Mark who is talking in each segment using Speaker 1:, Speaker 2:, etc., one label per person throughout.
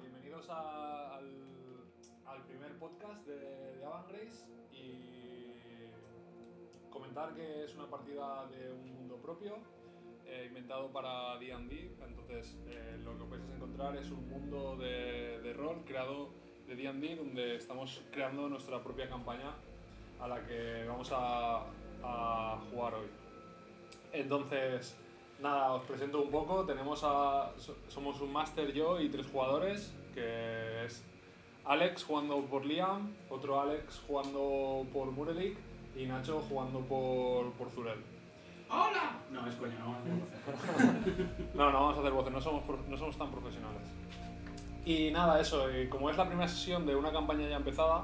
Speaker 1: bienvenidos a- al, al primer podcast de, de Avant Race y comentar que es una partida de un mundo propio eh, inventado para D&D, entonces eh, lo que podéis encontrar es un mundo de, de rol creado de D&D donde estamos creando nuestra propia campaña a la que vamos a- a jugar hoy. Entonces, nada, os presento un poco. Tenemos a. so- Somos un máster yo y tres jugadores, que es Alex jugando por Liam, otro Alex jugando por Murelik y Nacho jugando por, por Zurel.
Speaker 2: ¡Hola! No, es coña, no, no.
Speaker 1: No, no vamos a hacer voces, no somos, pro- no somos tan profesionales. Y nada, eso, eh, como es la primera sesión de una campaña ya empezada,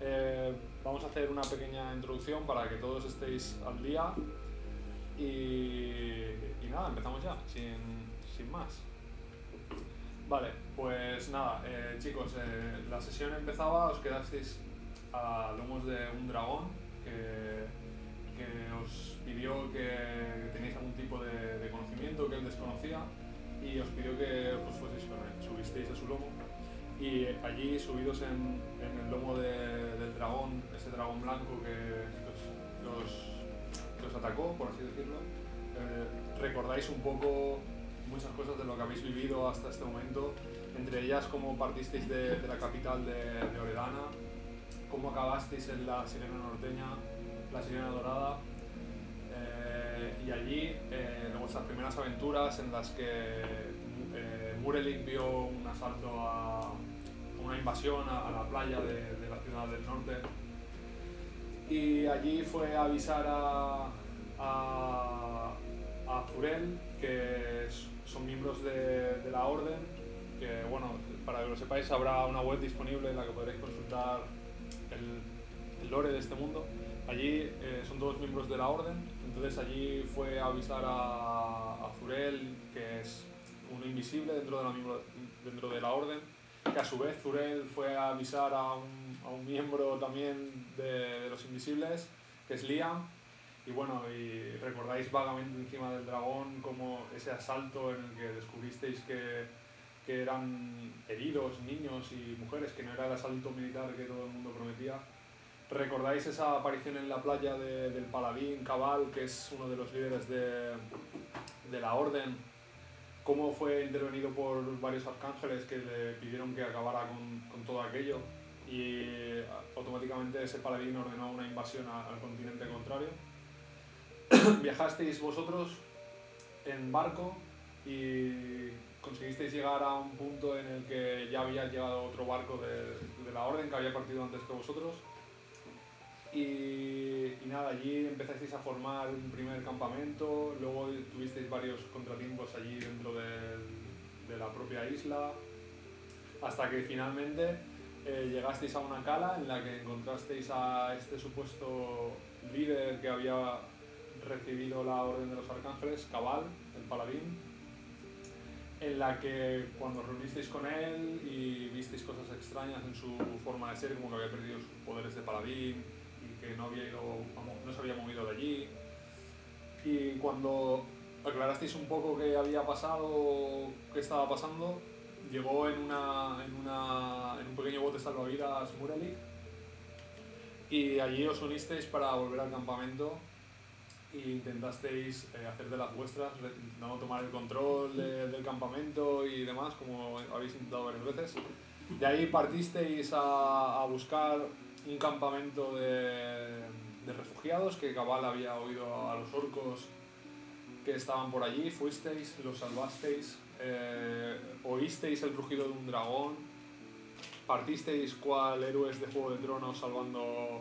Speaker 1: eh, vamos a hacer una pequeña introducción para que todos estéis al día. Y, y nada, empezamos ya, sin, sin más. Vale, pues nada, eh, chicos, eh, la sesión empezaba, os quedasteis a lomos de un dragón que, que os pidió que tenéis algún tipo de, de conocimiento que él desconocía y os pidió que os fueseis con él, subisteis a su lomo y eh, allí subidos en, en el lomo de- del dragón, ese dragón blanco que pues, os, os- que os atacó, por así decirlo, eh, recordáis un poco muchas cosas de lo que habéis vivido hasta este momento, entre ellas cómo partisteis de, de la capital de, de Oredana, cómo acabasteis en la sirena norteña, la sirena dorada, eh, y allí, eh, en vuestras primeras aventuras en las que eh, Murelik vio un asalto a una invasión a, a la playa de, de la ciudad del norte. Y allí fue a avisar a, a, a Furel, que es- son miembros de, de la orden, que bueno, para que lo sepáis habrá una web disponible en la que podréis consultar el, el lore de este mundo. Allí eh, son todos miembros de la orden, entonces allí fue a avisar a, a Zurel, que es uno invisible dentro de, la, miembro- dentro de la orden, que a su vez Zurel fue a avisar a un, a un miembro también de, de los invisibles, que es Liam, y bueno, y recordáis vagamente encima del dragón como ese asalto en el que descubristeis que, que eran heridos, niños y mujeres, que no era el asalto militar que todo el mundo prometía. ¿Recordáis esa aparición en la playa de- del paladín Cabal, que es uno de los líderes de, de la orden? ¿Cómo fue intervenido por varios arcángeles que le pidieron que acabara con, con todo aquello? Y eh, automáticamente ese paladín ordenó una invasión a- al continente contrario. Viajasteis vosotros en barco y conseguisteis llegar a un punto en el que ya había llegado otro barco de, de la orden que había partido antes que vosotros. Y, y nada, allí empezasteis a formar un primer campamento, luego tuvisteis varios contratiempos allí dentro del- de la propia isla, hasta que finalmente eh, llegasteis a una cala en la que encontrasteis a este supuesto líder que había recibido la Orden de los Arcángeles, Cabal, el paladín, en la que cuando os reunisteis con él y visteis cosas extrañas en su forma de ser, como que había perdido sus poderes de paladín y que no, había ido a mo- no se había movido de allí. Y cuando aclarasteis un poco qué había pasado, qué estaba pasando, llegó en, una, en, una, en un pequeño bote salvavidas Murelik y allí os unisteis para volver al campamento e intentasteis eh, hacer de las vuestras, re- intentando tomar el control de- del campamento y demás, como habéis intentado varias veces. De ahí partisteis a, a buscar un campamento de, de refugiados que Cabal había oído a los orcos que estaban por allí, fuisteis, los salvasteis, eh, oísteis el rugido de un dragón, partisteis cual héroes de Juego de Tronos salvando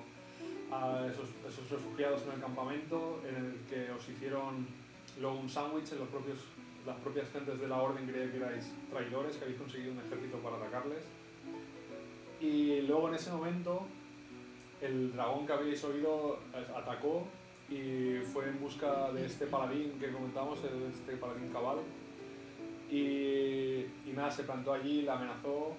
Speaker 1: a esos, esos refugiados en el campamento, en el que os hicieron luego un sándwich en los propios, las propias gentes de la orden creían que erais traidores, que habéis conseguido un ejército para atacarles. Y luego en ese momento el dragón que habéis oído eh, atacó y fue en busca de este paladín que comentamos, el- este paladín cabal. Y, y nada, se plantó allí, la amenazó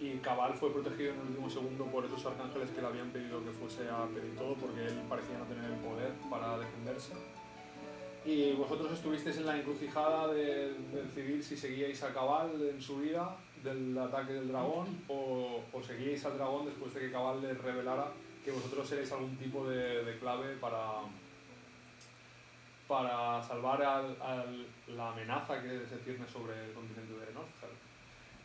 Speaker 1: y Cabal fue protegido en el último segundo por esos arcángeles que le habían pedido que fuese a pedir todo porque él parecía no tener el poder para defenderse. Y vosotros estuvisteis en la encrucijada del, del civil si seguíais a Cabal en su vida del ataque del dragón o, o seguíais al dragón después de que Cabal les revelara que vosotros erais algún tipo de, de clave para, para salvar al, al- la amenaza que se cierne sobre el continente de Northgard.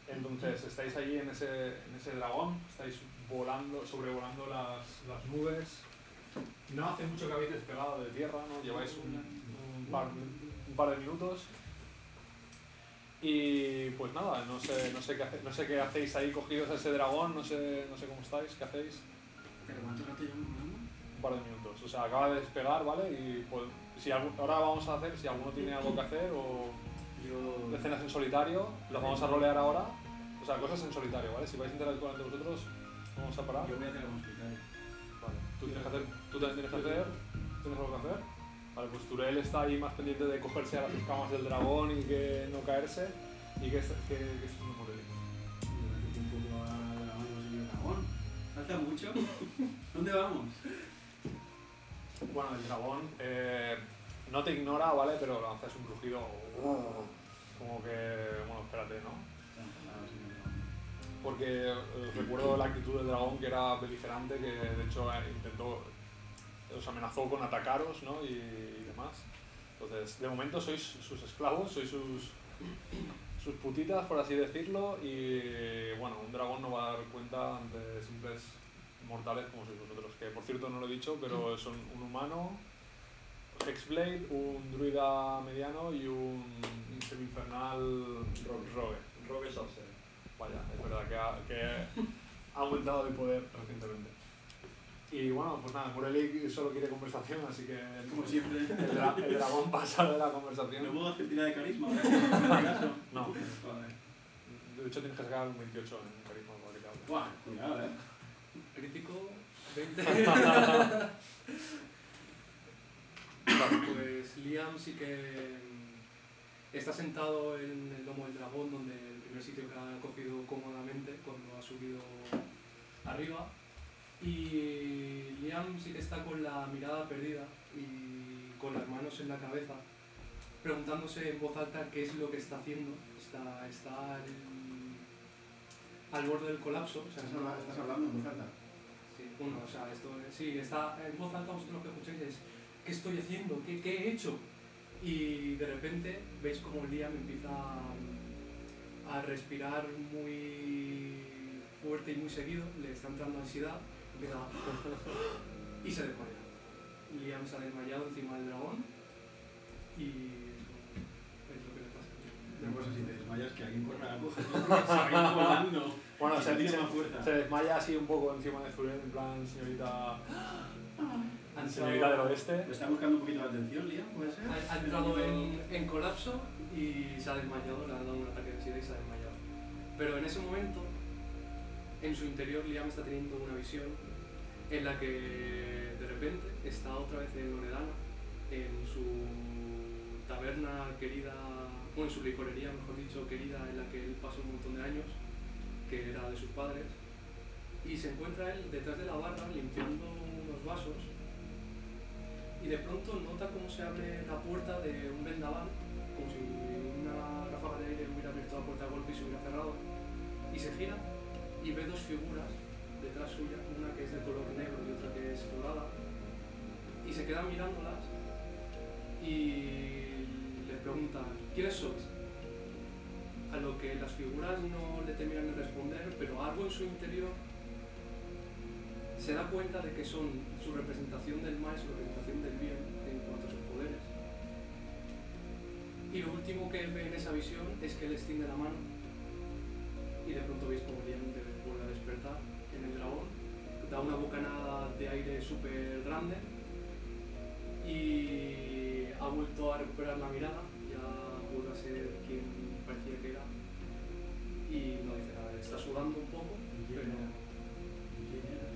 Speaker 1: Entonces, estáis allí en ese, en ese dragón, estáis volando, sobrevolando las, las nubes. No hace mucho que habéis despegado de tierra, ¿no? Lleváis un, un par, un par de minutos. Y pues nada, no sé, no sé, qué, hace- no sé qué hacéis ahí cogidos a ese dragón, no sé, no sé cómo estáis, qué hacéis.
Speaker 2: ¿Pero cuánto rato llevamos volando?
Speaker 1: Un par de minutos. O sea, acaba de despegar, ¿vale? Y pues, si algu- ahora vamos a hacer, si alguno tiene algo que hacer o
Speaker 2: Yo.
Speaker 1: escenas en solitario, las vamos a rolear ahora. O sea, cosas en solitario, ¿vale? Si vais a interactuar entre vosotros, vamos a parar.
Speaker 2: Yo voy a hacer algún hospital.
Speaker 1: Vale. ¿Tú, tienes que hacer, tú también tienes que hacer. ¿Tienes algo que hacer? Vale, pues Turel está ahí más pendiente de cogerse a las escamas del dragón y que no caerse. Y que, se- que, que se no muere.
Speaker 2: Yo un poco a dragón, no señor dragón. ¿Falta mucho? ¿Dónde vamos?
Speaker 1: Bueno, el dragón eh, no te ignora, ¿vale? Pero lanzas un rugido. Ah. Como que, bueno, espérate, ¿no?
Speaker 2: Está enfadado, señor dragón.
Speaker 1: Porque eh, recuerdo la actitud del dragón que era beligerante, que de hecho eh, intentó, eh, os amenazó con atacaros ¿no? y, y demás. Entonces, de momento sois sus esclavos, sois sus, sus putitas, por así decirlo, y bueno, un dragón no va a dar cuenta ante simples mortales como sois vosotros, que por cierto no lo he dicho, pero son un humano, Hexblade, un druida mediano y un semi-infernal
Speaker 3: Rogue.
Speaker 1: rogue.
Speaker 3: Rogue Sorcerer.
Speaker 1: Vaya, es verdad que ha, que ha aumentado el poder recientemente. Y bueno, pues nada, Morelli solo quiere conversación, así que
Speaker 2: Como siempre.
Speaker 1: el, dra- el dragón pasa de la
Speaker 2: ¿No
Speaker 1: conversación.
Speaker 2: puedo hacer tirada de carisma? ¿verdad? En este caso.
Speaker 1: No,
Speaker 2: Joder.
Speaker 1: de hecho tienes que sacar un 28 en carisma para que hable.
Speaker 2: Buah, cuidado, eh.
Speaker 4: Crítico, 20. pues Liam sí que mm, está sentado en el lomo del dragón, donde el primer sitio que ha cogido cómodamente cuando ha subido arriba. Y Liam sí que está con la mirada perdida y con las manos en la cabeza, preguntándose en voz alta qué es lo que está haciendo. Está, está al- al borde del colapso. o sea,
Speaker 2: Estás
Speaker 4: no-
Speaker 2: habla- estás hablando en voz alta.
Speaker 4: Sí, bueno, o sea, esto eh, sí, está en voz alta, vosotros lo que escucháis es ¿qué estoy haciendo? ¿Qué, qué he hecho? Y de repente veis como Liam empieza a- a respirar muy fuerte y muy seguido, le está entrando ansiedad, empieza a- y se desmaya. Liam se ha desmayado encima del dragón y eso es lo que le pasa.
Speaker 2: Una cosa, si te desmayas, que alguien corra la coja. Salir volando.
Speaker 1: Bueno,
Speaker 2: Y
Speaker 1: se,
Speaker 2: tiene
Speaker 1: se,
Speaker 2: más fuerza.
Speaker 1: se desmaya así un poco encima de Zurel, en plan señorita,
Speaker 4: Han
Speaker 1: señorita del
Speaker 4: estado-
Speaker 1: oeste.
Speaker 2: ¿Me está buscando un poquito la atención, Liam? ¿Puede ser?
Speaker 4: Ha, ha entrado en, en colapso y se ha desmayado, le ha dado un ataque de ansiedad y se ha desmayado. Pero en ese momento, en su interior, Liam está teniendo una visión en la que de repente está otra vez en Loredana, en su taberna querida, bueno, en su licorería, mejor dicho, querida, en la que él pasó un montón de años, que era de sus padres, y se encuentra él detrás de la barra limpiando unos vasos y de pronto nota cómo se abre la puerta de un vendaval, como si una ráfaga de aire hubiera abierto la puerta a golpe y se hubiera cerrado. Y se gira y ve dos figuras detrás suya, una que es de color negro y otra que es dorada. Y se queda mirándolas y le preguntan, ¿quiénes sois? A lo que las figuras no le terminan de responder, pero algo en su interior se da cuenta de que son su representación del mal y su representación del bien en cuanto a sus poderes. Y lo último que él ve en esa visión es que él extiende la mano y de pronto veis como Liam de- vuelve a despertar en el dragón, da una bocanada de aire súper grande y ha vuelto a recuperar la mirada, ya vuelve a ser quien parecía que era y no dice nada, está sudando un poco,
Speaker 2: ¿Quién
Speaker 4: pero
Speaker 2: era? ¿Quién era?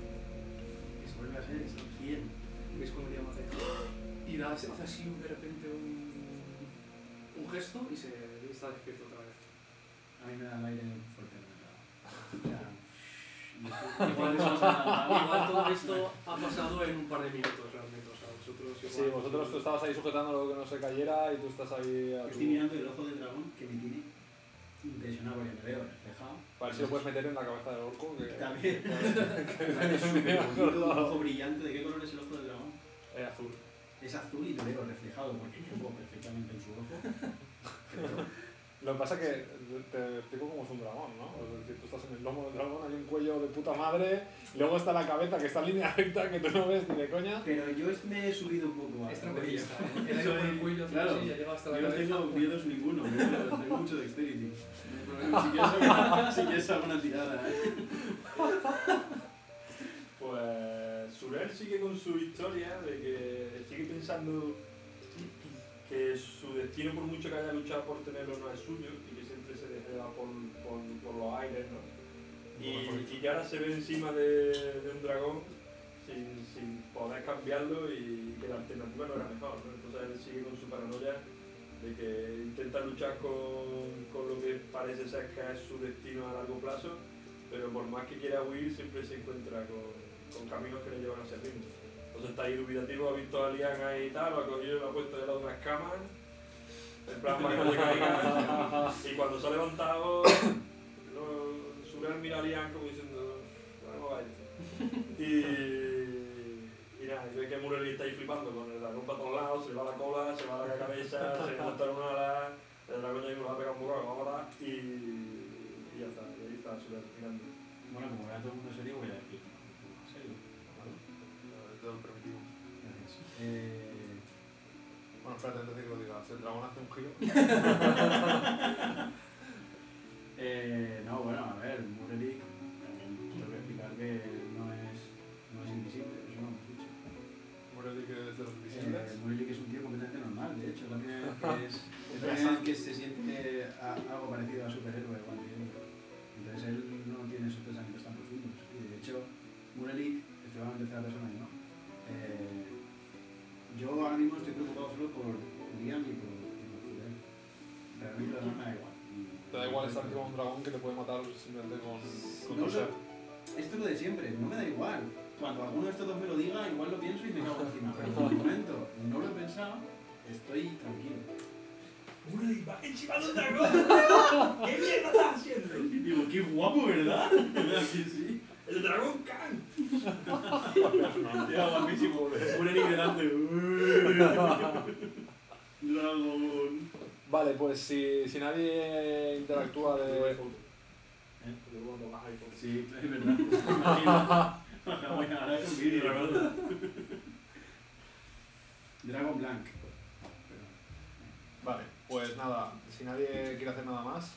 Speaker 2: Que se vuelve a ser eso. ¿Quién?
Speaker 4: veis cómo Liam hace y da, hace así de repente un, un gesto y se y está despierto otra vez.
Speaker 2: A mí me da el aire fuerte en la cara. Igual
Speaker 4: Igual,
Speaker 2: eso no se ha dado.
Speaker 4: igual todo esto ha pasado en un par de minutos realmente, o sea, os- vosotros igual.
Speaker 1: Sí, vosotros tú estabas ahí sujetando lo que no se cayera y tú estás ahí a
Speaker 2: Yo
Speaker 1: tu-
Speaker 2: Estoy mirando el ojo del dragón que me tiene impresionado porque me veo reflejado.
Speaker 1: Para ver si lo puedes meter en la cabeza del orco. Que...
Speaker 2: También. Es
Speaker 1: que- me
Speaker 2: súper
Speaker 1: he
Speaker 2: bonito, un
Speaker 1: acordado.
Speaker 2: ojo brillante. ¿De qué color es el ojo del dragón?
Speaker 1: Eh, azul.
Speaker 2: Es azul y lo veo reflejado porque yo veo perfectamente en su ojo. Pero
Speaker 1: Lo que pasa es que te explico cómo es un dragón, ¿no? Es decir, tú estás en el lomo del dragón, hay un cuello de puta madre, luego está la cabeza que está en línea recta que tú no ves ni de coña.
Speaker 2: Pero yo es- me he subido un poco a
Speaker 4: Es
Speaker 2: la rodilla.
Speaker 4: trapecista. ¿eh? El aire por el cuello,
Speaker 2: Claro.
Speaker 4: sí, ya llega hasta la
Speaker 2: Yo no
Speaker 4: cabeza.
Speaker 2: tengo miedos ninguno, yo tengo mucho dexterity. No hay problema. Si quieres, hago- si quieres hago una tirada. ¿eh?
Speaker 3: Pues Surel sigue con su historia de que sigue pensando que su destino, por mucho que haya luchado por tenerlo, no es suyo y que siempre se deja llevar por, por, por los aires, ¿no? Y, y que ahora se ve encima de, de un dragón sin, sin poder cambiarlo y que la alternativa no era mejor, ¿no? Entonces él sigue con su paranoia de que intenta luchar con, con lo que parece ser que es su destino a largo plazo pero por más que quiera huir, siempre se encuentra con, con caminos que le llevan hacia el mismo. Entonces está ahí dubitativo, ha visto a Lian ahí y tal, lo ha cogido y lo ha puesto debajo de unas camas, en plan para que no le caiga. Y cuando se ha levantado, lo- Surel mira a Lian como diciendo, bueno, vaya. Y, y nada, y ve que Murel está ahí flipando con el dragón para todos lados, se le va la cola, se le va la cabeza, se le montan una ala, el dragón ya lo va a pegar un poco ahora y, y ya está, y ahí está Surel mirando.
Speaker 2: Bueno, como ahora todo el mundo serio, voy a decir. ¿En serio?
Speaker 1: Te lo permitimos.
Speaker 2: Gracias. Eh,
Speaker 1: Bueno, espérate antes de que lo digas. El dragón hace un giro.
Speaker 2: Eh, no, bueno, a ver, Murelic, eh, tengo que explicar que no es, no es invisible, eso no lo hemos dicho.
Speaker 1: Morelli que desde los invisibles.
Speaker 2: Eh, Murelic es un tío completamente normal, de hecho, es la primera vez que, es, es la primera vez que se siente a- algo parecido a superhéroe o antihéroe. Entonces él no tiene esos pensamientos tan profundos. Y de hecho, Murelic, extremadamente tercera persona, yo no. Eh, yo ahora mismo estoy preocupado solo por Liam y por, y por Fidel. Realmente la zona me da igual. Y-
Speaker 1: Te da igual estar con un dragón que te puede matar simplemente con, con
Speaker 2: No
Speaker 1: tu
Speaker 2: sé.
Speaker 1: ser.
Speaker 2: Esto es lo de siempre, no me da igual. Cuando alguno de estos dos me lo diga, igual lo pienso y me cago encima. Pero por el momento, no lo he pensado, estoy tranquilo.
Speaker 3: Murray va encima de un dragón. ¿Qué mierda está haciendo?
Speaker 2: Y digo, qué guapo, ¿verdad? ¿Verdad que sí?
Speaker 3: El dragón Khan.
Speaker 2: Ya, guapísimo. Un Eric delante. Dragón.
Speaker 1: Vale, pues si, si nadie interactúa
Speaker 3: Pues,
Speaker 1: de.
Speaker 3: ¿eh?
Speaker 2: Sí, es verdad. Imagina. Bueno, ahora es un vídeo. Dragon Blanc.
Speaker 1: Vale, pues nada, si nadie quiere hacer nada más,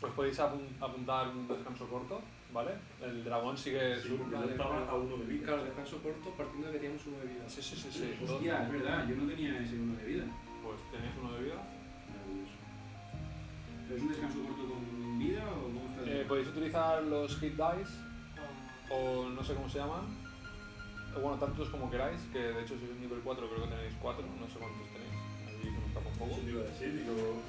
Speaker 1: pues podéis apun- apuntar un descanso corto, ¿vale? El dragón sigue
Speaker 3: Sí,
Speaker 1: su.
Speaker 3: porque no estaba a uno de vida.
Speaker 4: Claro, descanso corto partiendo de que teníamos una bebida.
Speaker 1: Sí, sí, sí, sí. todo-
Speaker 2: Hostia, es verdad, yo no tenía ese uno de vida.
Speaker 1: Pues tenéis uno de vida.
Speaker 2: Maravilloso. ¿Pero es un descanso corto con vida o cómo está?
Speaker 1: Eh, podéis utilizar los hit dice o no sé cómo se llaman. O Bueno, tantos como queráis, que de hecho si es nivel 4 creo que tenéis 4, no sé cuántos tenéis. Ahí se me escapa un poco.
Speaker 3: Eso te iba a decir, digo.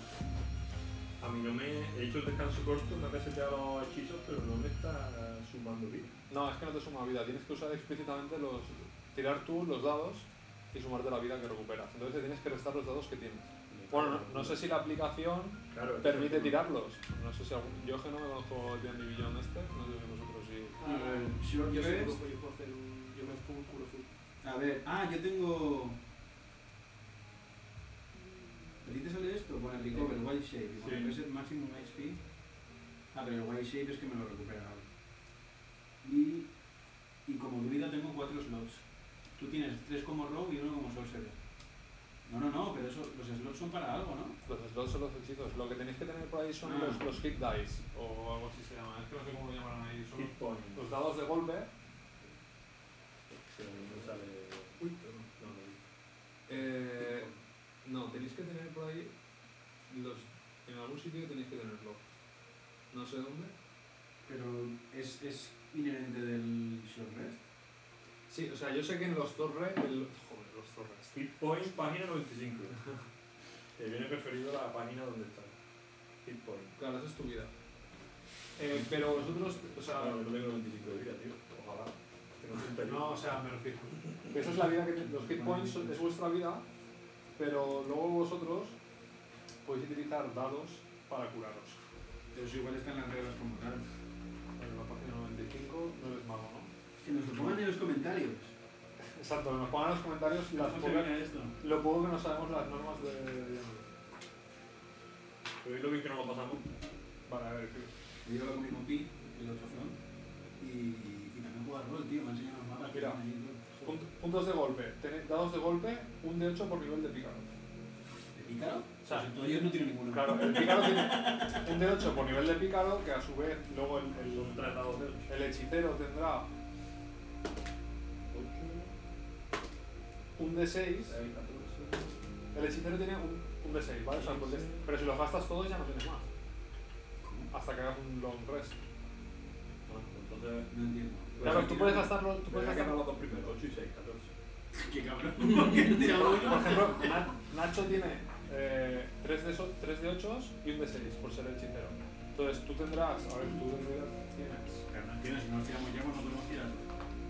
Speaker 3: A mí no me. He hecho el descanso corto, me ha reseteado los hechizos, pero no me está sumando vida.
Speaker 1: No, es que no te suma vida, tienes que usar explícitamente los. tirar tú los dados y sumarte la vida que recuperas. Entonces te tienes que restar los dados que tienes. Bueno, no, no sé si la aplicación
Speaker 3: Claro, es que-
Speaker 1: permite tirarlos. No sé si algún. Yo es que no me conozco el D&D Beyond este, no sé si vosotros sí.
Speaker 2: A ver, short
Speaker 4: Ah, yo soy
Speaker 2: rest.
Speaker 4: loco, yo puedo hacer un. Yo me pongo un culo full.
Speaker 2: A ver, ah, yo tengo. ¿A ti te sale esto? Bueno, el recover, el wild shape. Y Cuando
Speaker 3: Sí.
Speaker 2: ves el maximum HP. Ah, pero el wild shape es que me lo recupera ahora. Y, y como druida tengo cuatro slots. Tú tienes tres como rogue y uno como sorcerer. No, no, no, pero eso, los slots son para algo, ¿no?
Speaker 1: Los slots son los hechizos. Lo que tenéis que tener por ahí son
Speaker 2: Ah.
Speaker 1: los, los hit dice o algo así se llama. Es que no sé cómo lo llaman ahí. Son
Speaker 3: Hit point.
Speaker 1: los dados de golpe.
Speaker 3: Sí, no sale. Uy, perdón, no lo vi.
Speaker 1: Eh, no, tenéis que tener por ahí los. En algún sitio tenéis que tenerlo. No sé dónde.
Speaker 2: Pero es, es inherente del short rest.
Speaker 1: Sí, o sea, yo sé que en los torres. el- Joder, los torres.
Speaker 3: Hit point, página 95. Te viene preferido la página donde está. Hit point.
Speaker 1: Claro, esa es tu vida. Eh, pero vosotros, o sea,
Speaker 3: Ah, Claro, yo tengo 95 de vida, tío. Ojalá. que no es un peligro.
Speaker 1: No, o sea, me refiero. que Esa es la vida que ten- los hit points son- es vuestra vida, pero luego vosotros podéis utilizar dados para curaros.
Speaker 2: Pero eso igual están las reglas como tal.
Speaker 1: En la página 95 no eres mago, ¿no?
Speaker 2: Que nos lo pongan en los comentarios.
Speaker 1: Exacto, nos pongan en los comentarios las
Speaker 2: ¿Cómo se
Speaker 1: pocas-
Speaker 2: viene esto?
Speaker 1: lo poco que no sabemos las normas de de-
Speaker 3: Pero es lo bien que nos lo pasamos.
Speaker 1: Vale, a ver, sí.
Speaker 2: Yo iba con mi compi, el otro front, y, y también jugar rol, tío. Me han enseñado los mapas que
Speaker 1: Mira.
Speaker 2: están ahí. y todo.
Speaker 1: Punt- puntos de golpe. Tenéis dados de golpe, un de 8 por nivel de pícaro.
Speaker 2: ¿De pícaro?
Speaker 1: O sea,
Speaker 2: Pues entonces ellos no tienen ninguno.
Speaker 1: Claro, el pícaro tiene un de 8 por nivel de pícaro, que a su vez luego el,
Speaker 3: Son tres dados de ocho.
Speaker 1: el, el hechicero tendrá un de 6
Speaker 3: Seis, catorce.
Speaker 1: El hechicero tiene un, un de 6, ¿vale? O sea, pues es- pero si los gastas todos ya no tienes más. Hasta que hagas un long rest.
Speaker 3: Bueno, entonces.
Speaker 2: No entiendo.
Speaker 1: Claro,
Speaker 2: Pues
Speaker 1: tú
Speaker 2: aquí
Speaker 1: puedes
Speaker 2: no-
Speaker 1: gastarlo, tú
Speaker 3: Voy
Speaker 1: puedes
Speaker 3: a ganar
Speaker 1: gastarlo.
Speaker 3: los dos primeros, 8 y 6, 14.
Speaker 2: Qué cabrón. ¿Por qué han tirado uno?
Speaker 1: Por ejemplo, Na- Nacho tiene 3 de 8 y un de 6 por ser hechicero. Entonces tú tendrás, a ver, tú tendrás, tienes,
Speaker 2: Carnal, tío, si no nos tiramos ya, pues no podemos tirar.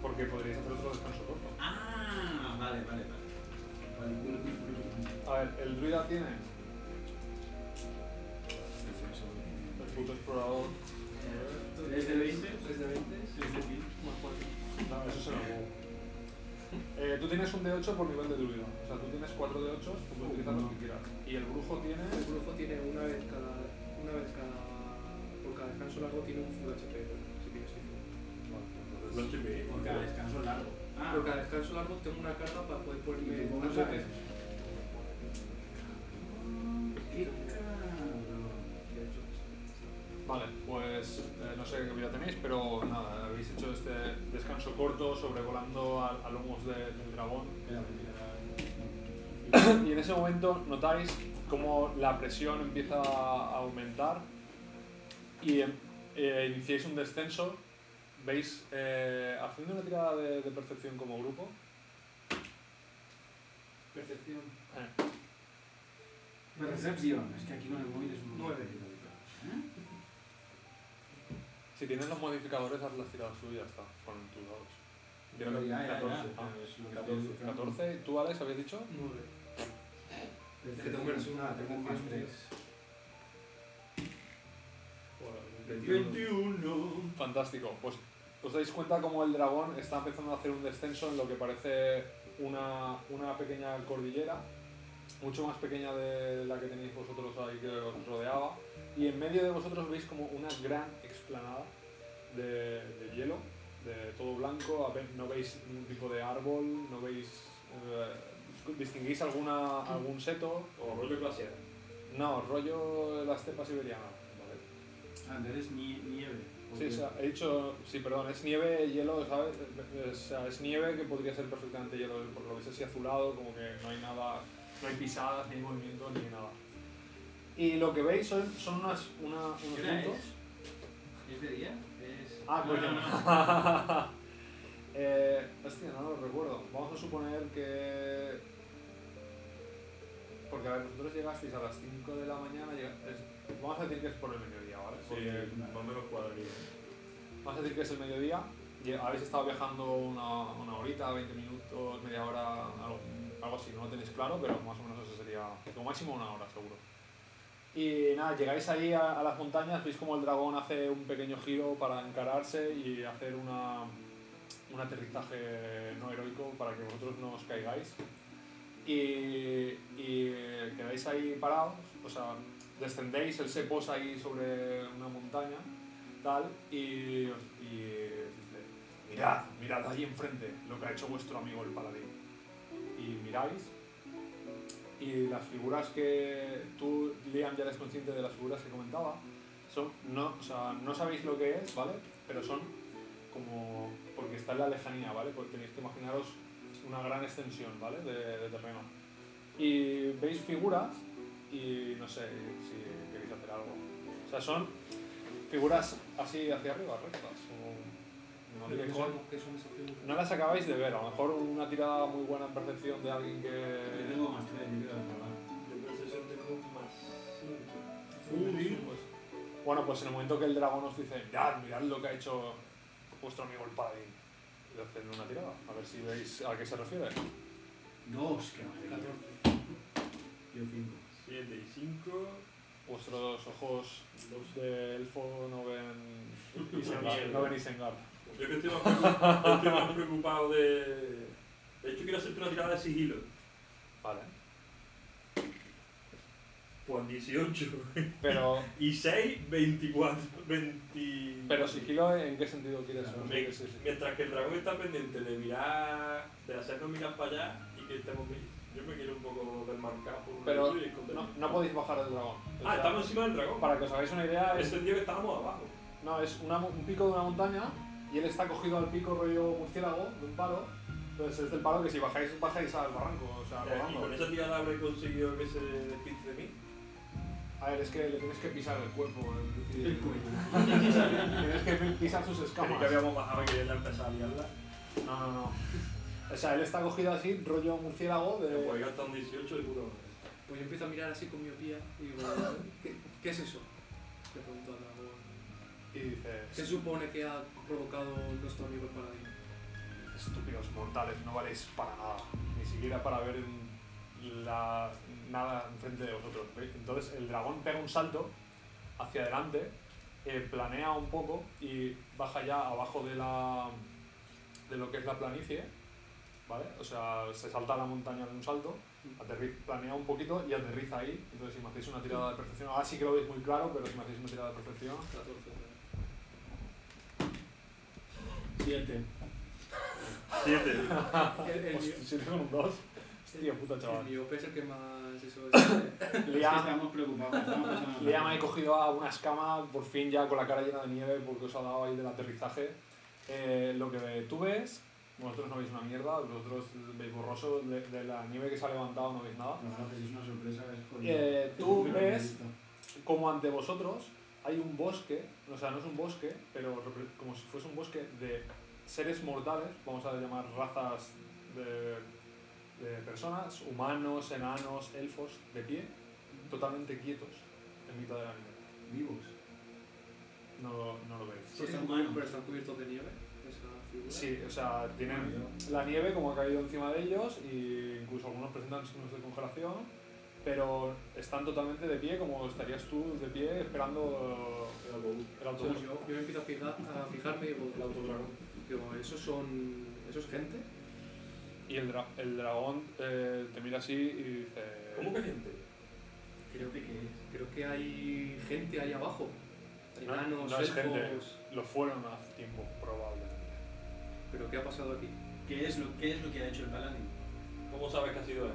Speaker 1: porque podrías hacer otro descanso corto.
Speaker 2: Ah, vale, vale, vale. Vale, bueno, bueno, bueno, bueno.
Speaker 1: A ver, el druida tiene
Speaker 2: Pues eh.
Speaker 1: el Pues puto explorador.
Speaker 2: ¿Tres de 20?
Speaker 4: 3 de 20,
Speaker 2: ¿Tres de 10?
Speaker 4: más 4.
Speaker 1: No, eso se lo juego. Eh, tú tienes un de 8 por nivel de druida. O sea, tú tienes 4 de 8, tú puedes utilizar lo que quieras. Y el brujo tiene
Speaker 4: El brujo tiene una vez cada. Una vez cada. Por cada descanso largo tiene un full HP, ¿no? si quieres decirlo.
Speaker 1: Pues
Speaker 3: Los chipes.
Speaker 2: Por cada descanso largo. Ah,
Speaker 4: Por cada descanso largo tengo una carga para poder ponerme
Speaker 2: ¿Y tú cómo
Speaker 4: un
Speaker 2: sabes?
Speaker 4: HP.
Speaker 2: qué cabrón.
Speaker 1: Vale, pues eh, no sé qué vida tenéis, pero nada, habéis hecho este descanso corto sobrevolando a, a lomos de- del dragón.
Speaker 2: Espera,
Speaker 1: Y en ese momento notáis como la presión empieza a aumentar y em, eh, iniciáis un descenso. Veis, eh, haciendo una tirada de, de percepción como grupo.
Speaker 4: Percepción.
Speaker 1: Eh,
Speaker 2: mira. Percepción. Es que aquí con el móvil es un...
Speaker 4: Nueve.
Speaker 2: ¿Eh?
Speaker 1: si tienes los modificadores, haz las tiradas tuyas, está, con tus dados. Yo creo que
Speaker 2: Ya, ya, ya.
Speaker 1: 14.
Speaker 2: Pero es lo que te digo,
Speaker 1: Ah, 14. ¿Tú, Alex, habías dicho?
Speaker 4: 9.
Speaker 2: Percepción.
Speaker 4: Que tengo menos una,
Speaker 2: Ah, tengo un más tres.
Speaker 1: Fantástico. Pues os dais cuenta como el dragón está empezando a hacer un descenso en lo que parece una, una pequeña cordillera, mucho más pequeña de la que tenéis vosotros ahí que os rodeaba. Y en medio de vosotros veis como una gran explanada de, de hielo, de todo blanco. ape- No veis ningún tipo de árbol, no veis. eh, ¿Distinguís alguna, algún seto?
Speaker 3: O rollo glaciar.
Speaker 1: No, rollo la estepa siberiana. Vale.
Speaker 2: Ah, entonces nie- nieve.
Speaker 1: Sí,
Speaker 2: Ok.
Speaker 1: o sea, he dicho, sí, perdón, es nieve, hielo, ¿sabes? O sea, es nieve que podría ser perfectamente hielo, porque lo ves así azulado, como que no hay nada, no hay pisadas, ni hay movimiento, ni nada. Y lo que veis son, son unas, una, unos
Speaker 2: ¿Qué hora
Speaker 1: puntos.
Speaker 2: es? ¿Es de día? Es...
Speaker 1: Ah,
Speaker 2: No,
Speaker 1: coño.
Speaker 2: no, no.
Speaker 1: eh, hostia, no lo recuerdo. Vamos a suponer que. Porque a ver, vosotros llegasteis a las 5 de la mañana, llega- es- vamos a decir que es por el mediodía, ¿vale? Porque-
Speaker 3: Sí, más o menos cuadrillo.
Speaker 1: Vamos a decir que es el mediodía, lle- habéis estado viajando una, una horita, 20 minutos, media hora, algo, algo así, no lo tenéis claro, pero más o menos eso sería como máximo una hora seguro. Y nada, llegáis ahí a, a las montañas, veis como el dragón hace un pequeño giro para encararse y hacer una, un aterrizaje no heroico para que vosotros no os caigáis. Y, y quedáis ahí parados, o sea, descendéis, él se posa ahí sobre una montaña tal y, os- y dice, mirad, mirad ahí enfrente lo que ha hecho vuestro amigo el paladín. Y miráis y las figuras que tú, Liam, ya eres consciente de las figuras que comentaba, son, no, o sea, no sabéis lo que es, ¿vale? Pero son como, porque está en la lejanía, ¿vale? Porque tenéis que imaginaros una gran extensión, ¿vale? De, de terreno. Y veis figuras y no sé si queréis hacer algo. O sea, son figuras así hacia arriba, rectas. Como, no
Speaker 4: Pero
Speaker 1: sé
Speaker 4: que
Speaker 1: cómo-
Speaker 4: son- que son esas figuras.
Speaker 1: no las acabáis de ver, a lo mejor una tirada muy buena en percepción de alguien
Speaker 2: Yo
Speaker 1: que...
Speaker 2: tengo más tres, yo creo que acaba.
Speaker 3: Yo percepción tengo más 5.
Speaker 1: Bueno, pues en el momento que el dragón os dice, mirad, mirad lo que ha hecho vuestro amigo el paladín. y hacer una tirada. A ver si veis a qué se refiere.
Speaker 2: Dos, que madre.
Speaker 4: 14.
Speaker 2: Yo cinco.
Speaker 3: 7 y 5.
Speaker 1: Vuestros ojos de elfo no ven
Speaker 3: Mierda.
Speaker 1: Isengard. no ven Isengard.
Speaker 3: Yo que estoy más, preocup- estoy más preocupado de. De hecho, quiero hacerte una tirada de sigilo.
Speaker 1: Vale.
Speaker 3: Pues 18.
Speaker 1: Pero,
Speaker 3: Y 6, 24. 20...
Speaker 1: pero sigilo, ¿en qué sentido quieres?
Speaker 2: Claro,
Speaker 3: Me-
Speaker 1: Sí, sí, sí.
Speaker 3: Mientras que el dragón está pendiente de mirar, de hacernos mirar para allá y que estemos bien. Yo me quiero un poco desmarcar por un
Speaker 1: Pero
Speaker 3: lado y esconderme.
Speaker 1: No, no podéis bajar del dragón. O
Speaker 3: Ah,
Speaker 1: sea,
Speaker 3: estamos encima del dragón.
Speaker 1: Para que os hagáis una idea, es,
Speaker 3: Ese día que estábamos abajo.
Speaker 1: no, es una mo- un pico de una montaña y él está cogido al pico rollo murciélago de un palo. Entonces es del palo que si bajáis, bajáis al barranco, o sea,
Speaker 3: Y
Speaker 2: ¿eh?
Speaker 3: con
Speaker 1: rodando.
Speaker 3: esa tirada habré conseguido que se despiste de mí.
Speaker 1: A ver, es que le tienes que pisar el cuerpo. es decir,
Speaker 4: El cuello.
Speaker 1: Tienes que pisar sus
Speaker 3: Creí
Speaker 1: escamas.
Speaker 3: que habíamos bajado y que ya empezaba a
Speaker 1: Eh.
Speaker 3: liarla.
Speaker 1: No, no, no. O sea, él está cogido así, rollo murciélago de...
Speaker 3: Pero pues yo hasta un 18 de puta madre.
Speaker 4: Pues yo empiezo a mirar así con miopía y digo, ¿qué, qué es eso? Le pregunto al dragón.
Speaker 1: Y dices,
Speaker 4: ¿Qué supone que ha provocado nuestro amigo el paladín?
Speaker 1: estúpidos mortales, no valéis para nada. Ni siquiera para ver en la- nada enfrente de vosotros. ¿veis? Entonces el dragón pega un salto hacia adelante, eh, planea un poco y baja ya abajo de la de lo que es la planicie, ¿vale? O sea, se salta a la montaña de un salto, aterri- planea un poquito y aterriza ahí. Entonces si me hacéis una tirada de percepción, ahora sí que lo veis muy claro, pero si me hacéis una tirada de percepción...
Speaker 4: 14.
Speaker 2: Siete.
Speaker 3: 7.
Speaker 4: El, el,
Speaker 1: Hostia,
Speaker 4: mio-
Speaker 1: si tengo un 2. Hostia puta,
Speaker 4: el
Speaker 1: chaval.
Speaker 4: miope es el que más eso es. eh,
Speaker 2: Es que
Speaker 1: Liam,
Speaker 2: estamos preocupados. Estamos pensando en
Speaker 1: Liam
Speaker 2: la-
Speaker 1: he cogido a una escama, por fin ya con la cara llena de nieve, porque os ha dado ahí del aterrizaje. Eh, lo que tú ves, vosotros no veis una mierda, vosotros veis borroso, de, de la nieve que se ha levantado no veis nada.
Speaker 2: Pero claro, que es una sorpresa, es jodido.
Speaker 1: Eh, tú
Speaker 2: Pero
Speaker 1: ves
Speaker 2: bonito.
Speaker 1: como ante vosotros hay un bosque, o sea, no es un bosque, pero repre- como si fuese un bosque de seres mortales, vamos a llamar razas de, de personas, humanos, enanos, elfos, de pie, totalmente quietos en mitad de la nieve.
Speaker 2: Vivos.
Speaker 1: No, lo- no lo veis.
Speaker 2: Sí,
Speaker 4: Pero
Speaker 2: está humano.
Speaker 4: están cubiertos de nieve, esa figura.
Speaker 1: Sí, o sea, tienen la nieve como ha caído encima de ellos e incluso algunos presentan signos de congelación, pero están totalmente de pie como estarías tú de pie esperando eh, el autobús.
Speaker 4: Entonces Pues yo, yo me empiezo a, fijar, a fijarme y digo,
Speaker 3: El autodragón.
Speaker 4: digo, ¿esos son. ¿Eso es gente?
Speaker 1: Y el, dra- el dragón eh, te mira así y dice...
Speaker 3: ¿Cómo que gente?
Speaker 4: Creo que, creo que hay gente ahí abajo.
Speaker 1: No,
Speaker 4: Enanos,
Speaker 1: no es
Speaker 4: elfos.
Speaker 1: gente, lo fueron hace tiempo, probablemente.
Speaker 4: ¿Pero qué ha pasado aquí?
Speaker 2: ¿Qué es, lo, ¿Qué es lo que ha hecho el paladín?
Speaker 3: ¿Cómo sabes que ha sido él?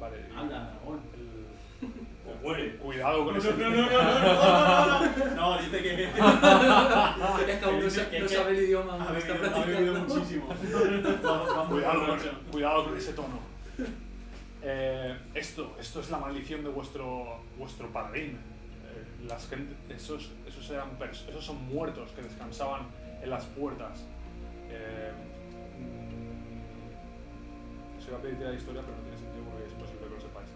Speaker 1: Vale. y-
Speaker 2: Habla, dragón.
Speaker 1: el-
Speaker 2: Pues
Speaker 3: O Pues muere.
Speaker 1: cuidado con ese...
Speaker 2: no, no, no, no, dice que ha
Speaker 4: Es que aún no,
Speaker 2: dice
Speaker 4: sa-
Speaker 2: que-
Speaker 4: no
Speaker 2: que-
Speaker 4: sabe el idioma, está
Speaker 2: bebido, ha bebido
Speaker 4: practicando.
Speaker 2: muchísimo. Vamos, vamos,
Speaker 1: Cuidado
Speaker 2: borracho.
Speaker 1: con, cuidado con ese tono. Eh, esto, esto es la maldición de vuestro, vuestro paladín. Eh, las gente- esos, esos, eran pers- esos son muertos que descansaban en las puertas. Eh, mm, os iba a pedir tirar historia, pero no tiene sentido porque es imposible que lo sepáis.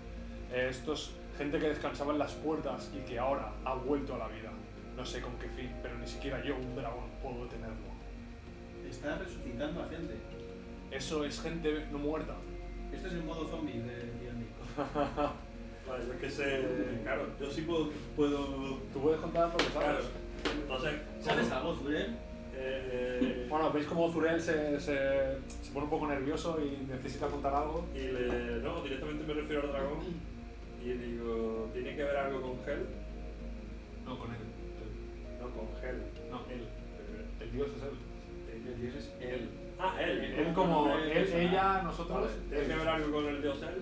Speaker 1: Eh, estos, gente que descansaba en las puertas y que ahora ha vuelto a la vida. No sé con qué fin, pero ni siquiera yo, un dragón, puedo tenerlo.
Speaker 2: Está resucitando a gente.
Speaker 1: Eso es gente no muerta.
Speaker 2: Esto es el modo zombie de D&D.
Speaker 3: Vale, yo es que sé. Claro, yo sí puedo. puedo
Speaker 1: Tú puedes contar porque
Speaker 3: claro.
Speaker 1: sabes.
Speaker 3: Entonces,
Speaker 2: ¿Sabes algo, Zurel?
Speaker 3: Eh,
Speaker 1: Bueno, veis como Zurel se, se, se pone un poco nervioso y necesita contar algo.
Speaker 3: eh, y le, no, directamente me refiero al dragón y digo, ¿tiene que ver algo con Hel?
Speaker 1: No, con él.
Speaker 3: No, con Hel.
Speaker 1: No,
Speaker 3: Él.
Speaker 1: El dios es él.
Speaker 2: El dios es
Speaker 3: Él. Ah, él.
Speaker 2: Él.
Speaker 1: Él como
Speaker 2: Él,
Speaker 1: él, ella,
Speaker 3: Vale,
Speaker 1: nosotros.
Speaker 3: ¿Tiene que ver algo con el dios Hel?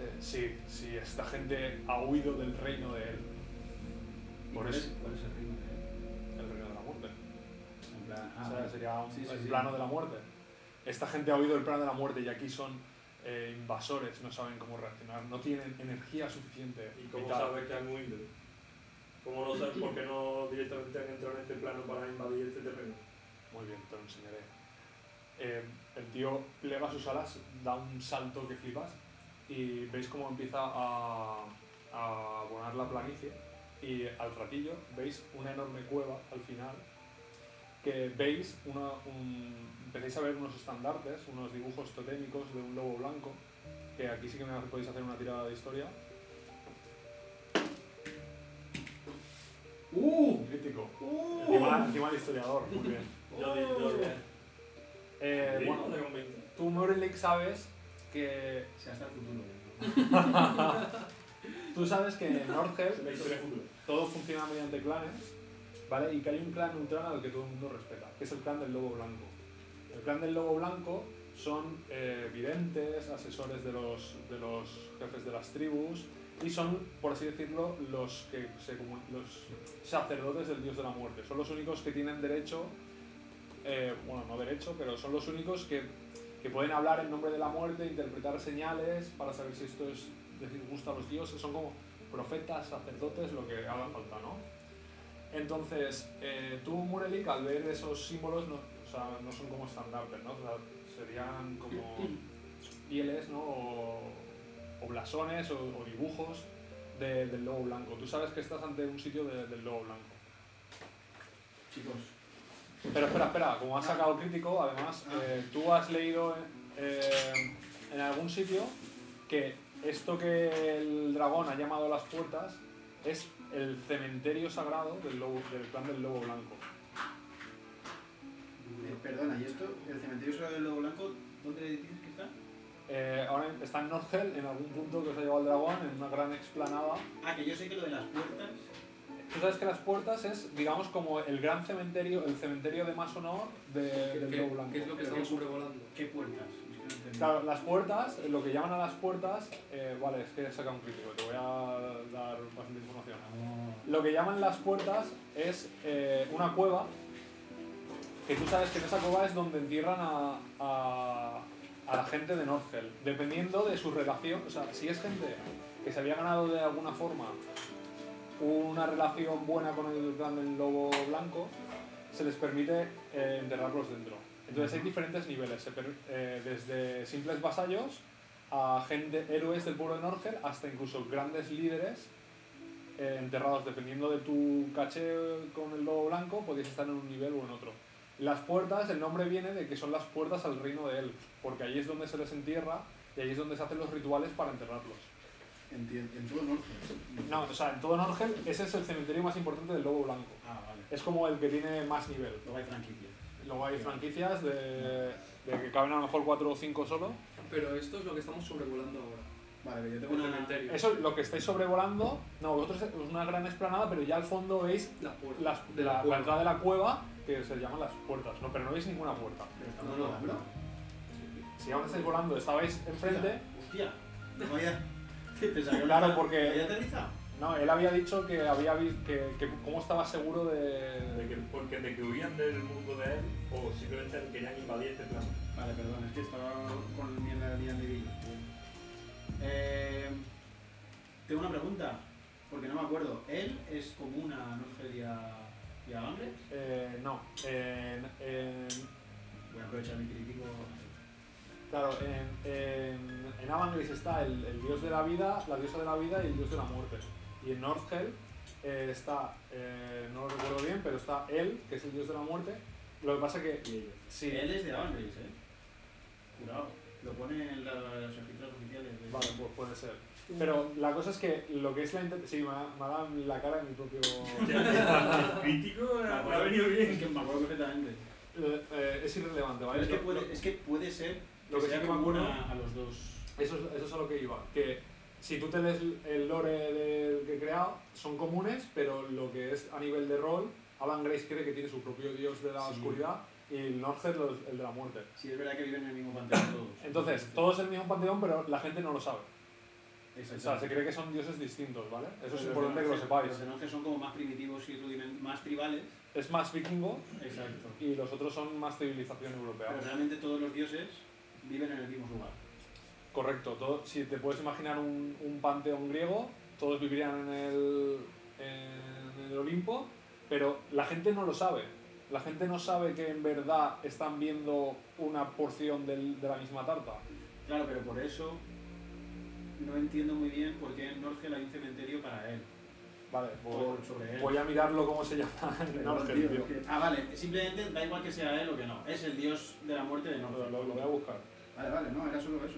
Speaker 1: Eh, Sí, sí, esta gente ha huido del reino de él.
Speaker 2: ¿Y
Speaker 1: Por
Speaker 2: cuál
Speaker 1: eso.
Speaker 2: es- ¿Cuál es el ritmo? eh?
Speaker 1: El reino de la muerte.
Speaker 2: En plan, ah,
Speaker 1: o sea,
Speaker 2: vale.
Speaker 1: sería un-
Speaker 2: Sí, sí,
Speaker 1: el
Speaker 2: sí.
Speaker 1: plano de la muerte. Esta gente ha oído el plano de la muerte y aquí son eh, invasores, no saben cómo reaccionar, no tienen energía suficiente.
Speaker 3: ¿Y cómo
Speaker 1: vital.
Speaker 3: sabes que han huido? ¿Cómo lo sabes? ¿Por qué no directamente han entrado en este plano para invadir este terreno?
Speaker 1: Muy bien, te lo enseñaré. Eh, el tío plega sus alas, da un salto que flipas y veis cómo empieza a, a abonar la planicie y al ratillo veis una enorme cueva al final que veis, una, un- empezáis a ver unos estandartes, unos dibujos totémicos de un lobo blanco, que aquí sí que me podéis hacer una tirada de historia.
Speaker 4: ¡Uh!
Speaker 1: Crítico. Encima,
Speaker 4: ¡Uh!
Speaker 1: encima el historiador, muy bien.
Speaker 3: Yo di- yo di-
Speaker 1: Eh,
Speaker 3: ¿Sí?
Speaker 1: bueno,
Speaker 3: ¿Te convence?
Speaker 1: tú, Morelic, sabes que...
Speaker 2: Se hasta el futuro. ¿no?
Speaker 1: Tú sabes que en Nordheim
Speaker 3: La historia futura.
Speaker 1: todo funciona mediante clanes, ¿vale? Y que hay un clan neutral al que todo el mundo respeta, que es el clan del lobo blanco. El clan del lobo blanco son eh, videntes, asesores de los, de los jefes de las tribus y son, por así decirlo, los, que se comu- los sacerdotes del dios de la muerte. Son los únicos que tienen derecho, eh, bueno, no derecho, pero son los únicos que, que pueden hablar en nombre de la muerte, interpretar señales para saber si esto es decir gusta a los dioses. Son como profetas, sacerdotes, lo que haga falta, ¿no? Entonces, eh, tú, Murelik, al ver esos símbolos, no, o sea, no son como estandartes, ¿no? O sea, serían como pieles, ¿no? O, o blasones o, o dibujos de- del lobo blanco. Tú sabes que estás ante un sitio de- del lobo blanco.
Speaker 2: Chicos,
Speaker 1: Pero espera, espera, como has sacado crítico, además,
Speaker 4: Ah.
Speaker 1: eh, tú has leído eh, en algún sitio que esto que el dragón ha llamado las puertas es el cementerio sagrado del, lobo, del clan del lobo blanco.
Speaker 2: eh, perdona, ¿y esto? ¿El cementerio sobre el lobo blanco? ¿Dónde dices que está?
Speaker 1: Eh, ahora está en Norgel, en algún punto que os ha llevado el dragón, en una gran explanada.
Speaker 2: Ah, que yo sé que lo de las puertas.
Speaker 1: Tú sabes que las puertas es, digamos, como el gran cementerio, el cementerio de más honor de- del lobo
Speaker 4: ¿Qué,
Speaker 1: blanco.
Speaker 4: qué es lo que estamos sobrevolando?
Speaker 2: ¿Qué puertas? Es que no entiendo.
Speaker 1: Claro, las puertas, lo que llaman a las puertas, eh, vale, es que he sacado un crítico, te voy a dar bastante información.
Speaker 2: No.
Speaker 1: Lo que llaman las puertas es eh, una cueva, que tú sabes que en esa cueva es donde entierran a, a- a la gente de Northgel, dependiendo de su relación, o sea, si es gente que se había ganado de alguna forma una relación buena con el clan del lobo blanco, se les permite eh, enterrarlos dentro. Entonces hay diferentes niveles, se per- eh, desde simples vasallos a gente, héroes del pueblo de Norgel hasta incluso grandes líderes eh, enterrados. Dependiendo de tu caché con el lobo blanco, podéis estar en un nivel o en otro. Las puertas, el nombre viene de que son las puertas al reino de él, porque ahí es donde se les entierra y ahí es donde se hacen los rituales para enterrarlos.
Speaker 2: Entiendo, en todo norte.
Speaker 1: No, o sea, en todo Norgel ese es el cementerio más importante del lobo blanco.
Speaker 2: Ah, vale.
Speaker 1: Es como el que tiene más nivel.
Speaker 2: Luego hay franquicia.
Speaker 1: Luego hay franquicias de, de que caben a lo mejor 4 o 5 solo.
Speaker 4: Pero esto es lo que estamos sobrevolando ahora.
Speaker 2: Vale, pero yo tengo
Speaker 4: El
Speaker 2: una.
Speaker 4: cementerio.
Speaker 1: Eso es lo que estáis sobrevolando. No, vosotros es una gran explanada, pero ya al fondo veis
Speaker 4: Las puertas.
Speaker 1: las,
Speaker 4: de
Speaker 1: la,
Speaker 4: la,
Speaker 1: la
Speaker 4: cueva.
Speaker 1: entrada de la cueva, que se llaman las puertas, ¿no? Pero no veis ninguna puerta.
Speaker 2: Pero
Speaker 4: No,
Speaker 2: estamos
Speaker 4: no,
Speaker 2: volando.
Speaker 1: Si ahora estáis volando, estabais enfrente.
Speaker 2: Hostia. hostia. No había. Pensaba que
Speaker 1: Claro,
Speaker 2: había-
Speaker 1: porque-
Speaker 2: ¿Había aterrizado?
Speaker 1: No, él había dicho que había visto que, que cómo estaba seguro
Speaker 3: De
Speaker 1: de.
Speaker 3: que- Porque de que huían del mundo de él o simplemente querían invadir este plan.
Speaker 2: Vale, perdón, es que estaba con mierda de vida de vino. Eh, tengo una pregunta, porque no me acuerdo. ¿Él es común a Norgel y a, y a Hamlet?
Speaker 1: Eh, no. En, en-
Speaker 2: Voy a aprovechar mi crítico.
Speaker 1: claro, en, en, en Avangris está el, el dios de la vida, la diosa de la vida y el dios de la muerte. Y en Northgel eh, está, eh, no lo recuerdo bien, pero está él, que es el dios de la muerte. Lo que pasa que si
Speaker 2: Él es de Hamlet, ¿eh? Jurado. Lo pone en la- los registros oficiales. de-
Speaker 1: Vale, pues puede ser. Pero la cosa es que lo que es la inter- Sí, me ha, me ha dado en la cara de mi propio...
Speaker 3: El crítico
Speaker 2: Me
Speaker 3: ha
Speaker 2: acuerdo-
Speaker 3: ha venido
Speaker 2: Es
Speaker 3: bien.
Speaker 2: que me acuerdo perfectamente.
Speaker 1: Eh, eh, es irrelevante, ¿vale?
Speaker 2: Pero es, que
Speaker 1: Lo-
Speaker 2: puede,
Speaker 1: lo-
Speaker 2: es que puede ser
Speaker 1: lo que
Speaker 2: sea
Speaker 1: sí que me
Speaker 2: común
Speaker 1: acuerdo-
Speaker 2: a, a los dos.
Speaker 1: Eso, es- eso es a lo que iba. Que si tú te lees el lore del que he creado, son comunes, pero lo que es a nivel de rol, Alan Grace cree que tiene su propio dios de la
Speaker 2: Sí.
Speaker 1: oscuridad y el Norger lo- el de la muerte.
Speaker 2: Si es verdad que viven en el mismo panteón todos.
Speaker 1: Entonces, todos en el mismo panteón, pero la gente no lo sabe. O sea, se
Speaker 2: Exactamente.
Speaker 1: cree que son dioses distintos, ¿vale? Eso es
Speaker 2: Pero
Speaker 1: importante que
Speaker 2: los
Speaker 1: lo sepáis.
Speaker 2: Los enojes son como más primitivos y rudiment- más tribales.
Speaker 1: Es más vikingo
Speaker 2: Exacto.
Speaker 1: y los otros son más civilización europea.
Speaker 2: Pero realmente todos los dioses viven en el mismo lugar.
Speaker 1: Correcto, todo- si te puedes imaginar un, un panteón griego, todos vivirían en el, en el Olimpo, pero la gente no lo sabe. La gente no sabe que en verdad están viendo una porción del- de la misma tarta.
Speaker 2: Claro, pero por eso no entiendo muy bien por qué en Norgel hay un cementerio para él.
Speaker 1: Vale, voy,
Speaker 2: por- sobre él.
Speaker 1: voy a mirarlo cómo se llama en
Speaker 2: Perdón,
Speaker 1: Norgel,
Speaker 2: tío,
Speaker 1: tío.
Speaker 2: es que-
Speaker 5: Ah, vale, simplemente da igual que sea él o que no. Es el dios de la muerte de
Speaker 1: Lo,
Speaker 5: Norgor.
Speaker 1: lo- lo voy a buscar.
Speaker 2: Vale, vale, no, era solo eso.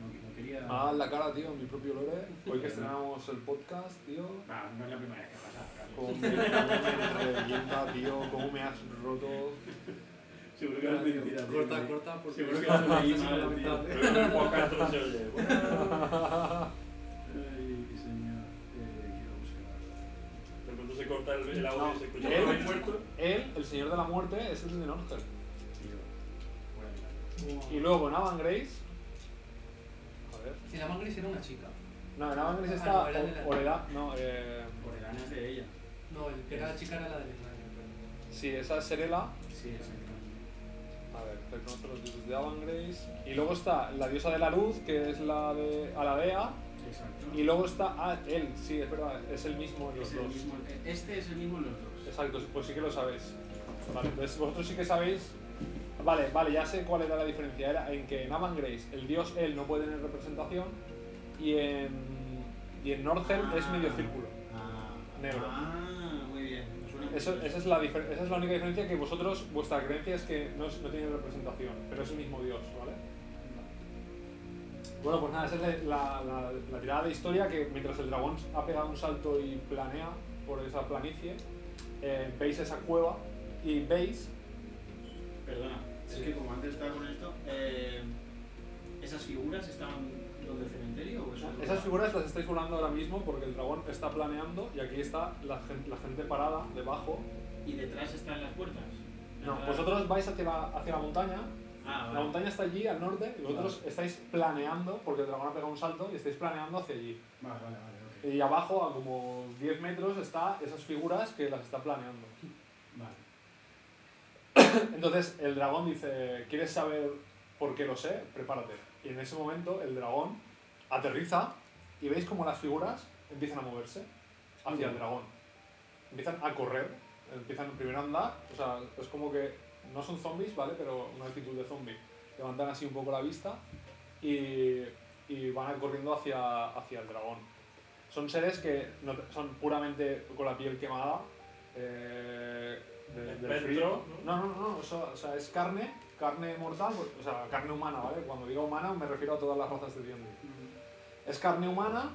Speaker 2: No, no quería.
Speaker 1: Ah, la cara, tío, mi propio lore. Hoy que estrenamos el podcast, tío.
Speaker 5: Ah, no es la primera vez que pasa. claro.
Speaker 1: Cómo me, cómo me revienta, tío. Cómo me has roto.
Speaker 3: Seguro que era mentira. tío.
Speaker 4: Corta, corta, porque
Speaker 3: Seguro que
Speaker 4: es
Speaker 3: era mentira, tío.
Speaker 4: lamentable.
Speaker 3: Pero en el podcast no se oye.
Speaker 2: Ay, señor. Eh, quiero buscar.
Speaker 3: De pronto se corta el, el audio y se escucha
Speaker 1: ¿Eh?
Speaker 3: otra vez muerto.
Speaker 1: Él, el señor de la muerte, es el de Norgel.
Speaker 2: Tío. Bueno,
Speaker 1: Y luego Navan Grace. A ver.
Speaker 4: Si la Mangris era una chica.
Speaker 1: No, Navan Grace
Speaker 4: Ah,
Speaker 1: está.
Speaker 4: no, era de la-
Speaker 1: o- Orela. No, eh.
Speaker 5: Por el ano es de ella.
Speaker 4: No, el que era la chica era la del engaño.
Speaker 1: Sí, esa es Serela.
Speaker 5: Sí, exactamente.
Speaker 1: A ver, reconoce los dioses de Navan Grace. Y luego está la diosa de la luz, que es la de Aladea.
Speaker 5: Exacto.
Speaker 1: Y luego está. Ah, él, sí, es verdad, es el mismo en los
Speaker 5: Es el
Speaker 1: dos.
Speaker 5: mismo- este es el mismo en los dos.
Speaker 1: Exacto, pues sí que lo sabéis. Vale, entonces vosotros sí que sabéis. Vale, vale, ya sé cuál era la diferencia. Era en que en Aman Grace el dios él no puede tener representación y en, y en Northel es medio círculo.
Speaker 5: Ah,
Speaker 1: Negro.
Speaker 5: Ah, muy bien. Me suena
Speaker 1: Eso-
Speaker 5: mucho.
Speaker 1: esa, es la difer- esa es la única diferencia que vosotros, vuestra creencia es que no, es- no tiene representación, pero es el mismo dios, ¿vale? Bueno, pues nada, esa es la, la- la tirada de historia que mientras el dragón ha pegado un salto y planea por esa planicie, eh, veis esa cueva y veis
Speaker 5: Perdona, es que como antes estaba con esto, eh, ¿esas figuras estaban donde el cementerio o eso?
Speaker 1: Esas figuras las estáis volando ahora mismo porque el dragón está planeando y aquí está la gente, la gente parada debajo.
Speaker 5: ¿Y detrás están las puertas?
Speaker 1: No,
Speaker 5: Ah,
Speaker 1: vosotros vais hacia la, hacia la montaña,
Speaker 5: Ah, vale.
Speaker 1: la montaña está allí al norte y vosotros estáis planeando porque el dragón ha pegado un salto y estáis planeando hacia allí.
Speaker 2: Vale, vale, vale, ok.
Speaker 1: Y abajo a como 10 metros está esas figuras que las está planeando.
Speaker 2: Vale.
Speaker 1: Entonces el dragón dice, ¿quieres saber por qué lo sé? Prepárate. Y en ese momento el dragón aterriza y veis como las figuras empiezan a moverse hacia el dragón. Empiezan a correr, empiezan primero a andar, o sea, es como que no son zombies, ¿vale? Pero una actitud de zombie. Levantan así un poco la vista y, y van corriendo hacia, hacia el dragón. Son seres que no- son puramente con la piel quemada, eh, de- del
Speaker 3: Espectro,
Speaker 1: frío. No, no, no, no, eso- o sea, es carne, carne mortal, pues, o sea, carne humana, ¿vale? Cuando digo humana me refiero a todas las razas de D&D. Es carne humana,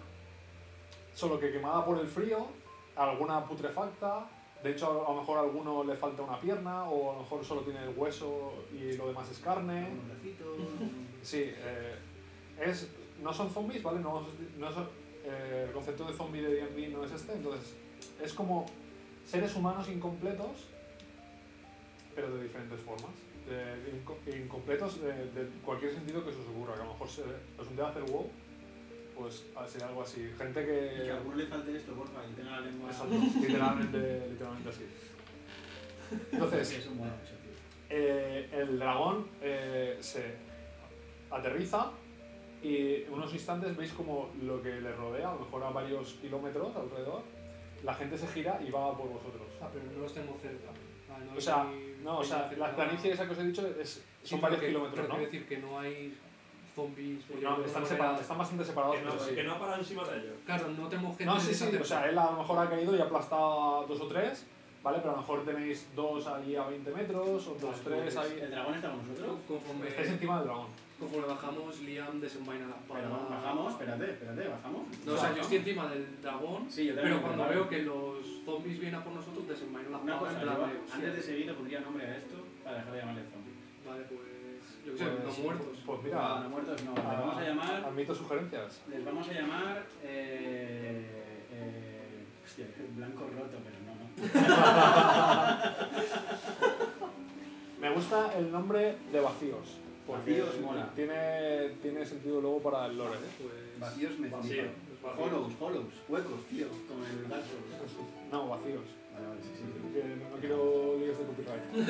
Speaker 1: solo que quemada por el frío, alguna putrefacta, de hecho a lo mejor a alguno le falta una pierna o a lo mejor solo tiene el hueso y lo demás es carne.
Speaker 2: Un bracito.
Speaker 1: Sí, eh, es, no son zombies, ¿vale? No, os- no son- eh, el concepto de zombie de D&D no es este, entonces es como seres humanos incompletos, pero de diferentes formas. De- inco- incompletos de, de cualquier sentido que se os ocurra, que a lo mejor se, os un día hacer wow, pues ah, sería algo así. Gente
Speaker 5: Y que
Speaker 1: que...
Speaker 5: a alguno le falte esto, porfa, que tenga la lengua.
Speaker 1: Exacto, literalmente, literalmente así.
Speaker 5: Pues
Speaker 1: Entonces,
Speaker 2: Eso mola mucho, tío.
Speaker 1: eh, el dragón eh, se aterriza y en unos instantes veis como lo que le rodea, a lo mejor a varios kilómetros alrededor, la gente se gira y va por vosotros.
Speaker 4: Ah, pero no los tengo cerca. Ah, no
Speaker 1: O sea,
Speaker 4: hay-
Speaker 1: no, o sea, la planicie esa que os he dicho es,
Speaker 4: Sí,
Speaker 1: son
Speaker 4: pero
Speaker 1: varios
Speaker 4: que-
Speaker 1: kilómetros,
Speaker 4: pero
Speaker 1: ¿no?
Speaker 4: quiero decir que no hay zombies. porque
Speaker 1: No,
Speaker 4: de
Speaker 1: están,
Speaker 4: alguna
Speaker 1: separados,
Speaker 4: manera-
Speaker 1: están bastante separados.
Speaker 3: Que no,
Speaker 1: pero sí.
Speaker 3: que no ha parado encima de ellos.
Speaker 4: Claro, no tenemos gente
Speaker 1: No, sí, sí,
Speaker 4: desacertada.
Speaker 1: o sea, eh, él a lo mejor ha caído y ha aplastado a dos o tres, ¿vale? Pero a lo mejor tenéis dos ahí a 20 metros, otros tres ahí.
Speaker 5: ¿El dragón está con nosotros?
Speaker 4: Conforme,
Speaker 1: Estáis encima del dragón.
Speaker 4: conforme bajamos, Liam desenvaina la espada.
Speaker 5: Pero bajamos, espérate, espérate, bajamos.
Speaker 4: No, o sea, yo estoy encima del dragón,
Speaker 5: Sí, yo también.
Speaker 4: pero cuando
Speaker 5: Vale.
Speaker 4: veo que los zombies vienen a por nosotros, desenvaino la
Speaker 5: Una
Speaker 4: espada.
Speaker 5: cosa,
Speaker 4: en plan
Speaker 5: yo
Speaker 4: de,
Speaker 5: antes de
Speaker 4: hostia,
Speaker 5: seguir le pondría nombre a esto para dejar de llamarle zombie.
Speaker 4: Vale, pues... Yo qué sé,
Speaker 1: Pues-
Speaker 4: no muertos.
Speaker 5: No, no
Speaker 1: Pues mira,
Speaker 5: muertos no, les vamos a llamar...
Speaker 1: Ah, admito sugerencias.
Speaker 5: Les vamos a llamar... Eh, eh, hostia, blanco roto, pero no, no.
Speaker 1: Me gusta el nombre de Vacíos. Porque
Speaker 5: Vacíos mola.
Speaker 1: Tiene, tiene sentido luego para el lore. ¿eh?
Speaker 4: Pues...
Speaker 2: Vacíos me
Speaker 3: Vacío.
Speaker 2: flipan.
Speaker 5: Hollows, hollows, huecos, tío, como en el Dark Souls.
Speaker 1: No, Vacíos.
Speaker 2: Vale, vale, sí, sí. sí.
Speaker 1: Que no quiero líos de copyright.
Speaker 3: Pues,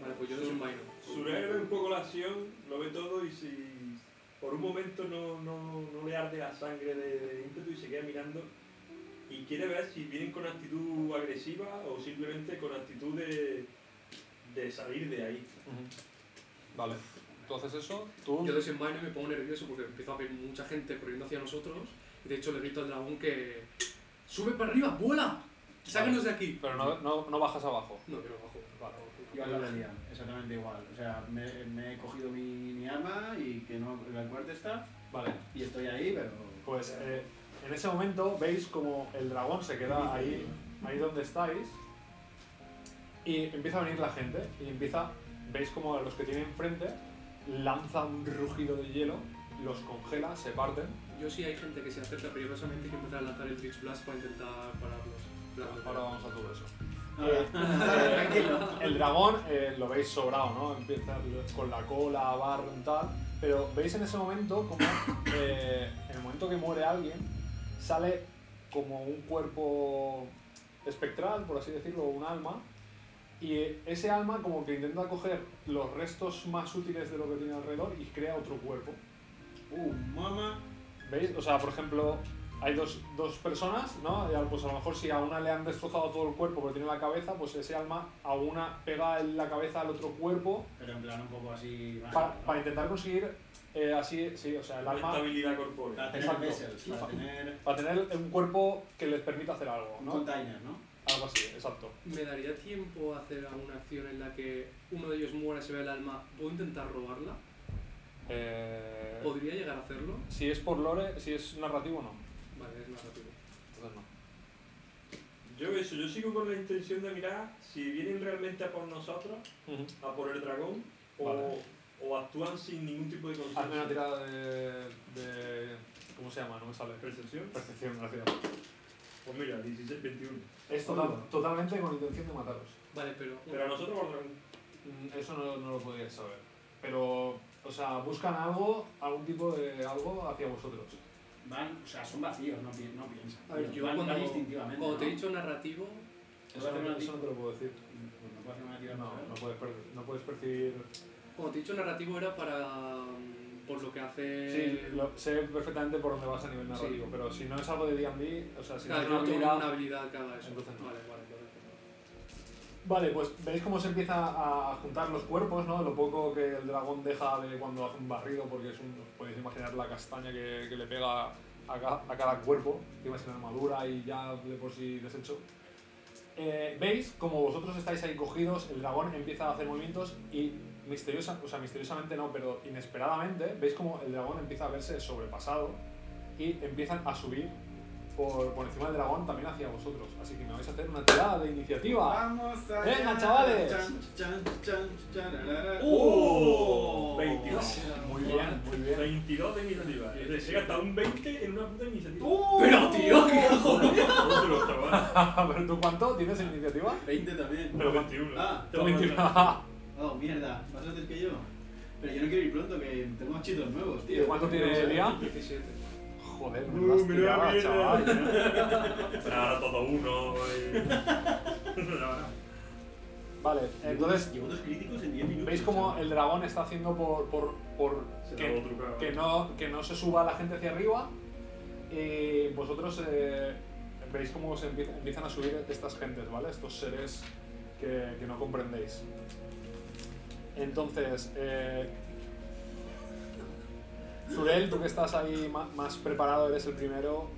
Speaker 4: Vale, pues yo desenvaino.
Speaker 3: Surel ve un poco la acción, lo ve todo y si por un momento no, no, no le arde la sangre de, de ímpetu y se queda mirando y quiere ver si vienen con actitud agresiva o simplemente con actitud de, de salir de ahí.
Speaker 1: Vale. Tú haces eso, tú.
Speaker 4: Yo desenvaino y me pongo nervioso porque empiezo a ver mucha gente corriendo hacia nosotros y De hecho, le grito al dragón que. ¡Sube para arriba! ¡Vuela! ¡Sácanos de aquí!
Speaker 1: Pero no, no, no bajas abajo.
Speaker 4: No, yo no bajo.
Speaker 1: Vale.
Speaker 2: Yo al lado de Liam, exactamente igual. O sea, me, me he cogido mi, mi arma y que no la cuarta está
Speaker 1: Vale.
Speaker 2: y estoy ahí, pero.
Speaker 1: Pues eh, en ese momento veis como el dragón se queda ahí, ahí donde estáis y empieza a venir la gente y empieza, veis como a los que tienen enfrente lanza un rugido de hielo, los congela, se parten.
Speaker 4: Yo sí hay gente que se acerca peligrosamente y que empieza a lanzar el Blitz Blast para intentar pararlos. Claro,
Speaker 1: Ahora vamos a todo eso. Eh,
Speaker 2: Ahora, tranquilo.
Speaker 1: El dragón eh, lo veis sobrado, ¿no? Empieza con la cola, barro y tal. Pero veis en ese momento como eh, en el momento que muere alguien, sale como un cuerpo espectral, por así decirlo, un alma. Y eh, ese alma como que intenta coger los restos más útiles de lo que tiene alrededor y crea otro cuerpo.
Speaker 5: Uh, mamá.
Speaker 1: ¿Veis? O sea, por ejemplo, hay dos, dos personas, ¿no? Y al- Pues a lo mejor si a una le han destrozado todo el cuerpo pero tiene la cabeza, pues ese alma a una pega en la cabeza al otro cuerpo
Speaker 5: Pero en plan un poco así.
Speaker 1: para, para intentar conseguir eh, así, sí, o sea, el alma
Speaker 3: Estabilidad corpórea.
Speaker 5: Para tener
Speaker 1: Exacto.
Speaker 5: vessels, para
Speaker 1: Fa-
Speaker 5: tener
Speaker 1: para tener un cuerpo que les permita hacer algo,
Speaker 5: un
Speaker 1: ¿no?
Speaker 5: container, ¿no?
Speaker 1: Algo así, exacto.
Speaker 4: ¿Me daría tiempo a hacer alguna acción en la que uno de ellos muera, se vea el alma? ¿Puedo intentar robarla?
Speaker 1: Eh,
Speaker 4: ¿Podría llegar a hacerlo?
Speaker 1: si es por lore, si es narrativo, no.
Speaker 4: Vale, es más rápido.
Speaker 1: Entonces no.
Speaker 3: Yo eso, yo sigo con la intención de mirar si vienen realmente a por nosotros, a por el dragón, o,
Speaker 1: Vale.
Speaker 3: o actúan sin ningún tipo de
Speaker 1: Hazme una
Speaker 3: conciencia.
Speaker 1: tirada de, de... ¿Cómo se llama? No me sale.
Speaker 3: ¿Percepción?
Speaker 1: Percepción, gracias.
Speaker 3: Pues mira, 16, 21.
Speaker 1: Es total- totalmente con intención de mataros.
Speaker 4: Vale, pero.
Speaker 3: Pero a nosotros o al dragón.
Speaker 1: Mm, Eso no, no lo podíais saber. Pero, o sea, buscan algo, algún tipo de algo hacia vosotros.
Speaker 5: Van, o sea, son vacíos, no, pi- no piensan.
Speaker 4: A ver, yo
Speaker 5: Van
Speaker 4: cuando-
Speaker 5: tan instintivamente.
Speaker 4: Cuando
Speaker 5: ¿no?
Speaker 4: te he dicho narrativo,
Speaker 1: Eso,
Speaker 5: Eso
Speaker 1: no,
Speaker 5: no-
Speaker 1: eso no te lo puedo decir.
Speaker 5: Pues no puedo hacer una
Speaker 1: No,
Speaker 5: tirada para
Speaker 1: no
Speaker 5: saber.
Speaker 1: puedes, per- no puedes percibir.
Speaker 4: cuando te he dicho narrativo era para. mm, por lo que hace.
Speaker 1: Sí, lo- sé perfectamente por dónde vas a nivel narrativo,
Speaker 4: Sí.
Speaker 1: pero si no es algo de DD, o sea, si no
Speaker 4: Claro,
Speaker 1: es
Speaker 4: yo
Speaker 1: una
Speaker 4: no tengo una
Speaker 1: habilidad.
Speaker 4: habilidad que haga eso.
Speaker 1: Entonces no.
Speaker 4: Vale, vale, vale.
Speaker 1: Vale, pues veis cómo se empieza a juntar los cuerpos, ¿no? Lo poco que el dragón deja de cuando hace un barrido, porque es un. Podéis imaginar la castaña que, que le pega a, ca- a cada cuerpo, que es la armadura y ya de por sí deshecho. Eh, veis como vosotros estáis ahí cogidos, el dragón empieza a hacer movimientos y misteriosa, o sea, misteriosamente no, pero inesperadamente veis como el dragón empieza a verse sobrepasado y empiezan a subir por, por encima del dragón también hacia vosotros. Así que me vais a hacer una tirada de iniciativa.
Speaker 2: Vamos a.
Speaker 1: Venga, chavales.
Speaker 2: Chan, chan, chan, chararara.
Speaker 3: ¡Oh! 22.
Speaker 4: Dios.
Speaker 1: Muy bien, muy bien.
Speaker 3: 22 de iniciativa. Es decir, llega hasta un 20 en una puta iniciativa.
Speaker 2: ¡Oh!
Speaker 4: Pero tío, qué
Speaker 3: Otro, chaval.
Speaker 1: ¿Pero tú cuánto? ¿Tienes iniciativa?
Speaker 2: 20 también.
Speaker 3: Pero 21.
Speaker 2: Ah,
Speaker 3: Toma, toma.
Speaker 2: Oh, mierda, vas antes que yo. Pero yo no quiero ir pronto, que tengo machitos nuevos, tío.
Speaker 1: ¿Cuánto tiene el día?
Speaker 4: 17.
Speaker 1: Joder,
Speaker 3: Uh,
Speaker 1: me has
Speaker 3: mira,
Speaker 1: tirado,
Speaker 3: mira.
Speaker 1: chaval.
Speaker 3: Ahora todo uno. y- No, no.
Speaker 1: Vale, entonces
Speaker 2: Llevo dos críticos en 10 minutos.
Speaker 1: veis como
Speaker 2: chaval.
Speaker 1: el dragón está haciendo por, por, por
Speaker 3: Se
Speaker 1: que,
Speaker 3: lo trucaba.
Speaker 1: que no, que no se suba la gente hacia arriba y vosotros eh, veis cómo se empie- empiezan a subir estas gentes, ¿vale? Estos seres que, que no comprendéis. Entonces, eh, Zurel, tú que estás ahí ma- más preparado, eres el primero.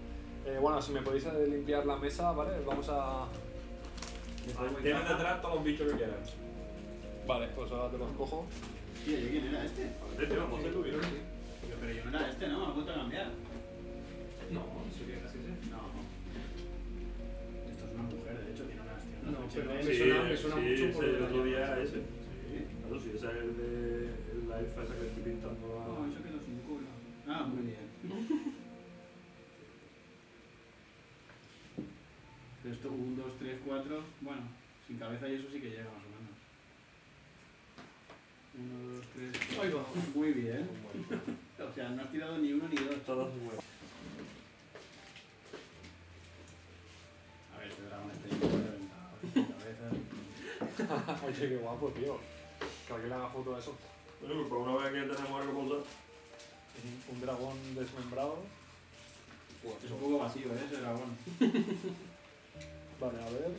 Speaker 1: Eh, bueno, si me podéis eh, limpiar la mesa, ¿vale? Vamos a...
Speaker 3: Tienes detrás todos los bichos que quieras.
Speaker 1: Vale, pues ahora te los cojo.
Speaker 2: Tío, ¿yo quién era este?
Speaker 3: Vete, vamos, te tuvieron.
Speaker 2: Yo, pero yo no era este, ¿no? Me ha vuelto a cambiar.
Speaker 4: No, sería casi ese.
Speaker 2: No. Esto es una mujer, de hecho, que no era este.
Speaker 4: No, pero me
Speaker 3: Sí,
Speaker 4: suena, me suena
Speaker 3: sí,
Speaker 4: mucho
Speaker 3: ese,
Speaker 4: por lo de
Speaker 3: el
Speaker 4: la
Speaker 3: otro día
Speaker 4: llama.
Speaker 3: ese.
Speaker 2: Sí.
Speaker 3: Claro, sí, esa es el de la elfa esa que estoy pintando
Speaker 2: Oh,
Speaker 3: a...
Speaker 2: eso quedó sin culo. Ah, muy bien. Pero esto, 1, 2, 3, 4. Bueno, sin cabeza y eso sí que llega más o menos. 1, 2, 3,
Speaker 4: Ahí va.
Speaker 2: Muy bien. O sea, no has tirado ni uno ni dos.
Speaker 3: Todos huevos.
Speaker 2: A ver, este dragón está reventado. Sin cabeza.
Speaker 1: Oye, qué guapo, tío. Que alguien le haga foto a eso.
Speaker 3: Bueno, pues por una vez que tenemos algo por usar.
Speaker 1: Un dragón desmembrado.
Speaker 2: Es un poco vacío, ¿eh? Ese dragón.
Speaker 1: Vale, a ver.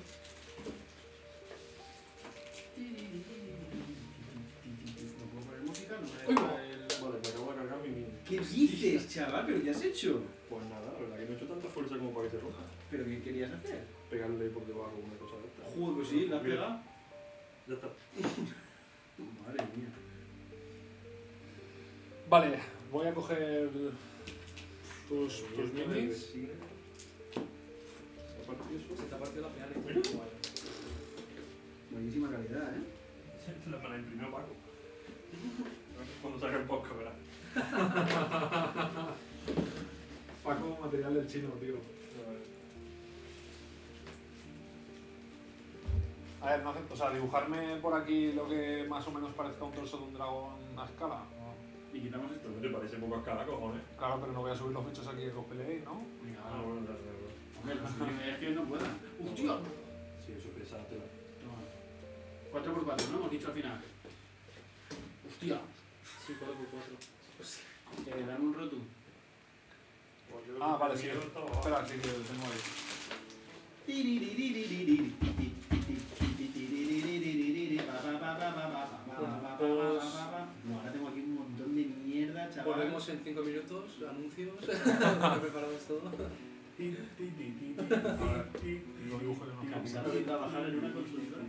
Speaker 2: ¿No puedo poner música? ¿No me
Speaker 4: Oigo.
Speaker 2: deja el-
Speaker 3: Vale, me acabo de cargar mi mini.
Speaker 2: ¿Qué dices, chaval? ¿Pero qué has hecho?
Speaker 3: Pues nada, la verdad que no he hecho tanta fuerza como para que se roja.
Speaker 2: ¿Pero qué querías hacer?
Speaker 3: Pegarle por debajo una cosa de esta.
Speaker 2: Joder, pues sí, la has
Speaker 3: Mira,
Speaker 2: pegado.
Speaker 3: Ya está.
Speaker 6: Madre mía.
Speaker 1: Vale, voy a coger tus,
Speaker 3: Pues
Speaker 1: tus
Speaker 3: mira,
Speaker 1: minis.
Speaker 3: sí. Aparte de eso,
Speaker 4: Se te ha partido la peana.
Speaker 6: Buenísima calidad, ¿eh?
Speaker 3: la me la imprimió Paco. Cuando salga el podcast, verás.
Speaker 1: Paco, material del chino, tío. A ver, no hace- o sea, dibujarme por aquí lo que más o menos parezca un torso de un dragón a escala. ¿no?
Speaker 2: Y quitamos esto.
Speaker 3: Te parece poco escala, cojones.
Speaker 1: Claro, pero no voy a subir los bichos aquí que os peleéis, ¿no?
Speaker 2: Venga,
Speaker 3: Ah,
Speaker 2: va.
Speaker 3: bueno, ya, ya, ya.
Speaker 2: Hombre, lo suyo es que no pueda. ¡Hostia!
Speaker 3: Sí, eso pesa, tela.
Speaker 2: 4 por 4 ¿no? Hemos dicho al final. ¡Hostia!
Speaker 4: 5 por 4.
Speaker 2: Eh, dame un rotum.
Speaker 3: Pues yo
Speaker 1: Ah,
Speaker 3: creo
Speaker 1: vale,
Speaker 3: que
Speaker 1: sí.
Speaker 3: el mío estaba abajo.
Speaker 1: Espera, sí que lo tengo ahí.
Speaker 2: No, ahora tengo aquí un montón de mierda, chaval.
Speaker 4: Volvemos en 5 minutos, anuncios. preparamos todo.
Speaker 1: Lo dibujo yo no.
Speaker 2: Cansado de trabajar en una consultora.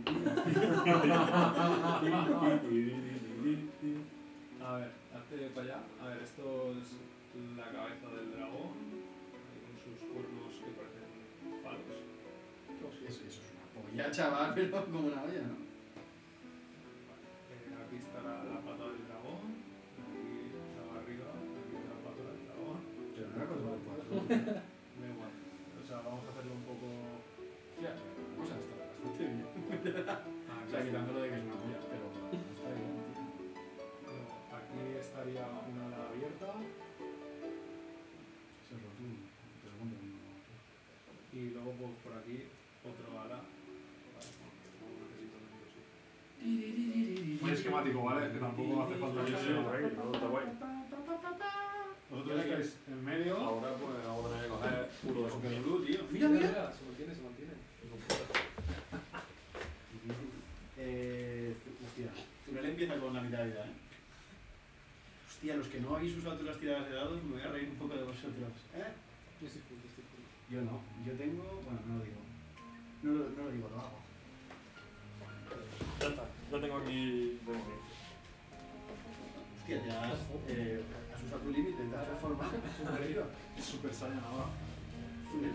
Speaker 1: A ver, hazte para allá. A ver, esto es la cabeza del dragón, ahí con sus cuernos que parecen palos.
Speaker 6: Eso, eso es una polla, chaval, pero como una olla, ¿no?
Speaker 1: Eh, aquí está la, la pata del dragón, aquí la barriga, aquí la pata del dragón.
Speaker 6: Pero no era cuatro por cuatro.
Speaker 1: Da igual. O sea, vamos a hacerlo un poco.
Speaker 6: Hostia, vamos a estar bastante bien.
Speaker 1: Ah,
Speaker 6: O sea, quitándolo de que es una polla, pero está bien, tío.
Speaker 1: no, aquí estaría una ala abierta
Speaker 6: Se rotum. Te lo compro, no.
Speaker 1: y luego por, por aquí otro ala. Vale, no necesito menos eso. Muy esquemático, ¿vale? Que tampoco hace falta
Speaker 3: Sí,
Speaker 1: que
Speaker 3: sí, está
Speaker 1: sea.
Speaker 3: guay, está guay.
Speaker 1: Vosotros estáis en medio. Ahora pues ahora voy a coger puro eso que
Speaker 2: Blue, tío.
Speaker 4: Mira, mira. Se mantiene, se mantiene.
Speaker 2: Eh, hostia, Zurel empieza con la mitad de vida, ¿eh? Hostia, los que no habéis usado todas las tiradas de dados, me voy a reír un poco de vosotros, ¿eh?
Speaker 4: Yo estoy full, yo estoy full.
Speaker 2: Yo no, yo tengo... bueno, no lo digo. No lo, no lo digo, lo hago.
Speaker 3: Ya está, ya tengo aquí. bueno, bien.
Speaker 2: Hostia, ya has, eh, has usado tu límite, te has reformado. Zurel
Speaker 1: es super saiyan ahora.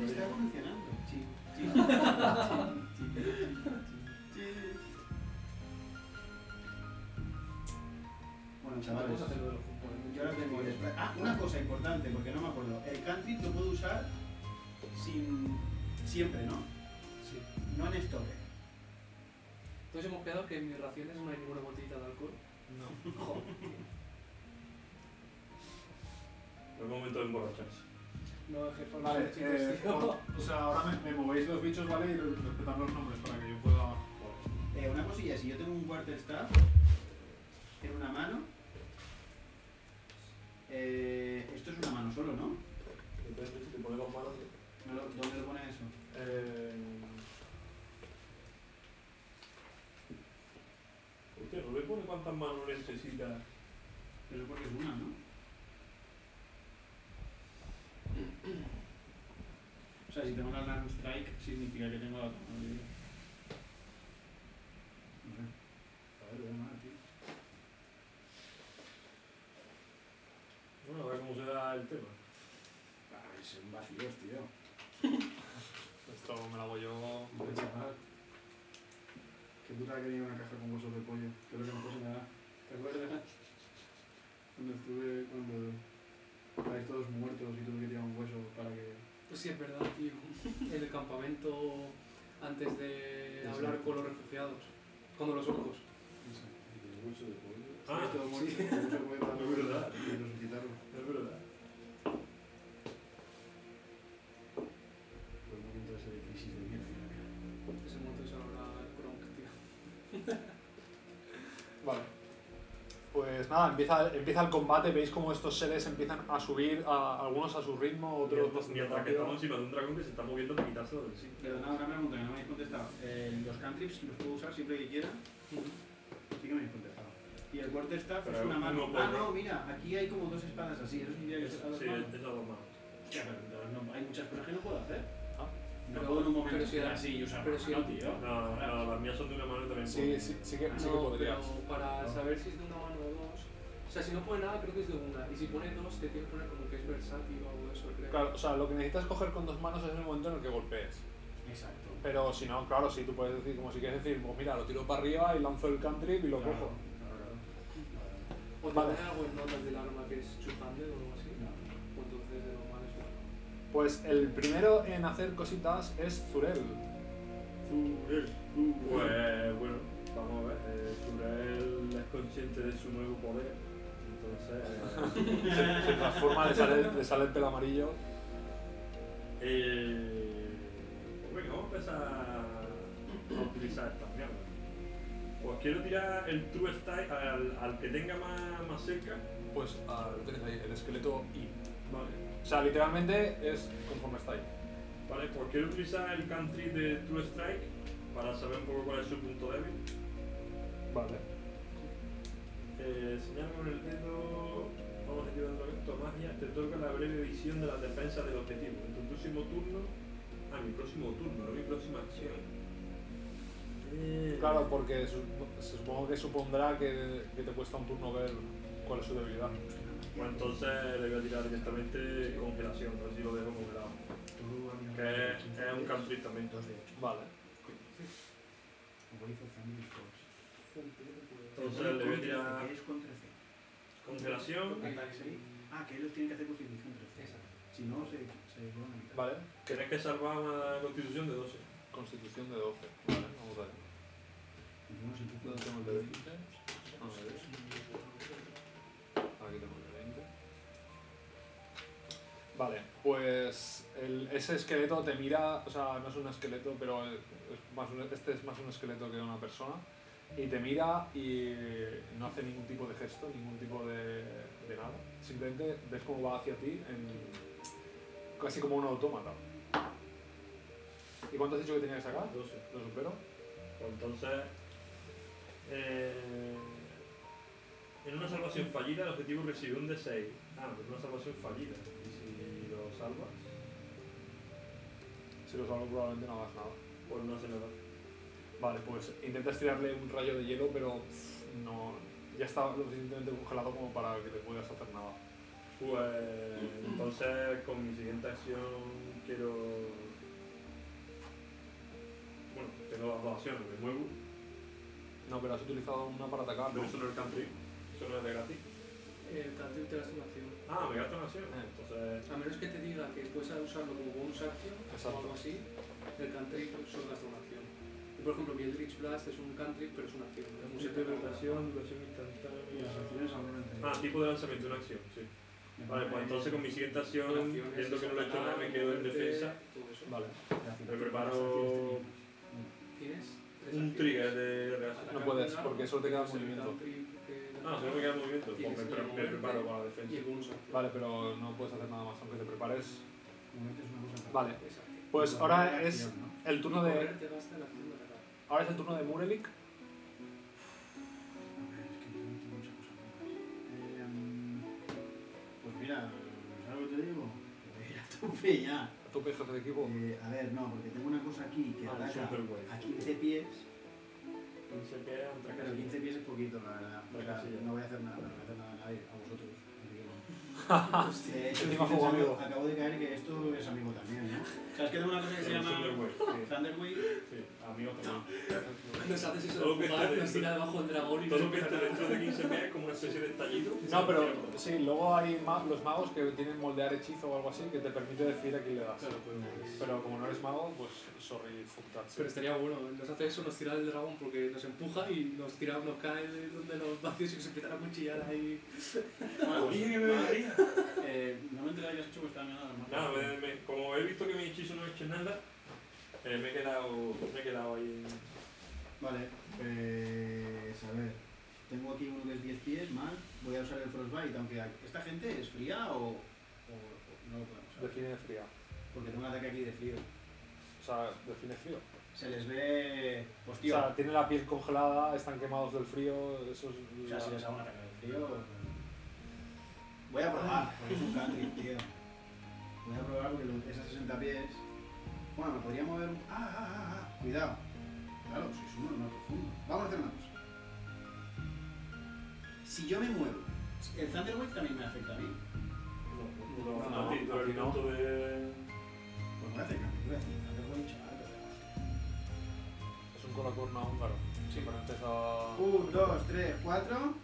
Speaker 2: está evolucionando. Sí, sí, sí, sí, sí, sí. Bueno, chavales...
Speaker 4: Vamos a hacerlo de los fútbol.
Speaker 2: Yo ahora tengo el spray. Ah, una cosa importante, porque no me acuerdo. El country lo puedo usar sin. siempre, ¿no?
Speaker 4: Sí.
Speaker 2: No en store.
Speaker 4: Entonces hemos quedado que en mis raciones no hay ninguna botellita de alcohol.
Speaker 1: No.
Speaker 3: No es momento de emborracharse.
Speaker 4: No, jefe, no
Speaker 1: Vale,
Speaker 4: chicos,
Speaker 1: eh,
Speaker 4: tío.
Speaker 1: o sea, ahora me, me movéis los bichos, ¿vale? Y respetad los nombres para que yo pueda.
Speaker 2: Eh, una cosilla, si yo tengo un quarter staff en una mano. eh, esto es una mano solo, ¿no?
Speaker 3: Depende si te pones las manos.
Speaker 2: ¿No lo- ¿Dónde lo pone eso?
Speaker 1: Eh,
Speaker 3: Usted no le pone cuántas manos necesita.
Speaker 2: Pero porque es una, ¿no? O sea, si tengo la Land Strike, significa que tengo la otra. No, digo. No sé. A ver, voy a llamar, tío.
Speaker 3: Bueno, a ver cómo se da el tema.
Speaker 6: Ay, son vacíos, tío.
Speaker 1: esto me lo hago yo.
Speaker 6: Hombre, chaval. Qué puta que tenía una caja con huesos de pollo. Que es lo que mejor se me da. ¿Te acuerdas? Cuando estuve, cuando estáis todos muertos y tuve que tirar un hueso para que...
Speaker 4: Pues sí, es verdad, tío. En el campamento, antes de
Speaker 6: Exacto.
Speaker 4: hablar con los refugiados, cuando los orcos.
Speaker 6: No sé.
Speaker 3: Ah,
Speaker 6: Estáis todos muertos y el hueso fue para
Speaker 3: Es verdad.
Speaker 6: y resucitarlo.
Speaker 3: es verdad.
Speaker 6: Fue un momento ese de crisis de mierda.
Speaker 4: Ese momento se habla el Kronk, tío.
Speaker 1: Vale. Pues nada, empieza, empieza el combate. Veis cómo estos seres empiezan a subir, a- algunos a su ritmo, otros
Speaker 3: Mientras,
Speaker 1: bastante
Speaker 3: mientras que
Speaker 1: rápido.
Speaker 3: estamos encima de un dragón que se está moviendo para quitárselo del sitio.
Speaker 2: Perdona, una pregunta que no me habéis contestado. Eh, los cantrips los puedo usar siempre que quiera. Sí que me habéis contestado. Y el quarterstaff
Speaker 3: Pero
Speaker 2: es una
Speaker 3: uno
Speaker 2: mano.
Speaker 3: puede-
Speaker 2: ah, no, mira, aquí hay como dos espadas así. Eso significa que
Speaker 3: Es-
Speaker 2: es a dos
Speaker 3: Sí,
Speaker 2: manos.
Speaker 3: es a dos manos.
Speaker 2: Hostia, pero entonces no- hay muchas cosas que no puedo hacer.
Speaker 1: Ah.
Speaker 2: No
Speaker 4: Pero-
Speaker 2: puedo en un momento
Speaker 4: pero si-
Speaker 2: estar así y usar
Speaker 4: pero
Speaker 2: la
Speaker 4: si-
Speaker 2: mano, tío.
Speaker 3: No, no, las mías son de una mano y también.
Speaker 1: Sí, sí, sí que, sí que
Speaker 4: No,
Speaker 1: podrías.
Speaker 4: pero para saber si es de una mano o dos. O sea, si no pone nada, creo que es de una. Y si pone dos, te tienes que poner como que es versátil o algo de eso, creo.
Speaker 1: Claro, o sea, lo que necesitas coger con dos manos es el momento en el que golpees.
Speaker 2: Exacto.
Speaker 1: Pero si no, claro, si tú puedes decir, como si quieres decir, pues mira, lo tiro para arriba y lanzo el cantrip y lo
Speaker 2: Claro,
Speaker 1: cojo.
Speaker 2: claro, claro.
Speaker 4: O te
Speaker 1: Vale.
Speaker 4: pone algo en notas del arma que es chupante o algo así.
Speaker 2: No.
Speaker 4: O entonces de normal es bueno.
Speaker 1: Pues el primero en hacer cositas es Zurel.
Speaker 3: Zurel. Pues bueno, vamos a ver. eh, Zurel es consciente de su nuevo poder. Entonces.
Speaker 1: Se, se transforma, le sale, le sale el pelo amarillo.
Speaker 3: Eh, eh, pues venga, vamos a empezar a utilizar estas mierdas. Pues quiero tirar el True Style al, al que tenga más, más cerca.
Speaker 1: Pues ah, lo tenéis ahí, el esqueleto I.
Speaker 3: Vale.
Speaker 1: O sea, literalmente es conforme está ahí.
Speaker 3: Vale, pues quiero utilizar el country de True Strike para saber un poco cuál es su punto débil.
Speaker 1: Vale.
Speaker 3: Eh, señala con el dedo, vamos a activar el efecto magia, te toca la breve visión de las defensas del objetivo. En tu próximo turno, ah, mi próximo turno, no mi próxima acción. Eh,
Speaker 1: Claro, porque su- se supongo que supondrá que, que te cuesta un turno ver cuál es su debilidad.
Speaker 3: Pues entonces le voy a tirar directamente congelación, a ver si lo dejo congelado.
Speaker 2: Tú, amigo,
Speaker 3: Que es, es un country también.
Speaker 2: Dos de ocho.
Speaker 1: Vale.
Speaker 2: Ways of Family Force.
Speaker 1: pues,
Speaker 3: Entonces le voy a tirar
Speaker 2: Que es con 13.
Speaker 3: congelación,
Speaker 2: Ataque seis. Ah, que ellos tienen que hacer constitución 13.
Speaker 4: Exacto.
Speaker 2: Si no, se, se llevan la mitad.
Speaker 1: Vale.
Speaker 3: tienes que salvar una constitución de 12.
Speaker 1: Constitución de 12. Vale, vamos a ver.
Speaker 2: No sé, tú
Speaker 1: ¿Dónde
Speaker 2: puedes-
Speaker 1: tengo el de 20? Vamos a ver. Aquí tengo el de 20. Vale, pues el- ese esqueleto te mira, o sea, no es un esqueleto, pero es más un- este es más un esqueleto que una persona, y te mira y no hace ningún tipo de gesto, ningún tipo de, de nada. Simplemente ves cómo va hacia ti, en- casi como un autómata. ¿Y cuánto has dicho que tenía que sacar?
Speaker 3: 12.
Speaker 1: ¿Lo supero?
Speaker 3: Pues Entonces, eh, en una salvación fallida, el objetivo recibe un D6. Ah, pues una salvación fallida. Y si lo salvas,
Speaker 1: Si lo salgo probablemente no hagas nada.
Speaker 3: pues no hace nada.
Speaker 1: Vale, pues intentas tirarle un rayo de hielo, pero pff, no. Ya está lo suficientemente congelado como para que te puedas hacer nada.
Speaker 3: Pues entonces, con mi siguiente acción, quiero. Bueno, tengo las dos acciones, me muevo.
Speaker 1: No, pero has utilizado una para atacar, ¿no?
Speaker 3: Pero eso no es el country, eso no es de gratis.
Speaker 4: El cantrip te gasta una acción.
Speaker 3: Ah, me gasto una acción.
Speaker 1: Ah.
Speaker 3: Entonces,
Speaker 4: A menos que te diga que puedes usarlo como bonus acción
Speaker 1: Exacto.
Speaker 4: o algo así, el cantrip solo gasta una acción. Y, por ejemplo, mi Eldritch Blast es un cantrip, pero es una acción. Es un set de rotación.
Speaker 3: duración
Speaker 2: Y las
Speaker 3: instantánea.
Speaker 2: acciones hablan entre
Speaker 3: Ah,
Speaker 2: ellas.
Speaker 3: tipo de lanzamiento, una acción, sí.
Speaker 2: Me
Speaker 3: Vale, pues
Speaker 2: parece-
Speaker 3: entonces con mi siguiente acción, viendo que no le he hecho nada, me quedo en defensa.
Speaker 4: Todo eso.
Speaker 1: Vale.
Speaker 2: Gracias.
Speaker 3: me preparo-
Speaker 2: Las acciones
Speaker 4: Tienes tres
Speaker 3: Un
Speaker 4: acciones.
Speaker 3: trigger de reacción.
Speaker 4: Atacar
Speaker 1: No puedes,
Speaker 4: con
Speaker 1: porque solo te queda
Speaker 4: arma, el
Speaker 1: movimiento.
Speaker 4: cantrip que-
Speaker 3: Ah, solo me queda el movimiento. Pues
Speaker 4: Tienes
Speaker 3: me, pre- me
Speaker 4: el movimiento
Speaker 3: preparo para la
Speaker 4: Y el
Speaker 3: defensa.
Speaker 4: bonus acción.
Speaker 1: Vale, pero no puedes hacer nada más, aunque te prepares.
Speaker 2: tienes. Un momento es una cosa
Speaker 1: Vale,
Speaker 4: Exacto.
Speaker 1: pues
Speaker 2: Una
Speaker 1: ahora
Speaker 2: acción,
Speaker 1: es
Speaker 2: ¿no?
Speaker 1: el turno de.
Speaker 4: Correr te gasta la acción de atacar.
Speaker 1: Ahora es el turno de Murelik.
Speaker 2: A ver, es que yo no tengo mucha cosa más. Em, Pues mira, ¿sabes lo que te digo? Que te ir a tope ya.
Speaker 1: A tope, jefe de equipo.
Speaker 2: Eh, a ver, no, porque tengo una cosa aquí que
Speaker 3: Ah, el
Speaker 2: ataca
Speaker 3: Superboy.
Speaker 2: a 15 pies.
Speaker 3: Pensé que era un
Speaker 2: Pero 15 pies es poquito, la verdad. O sea,
Speaker 3: Fracasilla.
Speaker 2: no voy a hacer nada, no voy a hacer nada a nadie, a vosotros. así que no. De hecho,
Speaker 1: Encima
Speaker 2: estoy
Speaker 1: fuego
Speaker 2: pensando-
Speaker 1: amigo.
Speaker 2: acabo de caer que esto es amigo también, ¿no? O sea, es que tengo una cosa que se llama
Speaker 3: Sí,
Speaker 2: Thunderwave.
Speaker 3: pues, sí, amigo también.
Speaker 4: Nos haces eso
Speaker 3: Todo
Speaker 4: de
Speaker 3: que esté
Speaker 4: jugar, nos
Speaker 3: dentro.
Speaker 4: tira debajo del dragón y
Speaker 3: Todo
Speaker 4: nos
Speaker 3: lo que esté
Speaker 4: empieza a
Speaker 3: dentro de 15 pies es como una especie de estallido.
Speaker 1: No, pero sí, luego hay ma- los magos que tienen moldear hechizo o algo así que te permite decir a quién le das. Pero como no eres mago, pues sorry, fuck that shit.
Speaker 4: Pero este- estaría bueno, nos hace eso, nos tira del dragón porque nos empuja y nos tira, nos cae de donde los vacíos y nos empiezan a cuchillar ahí.
Speaker 2: Bueno, pues,
Speaker 3: Oye, que me bebería.
Speaker 2: eh, no me enteré que has hecho que estaba mirando las
Speaker 3: Nada,
Speaker 1: eh.
Speaker 3: me- me- como he visto que mi hechizo no ha hecho nada, eh, me, he quedado, me he quedado ahí.
Speaker 2: Vale, pues a ver. Tengo aquí uno que es 10 pies, mal. Voy a usar el Frostbite, aunque a- esta gente es fría o, o- o no lo podemos usar.
Speaker 1: Define fría.
Speaker 2: Porque tengo un ataque aquí de frío.
Speaker 1: O sea, define frío.
Speaker 2: Se les ve.
Speaker 1: O
Speaker 2: Hostia.
Speaker 1: sea, tiene la piel congelada, están quemados del frío, eso es...
Speaker 2: O sea, si les hago un pues, ataque de frío. Voy a probar, porque es un country, tío. Voy a probar porque lo- es a 60 pies. Bueno, me podría mover. un- ¡Ah, ah, ah! ah! Cuidado. Claro, sois un normal profundo. Vamos a hacer una cosa. Si yo me muevo,
Speaker 5: El Thunderwave también me afecta a mí.
Speaker 3: No,
Speaker 1: No,
Speaker 3: Ah, no,
Speaker 1: no,
Speaker 3: a ti, tú eres
Speaker 1: aquí no.
Speaker 3: tonto de-
Speaker 2: pues me acerco. Voy a hacer Thunderwave, chaval. pues,
Speaker 1: Es un coracurna húngaro. Sí, pero antes a.
Speaker 2: 1, 2, 3, 4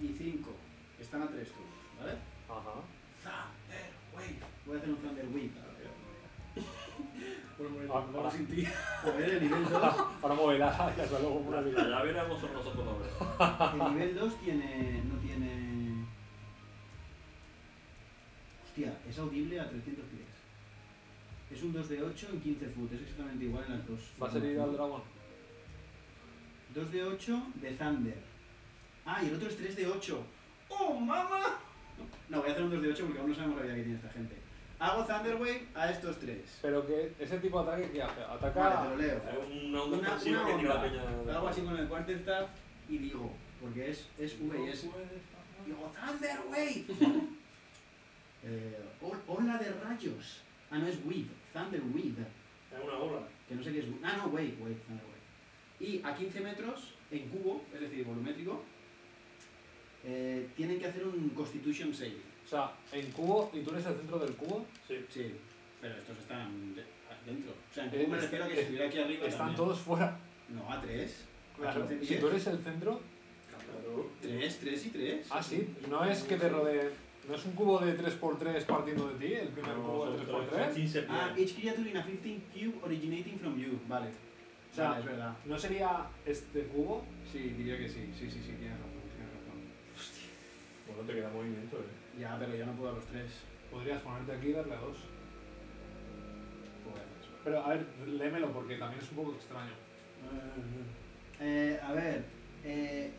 Speaker 2: y 5. Están a 3 turnos, ¿vale?
Speaker 1: Ajá.
Speaker 2: Thunderwave. Voy a hacer un Thunderwave.
Speaker 4: Bueno, bueno,
Speaker 1: Ah,
Speaker 4: vamos
Speaker 1: ah.
Speaker 4: sin ti.
Speaker 2: Joder, el nivel 2.
Speaker 1: Ahora mueve la y hasta luego una
Speaker 7: La llave la hemos nosotros la verdad.
Speaker 2: El nivel 2 tiene. no tiene. Hostia, es audible a 300 pies. Es un 2 de 8 en 15 foot, es exactamente igual en las dos.
Speaker 1: Va a salir al dragón.
Speaker 2: 2 de 8 de Thunder. Ah, y el otro es 3 de 8. ¡Oh, mamá! No, voy a hacer un 2 de 8 porque aún no sabemos la vida que tiene esta gente. Hago Thunderwave a estos tres.
Speaker 1: Pero que ese tipo de ataque que hace,
Speaker 2: Vale, te
Speaker 1: ataca.
Speaker 2: lo leo.
Speaker 7: Es una onda
Speaker 2: Una,
Speaker 7: ofensiva
Speaker 2: una
Speaker 7: que tira la
Speaker 2: onda.
Speaker 7: peña.
Speaker 2: Lo hago así con el quarterstaff y digo, porque es, es V y es Digo, Thunder Wave. eh, ol- ola de rayos. Ah, no, es Wave. Thunder Wave.
Speaker 3: Es una ola.
Speaker 2: Que no sé qué es. Ah, no, Wave, Wave, Thunder Wave. Y a 15 metros, en cubo, es decir, volumétrico, eh, tienen que hacer un Constitution Saving.
Speaker 1: O sea, en cubo, y tú eres el centro del cubo,
Speaker 3: Sí.
Speaker 2: Sí.
Speaker 5: Pero estos están de- dentro.
Speaker 2: O sea, en cubo me refiero a que si estuviera aquí arriba.
Speaker 1: están
Speaker 2: también.
Speaker 1: todos fuera.
Speaker 2: No, a 3.
Speaker 1: Claro.
Speaker 2: A 15
Speaker 1: Si tú eres el centro.
Speaker 3: Claro.
Speaker 2: 3, 3 y 3.
Speaker 1: Ah, sí. No es que te rodee. No es un cubo de 3x3 partiendo de ti, el primer cubo de 3x3.
Speaker 3: 15 pies.
Speaker 2: Ah, each creature in a 15 cube originating from you. Vale.
Speaker 1: O sea,
Speaker 2: Vale, es verdad.
Speaker 1: ¿No sería este cubo?
Speaker 2: Sí, diría que sí, sí, sí, sí, tienes razón, tienes razón.
Speaker 3: Bueno, te queda movimiento, eh.
Speaker 2: Ya, pero yo no puedo a los tres.
Speaker 1: Podrías ponerte aquí y darle a dos.
Speaker 2: Puedo hacer eso.
Speaker 1: Pero a ver, léemelo porque también es un poco extraño.
Speaker 2: Eh, a ver, eh,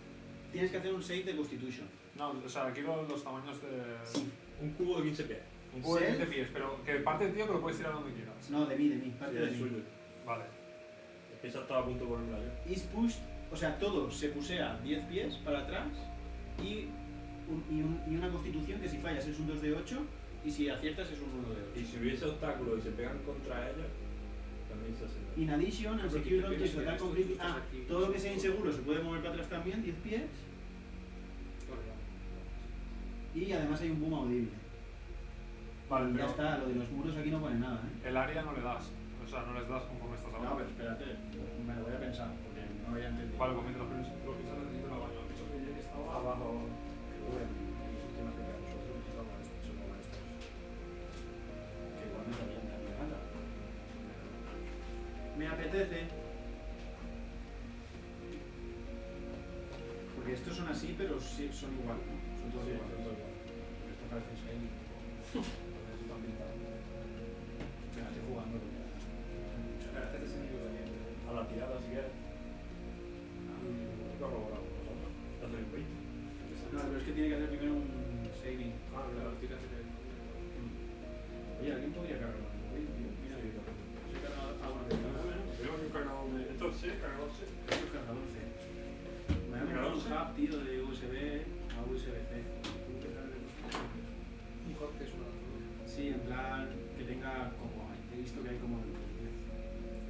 Speaker 2: tienes que hacer un save de Constitution.
Speaker 1: No, o sea, aquí lo- los tamaños de.
Speaker 3: Un cubo de 15 pies.
Speaker 1: Un cubo de
Speaker 2: ¿Sí?
Speaker 1: 15 pies, pero que parte del tío que lo puedes tirar donde quieras.
Speaker 2: No, de mí, de mí,
Speaker 3: Sí,
Speaker 2: parte de
Speaker 3: es
Speaker 2: mí.
Speaker 3: suyo.
Speaker 1: Vale.
Speaker 3: Es que ya estaba a punto de ponerla yo.
Speaker 2: Is pushed, o sea, todo se pusea 10 pies para atrás y, un- y, un- y una Constitución que si fallas es un 2 de 8 y si aciertas es un 1 de 8.
Speaker 3: Y si hubiese obstáculos y se pegan contra ella, también se hace.
Speaker 2: In addition,
Speaker 4: Porque
Speaker 2: insecure
Speaker 4: tú tienes
Speaker 2: objects
Speaker 4: que
Speaker 2: attack
Speaker 4: estos
Speaker 2: on criti-
Speaker 4: estás
Speaker 2: Ah,
Speaker 4: aquí.
Speaker 2: todo lo que sea inseguro se puede mover para atrás también, 10 pies.
Speaker 4: Bueno, ya.
Speaker 2: Y además hay un boom audible.
Speaker 1: Vale,
Speaker 2: Ya
Speaker 1: pero
Speaker 2: está, lo de los muros aquí no pone nada, ¿eh?
Speaker 1: el área no le das. O sea, no les das conforme estás
Speaker 2: No,
Speaker 1: hablando.
Speaker 2: pero espérate, me lo voy a pensar, porque no había entendido.
Speaker 1: Vale, pues mientras piensas- lo piensas necesito ir al baño. Pienso que ya estaba
Speaker 2: Abajo, los últimos que quedan, son estos, son estos. Que igual no sabían tan nada. Me apetece. Porque estos son así, pero sí, son igual, ¿no? Son todos
Speaker 3: Sí,
Speaker 2: iguales.
Speaker 3: son todos igual.
Speaker 2: Pero Esto parece Skyrim. Espera, estoy jugando. porque- Espera, este es el único que tiene.
Speaker 3: A la tirada, si quieres.
Speaker 2: Ah.
Speaker 3: Y corroboramos nosotros. Te hace el veinte.
Speaker 2: No, pero es que tiene que hacer primero un saving.
Speaker 4: Ah, claro, tira que te-
Speaker 2: Oye, ¿alguien podría cargar un móvil, tío? Mira,
Speaker 3: Sí, claro.
Speaker 2: soy cargador. Ah, bueno, que no, no, no.
Speaker 3: Tenemos un cargador de- Esto sí, cargador sí.
Speaker 2: Esto es cargador C. Me voy a comprar un
Speaker 3: ¿Cargador
Speaker 2: hub, tío, de USB a USB-C.
Speaker 4: Un corte es una.
Speaker 2: Sí, en plan que tenga como... He visto que hay como 10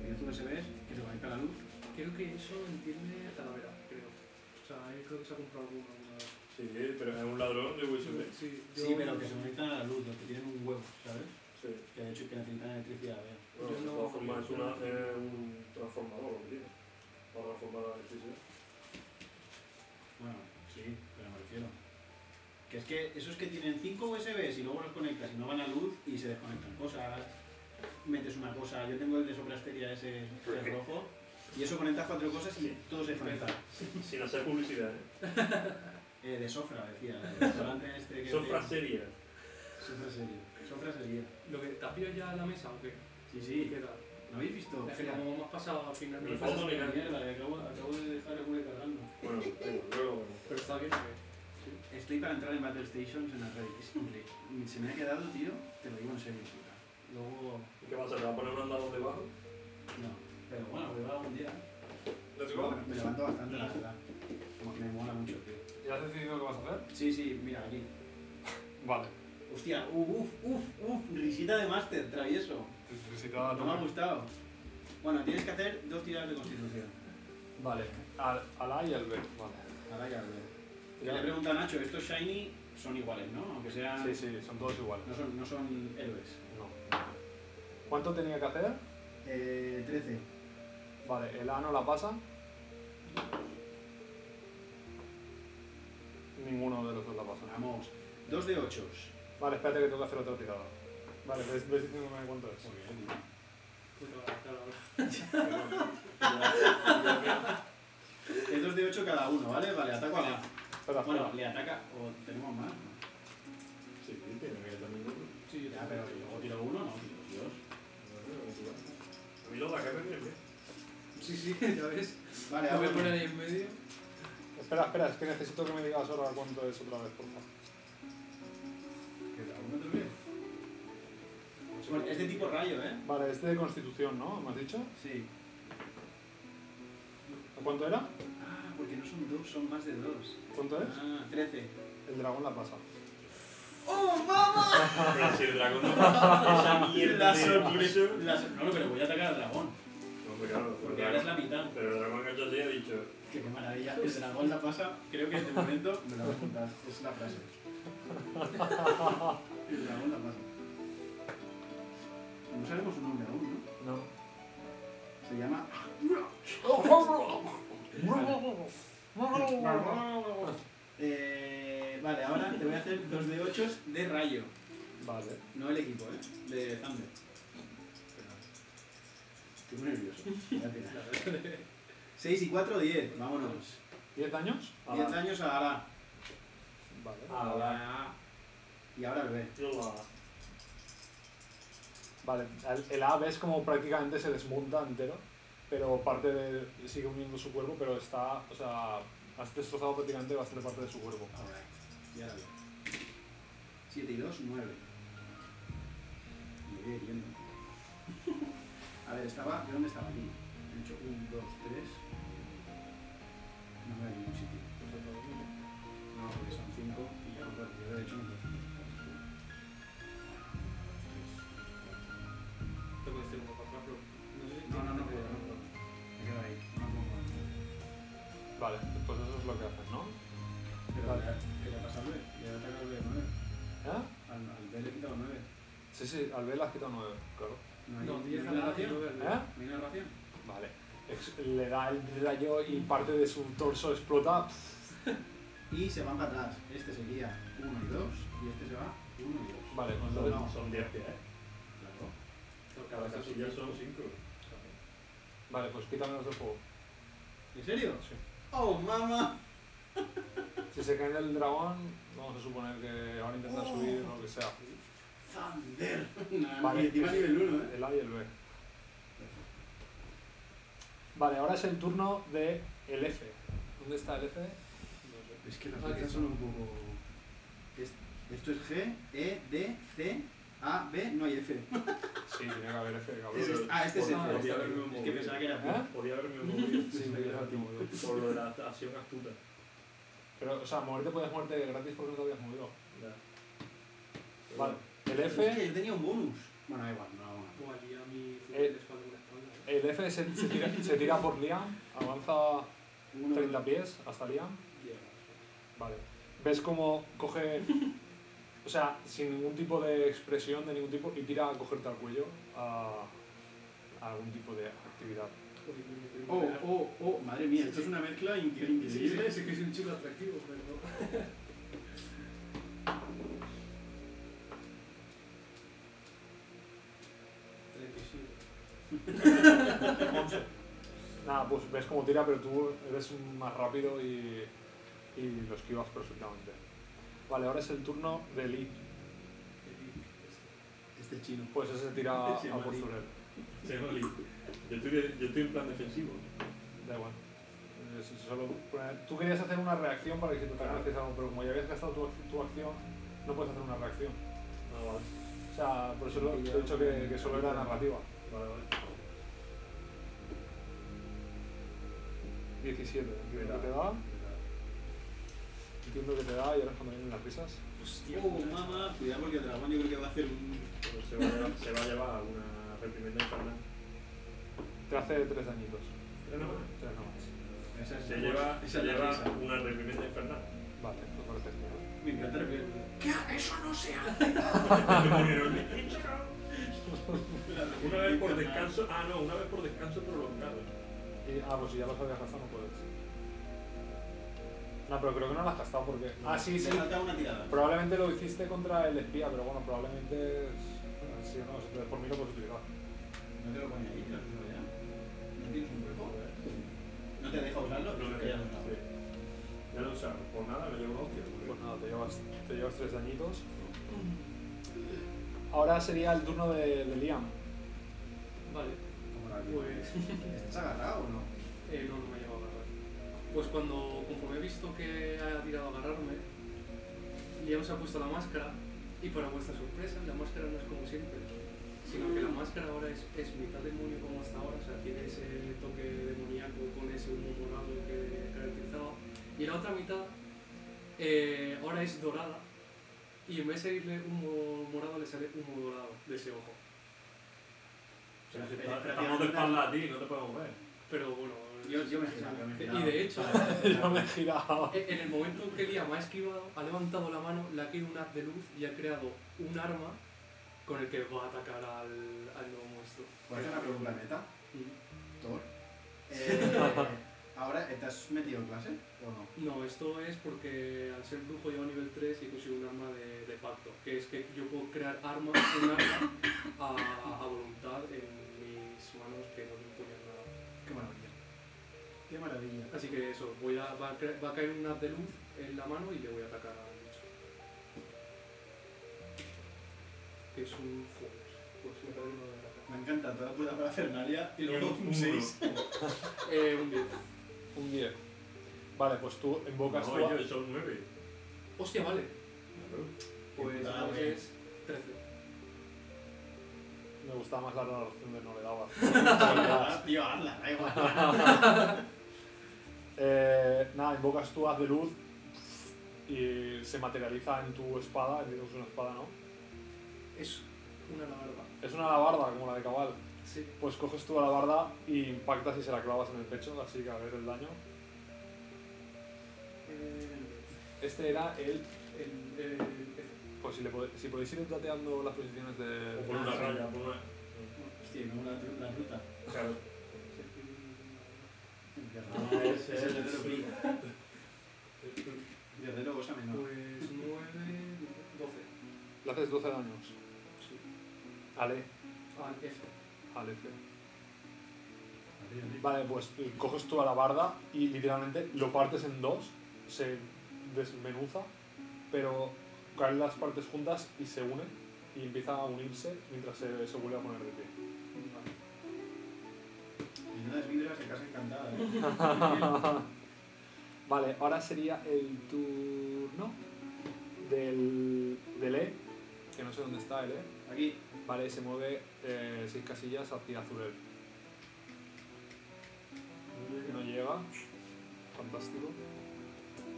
Speaker 2: 10 USBs que se conecta a la luz.
Speaker 4: Creo que eso entiende Talavera, creo. O sea, él creo que se ha comprado alguno alguna vez.
Speaker 3: Sí, pero es un ladrón de USB.
Speaker 4: Sí, yo-
Speaker 2: Sí, pero que se conectan a la luz, los que tienen un huevo, ¿sabes?
Speaker 3: Sí.
Speaker 2: Que de hecho que necesitan electricidad, vea.
Speaker 3: Bueno,
Speaker 4: Yo
Speaker 3: de
Speaker 4: no-
Speaker 3: todas formas, es,
Speaker 4: yo no-
Speaker 3: una- es un transformador lo que tiene. Para transformar la electricidad.
Speaker 2: Bueno, sí, pero me refiero. Que es que esos que tienen 5 USBs y luego los conectas y no van a luz y se desconectan cosas. Metes una cosa, yo tengo el de soprasteria ese que es rojo y eso conectas cuatro cosas y todo se desconecta.
Speaker 3: Sin hacer publicidad, ¿eh?
Speaker 2: Eh, de sofra, decía, el restaurante este que.
Speaker 3: Son fraserías.
Speaker 2: Sofra sería. Sofra sería.
Speaker 4: Lo que, ¿Te has pillado ya la mesa o qué?
Speaker 2: Sí,
Speaker 4: ¿Y
Speaker 2: sí.
Speaker 4: ¿Qué tal?
Speaker 2: ¿Lo habéis visto?
Speaker 4: Es que
Speaker 2: Mira,
Speaker 4: como hemos pasado al final
Speaker 3: Ni
Speaker 4: no
Speaker 3: foto
Speaker 4: pasas-
Speaker 3: ni nada.
Speaker 2: Mierda, que acabo, acabo de dejar el culo cargando.
Speaker 3: Bueno, venga, luego vemos.
Speaker 4: Pero está bien, ¿sabes?
Speaker 2: Estoy para entrar en Battle Stations en la Reddit. Se me ha quedado, tío, te lo digo en serio, puta. Luego.
Speaker 3: ¿Qué va a hacer? ¿Te va a poner un andador debajo?
Speaker 2: No, pero bueno, me va algún día.
Speaker 3: Let's
Speaker 2: No, me levanto bastante, la verdad. Como que me mola mucho, tío.
Speaker 1: ¿Ya has decidido qué vas a hacer?
Speaker 2: Sí, sí, mira, aquí.
Speaker 1: Vale.
Speaker 2: Hostia, uff, uff, uff, risita de máster, travieso.
Speaker 1: Necesitaba
Speaker 2: No me ha
Speaker 1: tomar.
Speaker 2: gustado. Bueno, tienes que hacer dos tiradas de constitución.
Speaker 1: Vale, al, al A y al B. Vale.
Speaker 2: Ahora ya lo veo. Yo le pregunto a Nacho, estos shiny son iguales, ¿no? Aunque sean.
Speaker 1: Sí, sí, son todos iguales.
Speaker 2: No, son, no son héroes.
Speaker 1: No. ¿Cuánto tenía que hacer?
Speaker 2: Eh, 13.
Speaker 1: Vale, el A no la pasa. Ninguno de los dos la pasa.
Speaker 2: Pues Vamos. 2 de 8.
Speaker 1: Vale, espérate que tengo que hacer otra tirada. Vale, ves, ves diciéndome cuánto es.
Speaker 4: Bueno, vale, claro, ahora.
Speaker 2: Es 2 de 8 cada uno, ¿vale? Vale, ataco a la.
Speaker 1: Espera, espera.
Speaker 2: Bueno, le ataca. O tenemos más. ¿no?
Speaker 3: Sí, tiene que también lo
Speaker 4: Sí, yo
Speaker 2: Ya,
Speaker 4: también.
Speaker 2: pero luego tiro uno, no, tiro dos.
Speaker 3: A mí lo da que me viene.
Speaker 4: Sí, sí, ya ves.
Speaker 2: Vale,
Speaker 4: No
Speaker 2: hago
Speaker 4: me ponen
Speaker 2: el,
Speaker 4: ahí en medio.
Speaker 1: Espera, espera, es que necesito que me digas ahora cuánto es otra vez, por favor.
Speaker 8: ¿Alguno te ve?
Speaker 2: bueno, es de tipo rayo, ¿eh?
Speaker 1: Vale, este de constitución, ¿no? ¿Me has dicho?
Speaker 2: Sí.
Speaker 1: ¿A ¿Cuánto era?
Speaker 2: Ah, porque no son dos, son más de dos.
Speaker 1: ¿Cuánto es?
Speaker 2: Ah, 13.
Speaker 1: El dragón la pasa.
Speaker 3: Pero si el dragón no esa mierda
Speaker 2: La
Speaker 3: de
Speaker 2: sorpresa.
Speaker 3: piso.
Speaker 2: Las- No, no, pero voy a atacar al dragón.
Speaker 3: Hombre, claro,
Speaker 2: Porque ahora es la mitad.
Speaker 3: Pero el dragón que yo te he dicho,
Speaker 2: Que qué maravilla. El dragón la pasa. Creo que de momento
Speaker 8: Me la voy a apuntar. Es la frase.
Speaker 2: el dragón la pasa.
Speaker 8: No sabemos su nombre aún, ¿no?
Speaker 1: No.
Speaker 8: Se llama.
Speaker 2: Eh, vale, ahora te voy a hacer dos de 8 de rayo.
Speaker 1: Vale.
Speaker 2: No el equipo, ¿eh? De Thunder.
Speaker 8: Estoy muy nervioso.
Speaker 2: 6 y 4, 10. Vámonos.
Speaker 1: ¿Diez años?
Speaker 2: 10 años a Ara.
Speaker 1: Vale.
Speaker 2: Ara. Y ahora el B.
Speaker 3: yo la.
Speaker 1: Vale, el, el ave es como prácticamente se desmonta entero, pero parte de, sigue uniendo su cuerpo, pero está, o sea, has destrozado prácticamente bastante parte de su cuerpo.
Speaker 2: Alright. Y ahora el B. 7 y 2, 9.
Speaker 8: Me voy hiriendo.
Speaker 2: A ver, estaba. ¿De dónde estaba aquí? He hecho 1, 2, 3.
Speaker 8: No me voy a ningún sitio.
Speaker 2: No, porque son 5 y ya lo he hecho un dos.
Speaker 4: Te puedes hacer uno para atrás, pero sé si
Speaker 2: No, no, no,
Speaker 4: te-
Speaker 2: puedo, no puedo. Me quedo ahí. No puedo.
Speaker 1: Vale, pues eso es lo que haces, ¿no?
Speaker 2: Pero
Speaker 1: Vale.
Speaker 2: le- ¿qué le pasa al B? Le ataca al B 9.
Speaker 1: ¿Eh?
Speaker 2: Al, al B le he quitado 9.
Speaker 1: Sí, sí, al B le has quitado 9, claro.
Speaker 2: No, hay-
Speaker 4: No, 10
Speaker 2: hay
Speaker 4: a la
Speaker 2: narración.
Speaker 4: 19 al día.
Speaker 1: ¿Eh?
Speaker 2: ¿No hay narración?
Speaker 1: Vale. Ex- le da el rayo y parte de su torso explota.
Speaker 2: Y se van para atrás. Este sería 1 y 2. Y este se va 1 y 2.
Speaker 1: Vale, pues
Speaker 2: No,
Speaker 1: entonces-
Speaker 2: no.
Speaker 3: Son 10 pies.
Speaker 2: Claro.
Speaker 3: Cada casilla son 5.
Speaker 1: Vale, pues quítamelos del juego.
Speaker 2: ¿En serio?
Speaker 1: Sí.
Speaker 2: ¡Oh, mamá!
Speaker 1: Si se cae del dragón, vamos a suponer que van a intentar subir o lo que sea.
Speaker 2: ¡Thunder! Nah,
Speaker 1: Vale.
Speaker 2: Y encima nivel 1, ¿eh?
Speaker 1: El A y el B. Vale, ahora es el turno de el F. ¿Dónde está el F?
Speaker 8: Es que las
Speaker 3: Ah,
Speaker 4: Vale.
Speaker 8: letras son un poco.
Speaker 2: Esto es G, E, D, C, A, B, no hay F.
Speaker 1: Sí, tenía que haber F, cabrón.
Speaker 2: Es este- ah, este es
Speaker 3: Podía
Speaker 2: F.
Speaker 3: haberme
Speaker 2: Es que
Speaker 3: movido.
Speaker 2: pensaba que era P.
Speaker 1: ¿Eh?
Speaker 3: Podía haberme movido.
Speaker 1: Sí, me quedaba como yo.
Speaker 3: Por lo de la acción astuta.
Speaker 1: Pero, o sea, moverte puedes moverte gratis porque no te habías movido.
Speaker 3: Ya.
Speaker 1: Vale, el
Speaker 2: Hostia,
Speaker 1: F,
Speaker 2: yo tenía un bonus. Bueno, da igual, no hago nada.
Speaker 4: Valía mi
Speaker 1: Eh.
Speaker 4: de espalda en la espalda. ¿eh?
Speaker 1: el F se, se tira, se tira por Liam, avanza
Speaker 2: Uno,
Speaker 1: 30 pies hasta Liam. Vale. Ves cómo coge, o sea, sin ningún tipo de expresión de ningún tipo, y tira a cogerte al cuello a, a algún tipo de actividad.
Speaker 4: Joder, mi primo
Speaker 2: Oh,
Speaker 4: era-
Speaker 2: oh, oh, madre mía, esto es una mezcla incre-
Speaker 4: Sí, sí,
Speaker 2: increíble.
Speaker 4: sí, que es un chico atractivo, pero no. Treinta y siete.
Speaker 1: Nada, pues ves cómo tira, pero tú eres un más rápido y, y lo esquivas perfectamente. Vale, ahora es el turno de Lee.
Speaker 2: Este chino.
Speaker 1: Pues ese tira a
Speaker 2: Se llama
Speaker 1: por
Speaker 2: Lee.
Speaker 1: Zurel.
Speaker 3: Se jolí. Yo estoy, yo estoy en plan defensivo.
Speaker 1: Da igual. Eh, si solo poner- Tú querías hacer una reacción para que si te
Speaker 3: Claro.
Speaker 1: haces algo, pero como ya habías gastado tu, ac- tu acción, no puedes hacer una reacción.
Speaker 3: Ah, vale.
Speaker 1: O sea, por eso lo- te he dicho que, que solo era narrativa.
Speaker 3: Vale, vale.
Speaker 1: 17. ¿Qué
Speaker 3: Mira.
Speaker 1: te da? Entiendo que te da y ahora es cuando vienen las risas.
Speaker 2: Hostia, oh, mamá, cuidado porque el dragón yo creo que va a hacer un.
Speaker 3: Pero se, va a llevar, se va a llevar una reprimenda infernal.
Speaker 1: Te hace tres dañitos.
Speaker 3: Pero no,
Speaker 1: Tres nomás.
Speaker 2: Esa es-
Speaker 3: se lleva,
Speaker 2: esa es la
Speaker 3: se lleva
Speaker 2: risa.
Speaker 3: una reprimenda infernal.
Speaker 1: Vale, pues parece que
Speaker 2: Me encanta reprimir.
Speaker 3: Una vez por descanso, ah no, una vez por descanso prolongado.
Speaker 1: y, Ah, pues si ya las habías gastado no puedes. No, pero creo que no las has gastado porque... Ah, sí, sí.
Speaker 2: Le falta una tirada.
Speaker 1: Probablemente lo hiciste contra el espía, pero bueno, probablemente... es- Sí, no, entonces por mí lo puedes utilizar.
Speaker 2: No te lo pone ahí, te lo digo ya. No tienes un hueco. No te deja usarlo,
Speaker 3: No,
Speaker 2: pero
Speaker 3: no,
Speaker 2: que ya lo
Speaker 3: no,
Speaker 2: sabes.
Speaker 3: sí. Ya lo usaron, por nada me llevo una hostia. porque-
Speaker 1: Pues nada, te llevas, te llevas tres dañitos. Ahora sería el turno de, de Liam.
Speaker 4: Vale,
Speaker 9: Como la
Speaker 4: pues.
Speaker 9: ¿Estás agarrado o no?
Speaker 4: Eh, no, no me ha llevado a agarrar. Pues cuando, conforme he visto que ha tirado a agarrarme, Liam se ha puesto la máscara y para vuestra sorpresa, la máscara no es como siempre, sino que la máscara ahora es, es mitad demonio como hasta ahora, o sea, tiene ese toque demoníaco con ese humo morado que caracterizaba, y la otra mitad eh, ahora es dorada y en vez de salirle humo morado le sale humo dorado de ese ojo.
Speaker 3: Pero si está- Estamos de espalda a ti, no te podemos ver.
Speaker 4: Pero bueno,
Speaker 2: Yo, yo me he girado, me he girado.
Speaker 4: y de hecho...
Speaker 1: Yo me he girado.
Speaker 4: En en el momento en que Liam ha esquivado, ha levantado la mano, le ha caído un haz de luz y ha creado un arma con el que va a atacar al, al nuevo monstruo.
Speaker 9: Voy a hacer una pregunta neta,
Speaker 4: Mm.
Speaker 9: Thor. Eh, ahora, ¿te has metido en clase o no?
Speaker 4: No, esto es porque al ser brujo llevo nivel 3 y he conseguido un arma de, de pacto, que es que yo puedo crear armas, un arma a, a voluntad en mis manos que no me imponen nada.
Speaker 9: Qué maravilla.
Speaker 2: Qué maravilla.
Speaker 4: Así que eso, voy a, va, a cre- va a caer un haz de luz en la mano y le voy a atacar al monstruo. Que es un... Pues me cae uno de la cara.
Speaker 2: Me encanta toda puta parafernalia y luego
Speaker 3: Un
Speaker 2: un 6.
Speaker 3: muro.
Speaker 4: Eh, un 10.
Speaker 1: Un 10. Vale, pues tú invocas tu...
Speaker 3: No, yo son nueve.
Speaker 4: Hostia, vale. Pues
Speaker 2: putada,
Speaker 4: ahora
Speaker 2: güey.
Speaker 4: es 13.
Speaker 1: Me gustaba más la narración de no le daba.
Speaker 2: Ah, Tío, hazla, da igual.
Speaker 1: Eh, nada, invocas tu haz de luz y se materializa en tu espada. Entiendo que es una espada, ¿no?
Speaker 4: Es una labarba.
Speaker 1: Es una alabarda, como la de Cabal.
Speaker 4: Sí.
Speaker 1: Pues coges tu alabarda y impactas y se la clavas en el pecho, así que a ver el daño. Este era el...
Speaker 4: El, el, el-
Speaker 1: Pues si, le pode- si podéis ir plateando las posiciones de...
Speaker 3: O por una
Speaker 1: Ah, sí.
Speaker 3: raya, por una.
Speaker 2: Hostia, no la, la ruta.
Speaker 3: Claro.
Speaker 2: No, es, el guerrero Pri. Guerrero Gosa menor.
Speaker 4: pues 9, 12.
Speaker 1: Le haces 12 daños.
Speaker 4: Sí.
Speaker 1: Ale,
Speaker 4: Ah, F.
Speaker 1: ale, F. Vale, pues eh, coges tu alabarda y literalmente lo partes en dos, se desmenuza, pero caen las partes juntas y se unen y empieza a unirse mientras se, se vuelve a poner de pie.
Speaker 4: Vale.
Speaker 2: Menudas vidras de casa encantada. ¿eh?
Speaker 1: Vale, ahora sería el turno del, del E, que no sé dónde está el E.
Speaker 2: Aquí,
Speaker 1: Vale, se mueve eh, seis casillas hacia Azurel. No llega. Fantástico.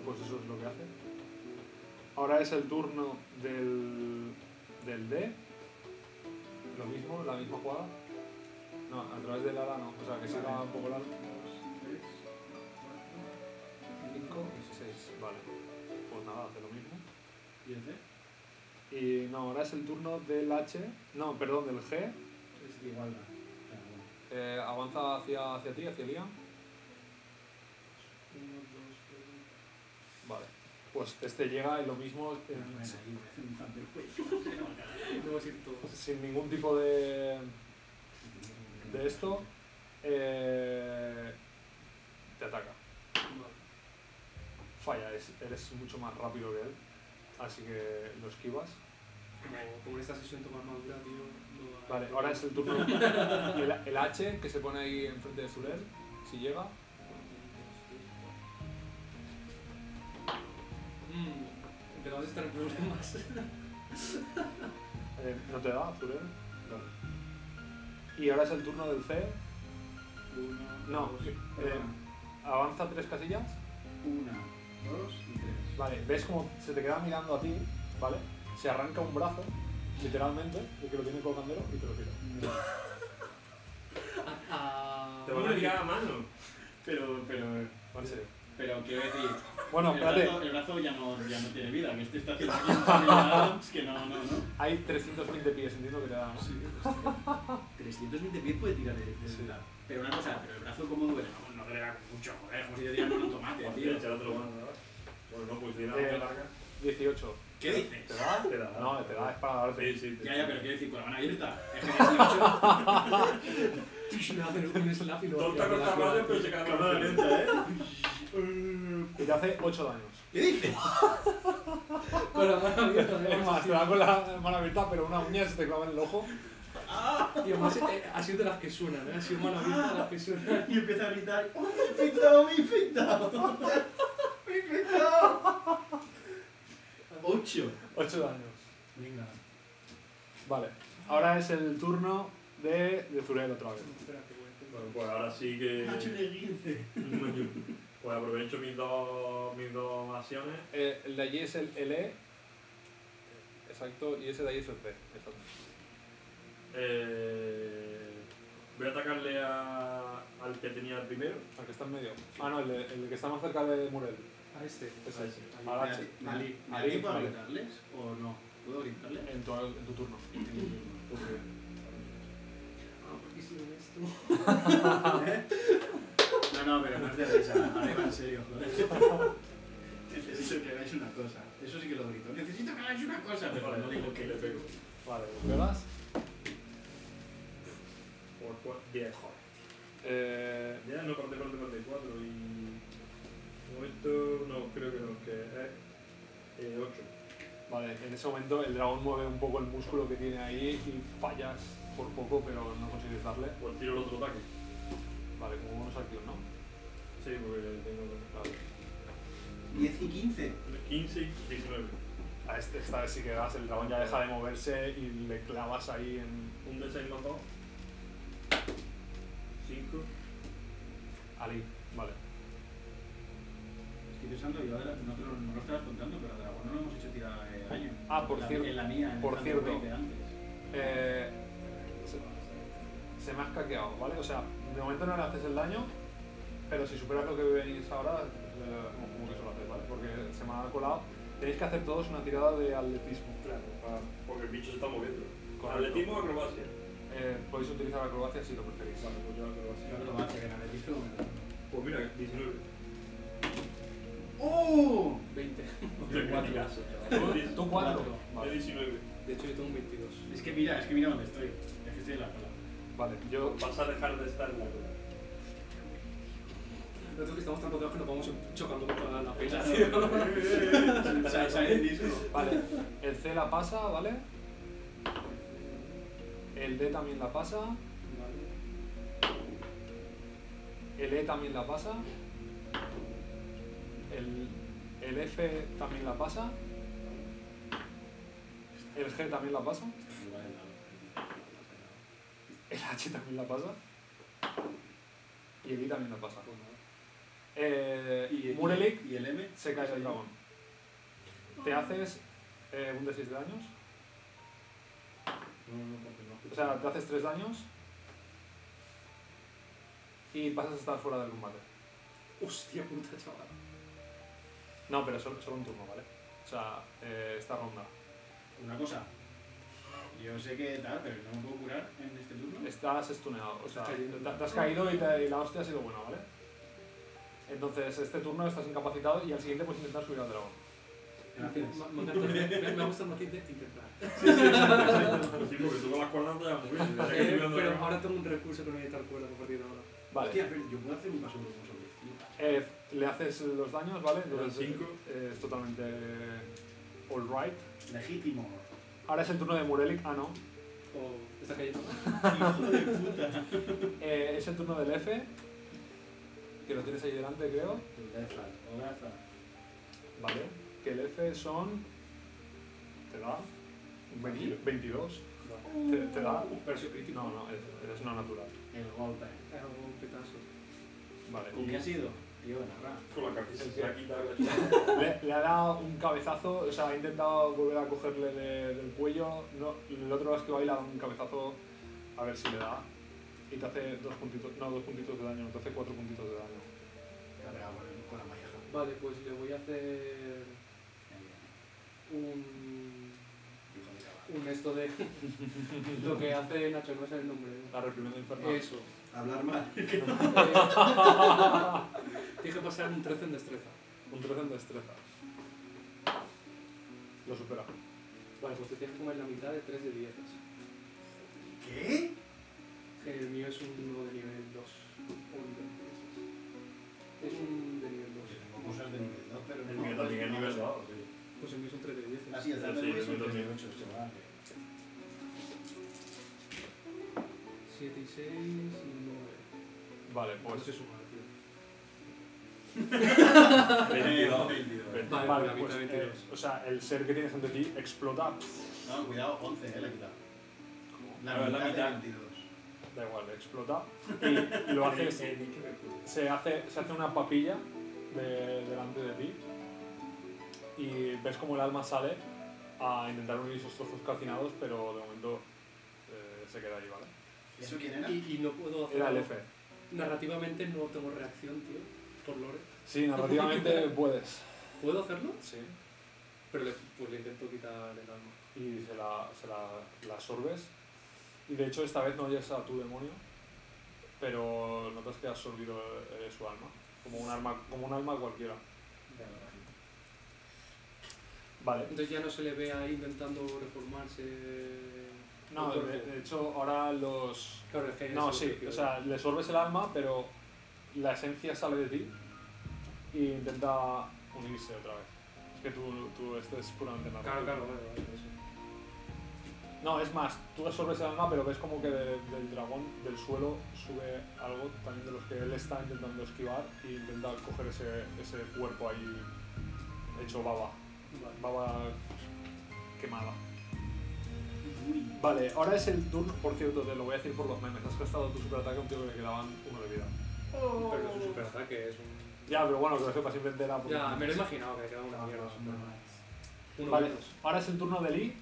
Speaker 1: Pues eso es lo que hace. Ahora es el turno del, del D. Lo mismo, la misma jugada. No, a través del ala no. O sea, que se va un poco largo. 5 y 6. Vale. Pues nada, hace lo mismo.
Speaker 2: ¿y el C?
Speaker 1: Y no, ahora es el turno del H. No, perdón, del G.
Speaker 2: Es igual. ¿no?
Speaker 1: Eh, avanza hacia, hacia ti, hacia Liam.
Speaker 4: 1, 2, 3.
Speaker 1: Vale. Pues este llega y lo mismo eh,
Speaker 2: Pero bueno,
Speaker 1: sin-
Speaker 2: ahí voy a hacer un Thunderquake.
Speaker 4: Debo decir todos.
Speaker 1: sin ningún tipo de, de esto. eh, te ataca.
Speaker 4: Vale.
Speaker 1: Falla, es- eres mucho más rápido que él. Así que lo esquivas.
Speaker 4: Como, como en esta sesión tomar madura, tío. no hay-
Speaker 1: Vale, ahora es el turno. El, el H que se pone ahí enfrente de Zurel. Si llega.
Speaker 4: Mm, empezamos a estar en problemas.
Speaker 1: eh, no te da, Zurel. Y ahora es el turno del C.
Speaker 2: Uno,
Speaker 1: No,
Speaker 2: dos,
Speaker 1: eh,
Speaker 2: perdón.
Speaker 1: avanza tres casillas.
Speaker 2: Una, dos y tres.
Speaker 1: Vale, ves como se te queda mirando a ti, ¿vale? Se arranca un brazo, literalmente, el que lo tiene colgandero y te lo tira.
Speaker 4: Ah,
Speaker 10: Te van a tirar a mano.
Speaker 2: Pero, pero,
Speaker 1: Va en serio.
Speaker 2: pero quiero decir,
Speaker 1: Bueno,
Speaker 2: el,
Speaker 1: espérate,
Speaker 2: brazo, el brazo ya no, ya no tiene vida, que este está haciendo aquí un Samuel Adams que no, no, no.
Speaker 1: hay 320 pies, entiendo que te da. ¿no?
Speaker 2: 320 pies puede tirar de, de
Speaker 1: Sí.
Speaker 2: verdad. Pero una cosa, pero el brazo cómo duele, no, no duele mucho, joder, como si te tiran con un tomate, tío.
Speaker 3: Hostia, echar otro mano, ¿verdad? Bueno, no, pues tiene
Speaker 1: Eh,
Speaker 3: una larga.
Speaker 1: 18.
Speaker 2: ¿Qué dices?
Speaker 3: ¿Te da? Te da.
Speaker 1: No, te da, es para darte.
Speaker 3: Sí, sí. te-
Speaker 2: Ya, ya, pero quiero decir, con la mano abierta. Es que 18,
Speaker 4: le hacen un slap y lo
Speaker 10: Torta
Speaker 4: hacen
Speaker 10: con
Speaker 4: la
Speaker 10: tamales,
Speaker 4: suave.
Speaker 10: pero se cae
Speaker 3: Cabrón,
Speaker 10: la
Speaker 3: ¿eh?
Speaker 10: lenta, ¿eh?
Speaker 1: Y te hace 8 daños.
Speaker 2: ¿qué dices?
Speaker 4: Con la mano abierta.
Speaker 1: Es
Speaker 4: además,
Speaker 1: más, te
Speaker 4: tío.
Speaker 1: da con la mano abierta, pero una uña se te clava en el ojo.
Speaker 4: Y además eh, ha sido de las que suenan, ¿eh? ha sido mano abierta de las que suenan.
Speaker 2: Y empieza a gritar, ¡Oh, me he infectado, me he infectado! ¡Me he infectado! 8.
Speaker 1: 8 daños.
Speaker 2: Venga.
Speaker 1: Vale, ahora es el turno de, de Zurel otra vez.
Speaker 4: Espera, que voy a hacer-
Speaker 3: Bueno, pues ahora sí que.
Speaker 2: Nacho de 15.
Speaker 3: Pues aprovecho mis dos, mis dos acciones.
Speaker 1: Eh, el de allí es el LE. Exacto, y ese de allí es el C. Exacto.
Speaker 3: Eh, voy a atacarle a, al que tenía primero.
Speaker 1: Al que está en medio. Ah, no, el, de- el que está más cerca de Murel.
Speaker 4: A este.
Speaker 1: Ese es.
Speaker 2: ¿Me
Speaker 1: Al
Speaker 2: da-
Speaker 1: H.
Speaker 2: me da-
Speaker 1: Ali-
Speaker 2: me da
Speaker 1: Ali,
Speaker 2: tiempo a
Speaker 1: vale.
Speaker 2: gritarles o no? ¿Puedo gritarles?
Speaker 1: En tu, en tu turno.
Speaker 4: Ah, ¿por qué hicieron esto?
Speaker 2: No, no, pero no es de risa. Ahora iba en serio, joder. Necesito que hagáis una cosa. Eso sí que lo grito. Necesito que hagáis una cosa. Pero no digo que
Speaker 3: Le pego.
Speaker 1: Vale, ¿pegas?
Speaker 3: Por cua- 10, joder.
Speaker 1: Eh,
Speaker 3: Ya no corté, corté, corté 4 y. como esto no, creo que eh, no, que es 8.
Speaker 1: vale, en ese momento el dragón mueve un poco el músculo que tiene ahí y fallas por poco, pero no consigues darle.
Speaker 3: Pues tiro el otro ataque.
Speaker 1: Vale, como bonus acción, ¿no?
Speaker 3: Sí, porque tengo.
Speaker 1: Vale.
Speaker 2: 10 y 15.
Speaker 3: 15 y 19.
Speaker 1: A este, esta vez sí que das, el dragón ya deja de moverse y le clavas ahí en
Speaker 3: Un de 6 más 2. 5.
Speaker 1: Ali. Vale.
Speaker 2: Estoy pensando, yo ahora no te lo, no lo estabas contando, pero a Dragón no lo hemos hecho tirar eh, daño.
Speaker 1: Ah, por
Speaker 2: En la-
Speaker 1: cierto-
Speaker 2: En la mía, en
Speaker 1: por
Speaker 2: el
Speaker 1: cierto.
Speaker 2: Thunderwave de antes.
Speaker 1: Eh, se, se me ha escaqueado, ¿vale? O sea, de momento no le haces el daño, pero si superas lo que venís ahora, eh, como- como que eso lo haces, ¿vale? Porque se me ha colado. Tenéis que hacer todos una tirada de atletismo. Ah,
Speaker 3: Claro, para- porque el bicho se está moviendo.
Speaker 1: Correcto.
Speaker 3: Atletismo o acrobacia.
Speaker 1: Eh, podéis utilizar acrobacia si lo preferís.
Speaker 3: Vale, pues yo acrobacia.
Speaker 2: Yo creo que va a ser en atletismo.
Speaker 3: Pues mira, 19.
Speaker 2: ¡Oh!
Speaker 4: 20.
Speaker 3: Yo
Speaker 2: cuatro.
Speaker 3: cuatro.
Speaker 1: Tú cuatro.
Speaker 2: Cuatro.
Speaker 3: Yo
Speaker 1: Vale,
Speaker 3: 19.
Speaker 4: De hecho, yo tengo un 22.
Speaker 2: Es que mira, es que mira dónde estoy. Es que estoy en la cola.
Speaker 1: vale. Yo,
Speaker 3: Vas a dejar de estar en la cola.
Speaker 4: Nosotros que estamos tan rodeados que nos vamos chocando contra la pena.
Speaker 2: O sea, sale el disco.
Speaker 1: vale. El C la pasa, ¿vale? El D también la pasa. El E también la pasa. El, el F también la pasa. El G también la pasa. El H también la pasa. Y el I también la pasa. Eh, Murelik
Speaker 2: y el M
Speaker 1: se cae el dragón. Te haces eh, un de 6 daños. O sea, te haces 3 daños. Y pasas a estar fuera del combate.
Speaker 4: Hostia puta, chaval.
Speaker 1: No, pero solo, solo un turno, ¿vale? O sea, eh, esta ronda.
Speaker 2: Una cosa. Yo sé que tal, pero no me puedo curar en este turno.
Speaker 1: Estás estuneado, o sea,
Speaker 4: Estás cayendo.
Speaker 1: te, te has caído y, te- y la hostia ha sido buena, ¿vale? Entonces, este turno estás incapacitado y al siguiente puedes intentar subir al dragón.
Speaker 2: Gracias.
Speaker 4: Me- me encanta- Me me gusta más que de intentar.
Speaker 3: Sí, porque tú con las cuerdas te vas muy bien.
Speaker 4: Eh, Pero ahora tengo un recurso que no necesitar cuerdas a partir de ahora.
Speaker 1: Vale,
Speaker 2: Hostia, pero yo puedo hacer un paso como sobre flipas.
Speaker 1: eh, le haces los daños, ¿vale?
Speaker 3: Eran
Speaker 1: Entonces,
Speaker 3: cinco.
Speaker 1: eh, es totalmente alright.
Speaker 2: Legítimo.
Speaker 1: Ahora es el turno de Murelic, ah no,
Speaker 4: O está cayendo.
Speaker 2: Hijo de puta.
Speaker 1: Eh, es el turno del F, que lo tienes ahí delante creo,
Speaker 2: Graza, graza.
Speaker 1: ¿vale? Que el F son... ¿Te da? 20 22. ¿Te, te da?
Speaker 4: Precio crítico.
Speaker 1: No, no, es, es no natural.
Speaker 2: El golpe.
Speaker 4: Hago un petazo.
Speaker 1: Vale.
Speaker 2: ¿Con
Speaker 1: y-
Speaker 2: qué ha sido? Tío, narra.
Speaker 3: Con la cabeza se ha quitado
Speaker 1: Le, le ha dado un cabezazo, o sea, ha intentado volver a cogerle de- del cuello. No, el otro es que baila un cabezazo a ver si le da. Y te hace dos puntitos, no, dos puntitos de daño, te hace cuatro puntitos de daño.
Speaker 2: Ya pegaba con el- con la mallaja.
Speaker 4: Vale, pues le voy a hacer un.
Speaker 2: Hijo de cabrón.
Speaker 4: un esto de. lo que hace Nacho, no es el nombre.
Speaker 1: La reprimiendo
Speaker 3: Eh,
Speaker 1: infernal.
Speaker 4: Eso. Eh,
Speaker 2: Hablar mal.
Speaker 4: Tienes que pasar un 13 en destreza.
Speaker 1: Un 13 en destreza. Lo supera.
Speaker 4: Vale, pues te tienes que comer la mitad de 3 de 10.
Speaker 2: ¿Qué?
Speaker 4: El mío es un uno de nivel 2. Es un de nivel 2.
Speaker 2: Pues Yo tengo cosas de nivel 2, pero no.
Speaker 11: El mío también es nivel 2.
Speaker 4: Pues el mío es un 3 de 10.
Speaker 2: Así, el
Speaker 11: Sí,
Speaker 2: Zelda es
Speaker 11: el
Speaker 2: un
Speaker 11: mío también.
Speaker 2: 38, chaval.
Speaker 4: 7 y 6 y 9.
Speaker 1: Vale,
Speaker 4: Pues
Speaker 1: pues
Speaker 4: se suma, tío.
Speaker 11: 22.
Speaker 2: 22.
Speaker 4: Vale,
Speaker 1: Vale,
Speaker 4: la mitad
Speaker 1: pues,
Speaker 4: 22.
Speaker 1: eh, o sea, el ser que tienes ante ti explota.
Speaker 2: No, cuidado, 11, eh, la he quitado.
Speaker 11: Claro, es la
Speaker 2: de
Speaker 11: mitad.
Speaker 2: 22.
Speaker 1: Da igual, explota. Y lo haces.
Speaker 11: He dicho que tú.
Speaker 1: se hace, se hace una papilla de- delante de ti y ves como el alma sale a intentar unir esos trozos calcinados, pero de momento eh, se queda ahí, ¿vale?
Speaker 2: ¿Eso quién era?
Speaker 4: Y, y no puedo hacer.
Speaker 1: Era el F.
Speaker 4: Narrativamente no tengo reacción, tío. Por lore.
Speaker 1: Sí, narrativamente puedes.
Speaker 4: ¿Puedo hacerlo?
Speaker 1: Sí.
Speaker 4: Pero le, pues le intento quitar el alma.
Speaker 1: Y se, la, se la, la absorbes. Y de hecho esta vez no oyes a tu demonio, pero notas que ha absorbido eh, su alma. Como un alma, como un alma cualquiera. Vale.
Speaker 4: Entonces ya no se le ve ahí intentando reformarse. el
Speaker 1: No,
Speaker 4: cuerpo.
Speaker 1: de- de hecho ahora los,
Speaker 4: Claro, es que
Speaker 1: No,
Speaker 4: eso es lo
Speaker 1: sí,
Speaker 4: que quiero
Speaker 1: o sea, le sorbes el alma, pero la esencia sale de ti e intenta unirse otra vez. Es que tú, tú este es puramente
Speaker 4: decir.
Speaker 1: natural.
Speaker 4: Claro, claro, vale, vale, eso.
Speaker 1: No, es más, tú absorbes el alma, pero ves como que de- del dragón, del suelo, sube algo también de los que él está intentando esquivar y intenta coger ese, ese cuerpo ahí hecho baba,
Speaker 4: Vale.
Speaker 1: baba pues, quemada. Vale, ahora es el turno, por cierto, te lo voy a decir por los memes. Has gastado tu superataque a un tío que le quedaban uno de vida.
Speaker 4: Pero no es un superataque, es un.
Speaker 1: Ya, pero bueno, que lo sepa simplemente era por-
Speaker 4: Ya, me lo he imaginado que quedaba una
Speaker 2: No,
Speaker 4: mierda.
Speaker 2: no, no.
Speaker 4: Uno
Speaker 1: Vale,
Speaker 4: menos.
Speaker 1: ahora es el turno de Lee.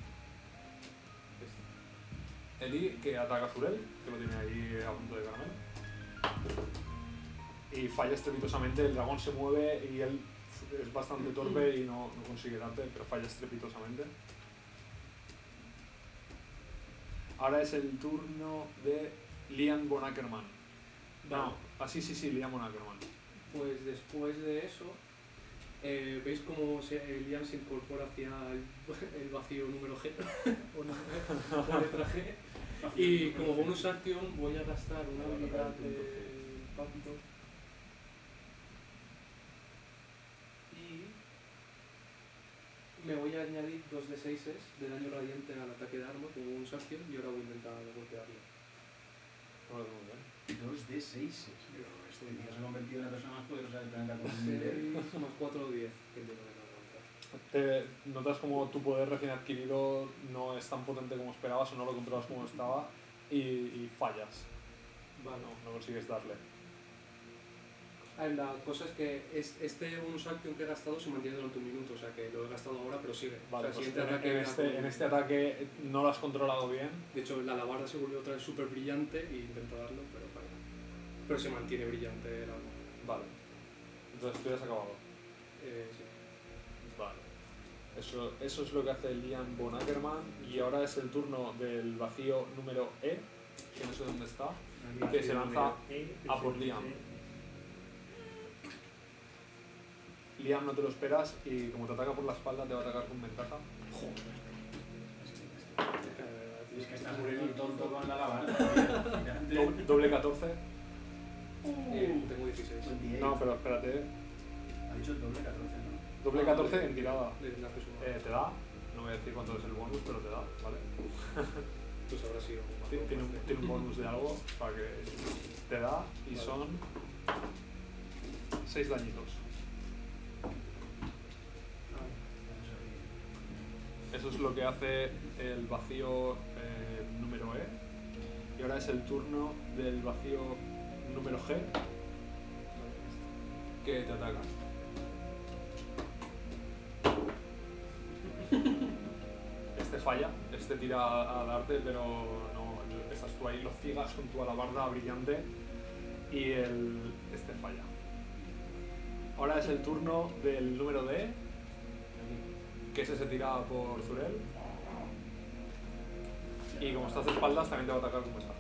Speaker 1: Eli que ataca a Zurel, que lo tiene ahí a punto de caramelo. Y falla estrepitosamente, el dragón se mueve y él es bastante torpe y no, no consigue darte, pero falla estrepitosamente. Ahora es el turno de Liam von Ackerman.
Speaker 4: Vale.
Speaker 1: No, ah, sí, sí, sí, Liam von Ackerman.
Speaker 4: Pues después de eso, eh, veis cómo se, el Ian se incorpora hacia el, el vacío número G, o no, o letra G, y como bonus action voy a gastar una habilidad de impacto. Y me voy a añadir dos de 6 de daño radiante al ataque de arma como bonus action, y ahora voy a intentar golpearlo.
Speaker 1: No lo tengo bien.
Speaker 2: 2 de 6. Pero este tío se ha convertido en la persona más poderosa del planeta con un nivel.
Speaker 4: 6 más 4 o 10, que tengo que aguantar.
Speaker 1: Te notas como tu poder recién adquirido no es tan potente como esperabas o no lo controlas como estaba y, y fallas.
Speaker 4: Vale.
Speaker 1: No, no consigues darle.
Speaker 4: Ah, La cosa es que es- este bonus action que he gastado se mantiene durante un minuto, o sea que lo he gastado ahora, pero sigue.
Speaker 1: Vale,
Speaker 4: O sea,
Speaker 1: pues
Speaker 4: el siguiente
Speaker 1: en,
Speaker 4: ataque
Speaker 1: en
Speaker 4: era
Speaker 1: este,
Speaker 4: con-
Speaker 1: en este ataque no lo has controlado bien.
Speaker 4: De hecho, la alabarda se volvió otra vez súper brillante y intento darlo, pero falla. Pero se mantiene brillante el arma.
Speaker 1: Vale. Entonces tú ya has acabado.
Speaker 4: Eh, sí.
Speaker 1: Vale. Eso, eso es lo que hace Liam von Ackerman. Y ahora es el turno del vacío número E, que no sé dónde está. Que se lanza a por Liam. Liam no te lo esperas y como te ataca por la espalda te va a atacar con ventaja.
Speaker 4: Eh,
Speaker 2: Es que estás muriendo el tonto con la alabarda. tío.
Speaker 1: Do- Doble 14.
Speaker 4: Eh,
Speaker 1: Uh.
Speaker 4: tengo 16.
Speaker 1: No, pero espérate.
Speaker 2: Ha dicho el doble 14, ¿no?
Speaker 1: Doble 14 en tirada.
Speaker 4: Le tendrás que sumar.
Speaker 1: Eh, te da, no voy a decir cuánto es el bonus, pero te da, ¿vale?
Speaker 4: Pues habrá sido un
Speaker 1: Ti-
Speaker 4: mazo
Speaker 1: Tiene un,
Speaker 4: más de-
Speaker 1: tiene un bonus de algo para que te da y
Speaker 4: Vale.
Speaker 1: son 6 dañitos.
Speaker 4: Ah,
Speaker 1: Eso es lo que hace el vacío eh, número E. Y ahora es el turno del vacío número G, que te ataca. Este falla, este tira a a darte, pero no, estás tú ahí, lo ciegas con tu alabarda brillante y el, este falla. Ahora es el turno del número D, que ese se tira por Zurel. Y como estás de espaldas, también te va a atacar con ventaja.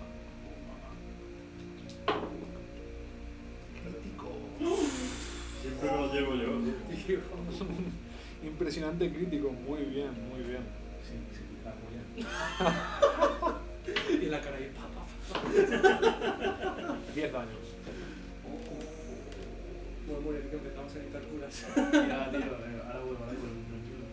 Speaker 3: Siempre me lo llevo yo.
Speaker 1: Impresionante crítico, muy bien, muy bien.
Speaker 12: Sí, sí, la polla.
Speaker 4: Y en la cara ahí, pa, pa, pa.
Speaker 1: 10 daños.
Speaker 4: Bueno, muere, que empezamos a necesitar curas.
Speaker 2: Mira, tío, eh, ahora vuelvo, ahora vuelvo. tranquilo.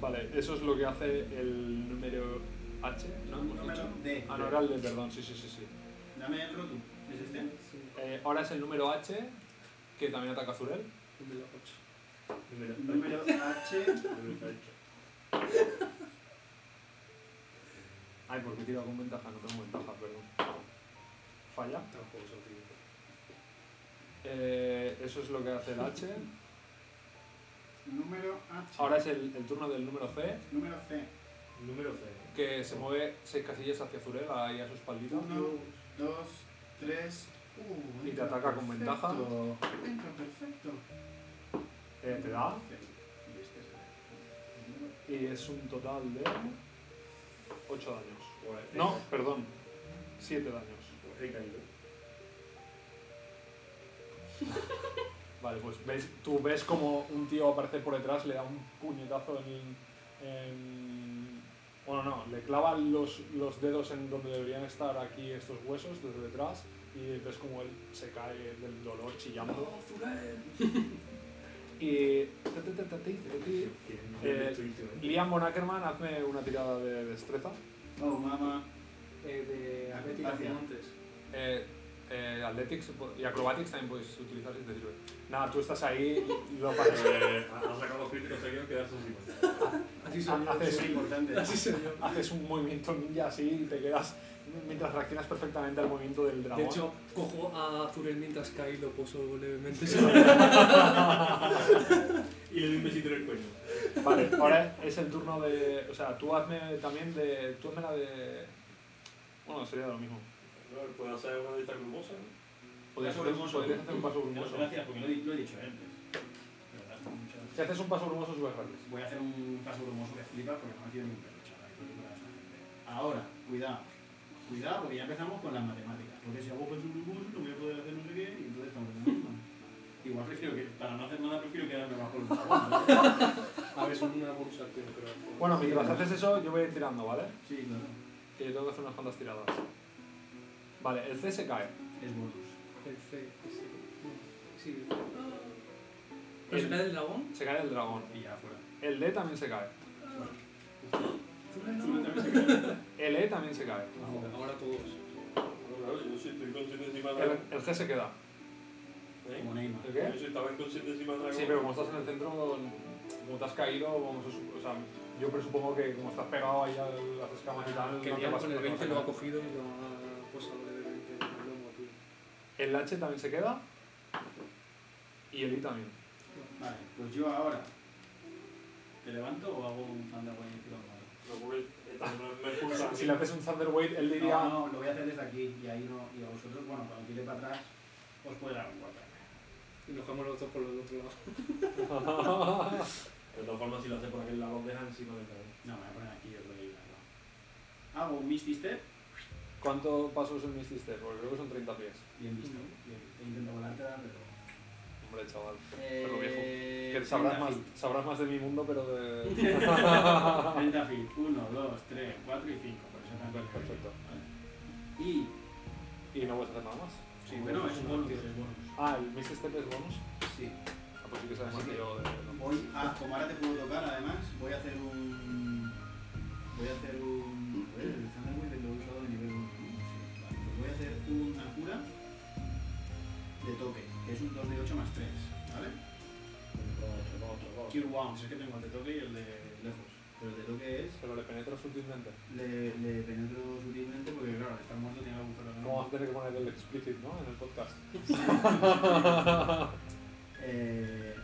Speaker 1: Vale, eso es lo que hace el número H, ¿no?
Speaker 2: No,
Speaker 1: Hemos
Speaker 2: no me
Speaker 1: dicho.
Speaker 2: lo- D.
Speaker 1: Ah, no, era el de, perdón, sí, sí, sí. sí.
Speaker 2: Dame el roto. ¿Es este?
Speaker 1: Eh, ahora es el número H, que también ataca a Zurel.
Speaker 4: Número 8.
Speaker 3: Mira,
Speaker 2: Número H.
Speaker 1: Ay, porque he tirado con ventaja, no tengo ventaja, perdón. Falla.
Speaker 4: Tampoco son críticos.
Speaker 1: Eh, eso es lo que hace el H.
Speaker 2: Número H.
Speaker 1: Ahora es el, el turno del número C,
Speaker 2: Número C.
Speaker 3: Número 0.
Speaker 1: que se mueve 6 casillas hacia Zurel, ahí a su espaldita.
Speaker 2: 1, 2, 3. Uh,
Speaker 1: Y te ataca con
Speaker 2: entra
Speaker 1: ventaja.
Speaker 2: perfecto. Entra perfecto.
Speaker 1: Eh, te da.
Speaker 2: Y este es el número-
Speaker 1: Y es un total de 8 daños. No, perdón. 7 daños.
Speaker 3: He caído.
Speaker 1: Vale, pues ves, tú ves como un tío aparece por detrás, le da un puñetazo en... en- bueno, no, le clava los, los dedos en donde deberían estar aquí estos huesos, desde detrás, y ves como él se cae del dolor chillando. Y... ta, ta, ta, ta, ti, ta, ti. Eh, Liam von Ackerman, hazme una tirada de destreza.
Speaker 2: Oh, mamá.
Speaker 4: Eh, de Atlética
Speaker 2: Acrobacia.
Speaker 4: Montes.
Speaker 1: Eh, eh, Athletics y Acrobatics también podéis utilizar si te sirve. Nada, tú estás ahí, lo pasas.
Speaker 3: Ha sacado los críticos seguidos quedarse sin.
Speaker 4: Así soy yo.
Speaker 1: Ah, Haces-
Speaker 2: Es importante.
Speaker 4: Así soy yo.
Speaker 1: haces un movimiento ninja así y te quedas mientras reaccionas perfectamente al movimiento del dragón.
Speaker 4: De hecho, cojo a Zurel mientras cae y lo poso levemente.
Speaker 3: Y le doy un besito en el cuello.
Speaker 1: vale, ahora es el turno de, o sea, tú hazme también de, tú hazme la de, bueno, sería lo mismo.
Speaker 3: No, puedo hacer una de estas grumosas.
Speaker 1: Podrías,
Speaker 2: Paso brumoso.
Speaker 1: podrías hacer un paso brumoso.
Speaker 2: Gracias, porque lo he, lo he dicho antes. Pero das muchas gracias.
Speaker 1: Si haces un paso brumoso subes gratis.
Speaker 2: Voy a hacer un paso brumoso que flipa porque no tiene ni un pelo, chaval. y no le das a la gente. Ahora, cuidado. Cuidado porque ya empezamos con las matemáticas. Porque si hago paso brumoso no voy a poder hacer no sé qué y entonces estamos en un Igual prefiero que, para no hacer nada, prefiero quedarme bajo el agua.
Speaker 4: A ver, son una bonus acción, creo.
Speaker 1: Bueno, mientras haces eso yo voy a ir tirando, ¿vale?
Speaker 2: Sí, claro.
Speaker 1: Que yo tengo que hacer unas cuantas tiradas. Vale, el C se cae.
Speaker 2: Es bonus.
Speaker 4: El C. sí. Sí. ¿Pero se cae del dragón?
Speaker 1: Se cae el dragón.
Speaker 2: Y ya fuera.
Speaker 1: El D también se cae. El E también se cae.
Speaker 4: Ahora, ahora todos.
Speaker 3: No, claro, yo sí estoy consciente encima de
Speaker 1: El,
Speaker 3: dragón.
Speaker 1: el G se queda.
Speaker 2: Como
Speaker 3: ¿Eh?
Speaker 2: Neymar.
Speaker 1: ¿El
Speaker 3: Yo
Speaker 1: qué?
Speaker 3: sí estaba inconsciente encima de dragón.
Speaker 1: Sí, pero como estás en el centro, como te has caído, vamos a sup- o sea, yo presupongo que como estás pegado ahí a las escamas y tal,
Speaker 4: Que
Speaker 1: no te
Speaker 4: Liam
Speaker 1: vas-
Speaker 4: con
Speaker 1: no
Speaker 4: el
Speaker 1: te vas a
Speaker 4: 20 lo ha
Speaker 1: caer.
Speaker 4: cogido y lo ha posado levemente en el lomo, tío.
Speaker 1: El H también se queda y el I también.
Speaker 2: Vale, pues yo ahora. ¿Te levanto o hago un fantasma y tiro al
Speaker 3: No, porque esta no es Mercurio.
Speaker 1: Si le haces un Thunder Wave, él diría,
Speaker 2: No, no, lo voy a hacer desde aquí y ahí no. Y a vosotros, bueno, cuando tire para atrás, os puede dar un golpe.
Speaker 4: Y nos vamos los dos por los otro lado.
Speaker 3: De todas formas, si lo hace por aquel lado, lo deja encima del dragón.
Speaker 2: No, me voy a poner aquí, os voy a ayudar. ¿no? Hago un Misty Step.
Speaker 1: ¿cuánto paso es el Misty Step? Porque creo que son 30 pies.
Speaker 2: Bien visto. Bien. E intento volártela, pero.
Speaker 1: Hombre, chaval.
Speaker 2: Pero
Speaker 1: viejo. Que sabrás más, sabrás más de mi mundo, pero de...
Speaker 2: 30 feet. 1, 2, 3, 4 y 5. Por eso me han
Speaker 1: Vale, perfecto.
Speaker 2: Vale. Y.
Speaker 1: Y no puedes hacer nada más.
Speaker 2: Sí, bueno, es un bonus. Es bonus.
Speaker 1: Ah, el Misty Step es bonus.
Speaker 2: Sí.
Speaker 1: Ah, pues sí que sabes más
Speaker 2: Así
Speaker 1: que
Speaker 2: que-
Speaker 1: yo de...
Speaker 2: Voy a, como ahora te puedo tocar además, voy a hacer un... Voy a hacer un... a ver, el Thunderwave lo he usado de nivel 1. Sí, vale. Pues voy a hacer una cura de toque, que es un 2 de 8 más 3, ¿vale? Cure Wounds, es que tengo el de toque y el de lejos. Pero el de toque es...
Speaker 1: Pero le penetro sutilmente.
Speaker 2: Le, le penetro sutilmente porque claro, al estar muerto tiene algún agujero.
Speaker 1: Vamos a tener que poner el explicit, ¿no? En el podcast.
Speaker 2: Eh,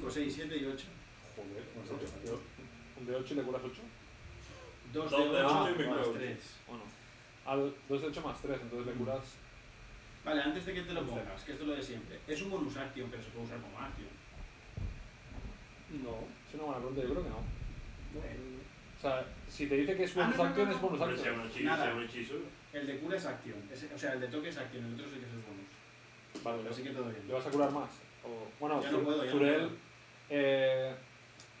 Speaker 3: pues
Speaker 2: 7 y 8.
Speaker 1: Joder,
Speaker 13: Pues
Speaker 1: ¿no?
Speaker 13: ocho.
Speaker 1: Yo- ¿Un de 8 le curas 8?
Speaker 2: 2 de
Speaker 14: Dos de
Speaker 2: 8
Speaker 14: ocho y me
Speaker 2: más
Speaker 14: curo.
Speaker 2: 3.
Speaker 1: Bueno. Al 2 de 8 más 3, entonces
Speaker 2: Mm.
Speaker 1: le curas.
Speaker 2: Vale, antes de que te lo pongas, que esto es lo de siempre. Es un bonus action, pero se puede usar como action.
Speaker 4: No.
Speaker 1: Es una buena pregunta, yo creo que no.
Speaker 2: Eh,
Speaker 1: O sea, si te dice que es
Speaker 2: Ah, no,
Speaker 1: bonus
Speaker 2: no, no,
Speaker 1: action,
Speaker 2: no.
Speaker 1: es bonus
Speaker 14: Pero si es
Speaker 1: action.
Speaker 14: un hechizo,
Speaker 2: Nada.
Speaker 14: si es un hechizo.
Speaker 2: El de cura es acción. Es- o sea, el de toque es acción, el otro sí que es el bonus.
Speaker 1: Vale,
Speaker 2: Pero
Speaker 1: le,
Speaker 2: sí que todo bien.
Speaker 1: le vas a curar más. O- bueno,
Speaker 2: Ya no
Speaker 1: Zur-
Speaker 2: puedo, ya no
Speaker 1: Zurel,
Speaker 2: puedo.
Speaker 1: eh,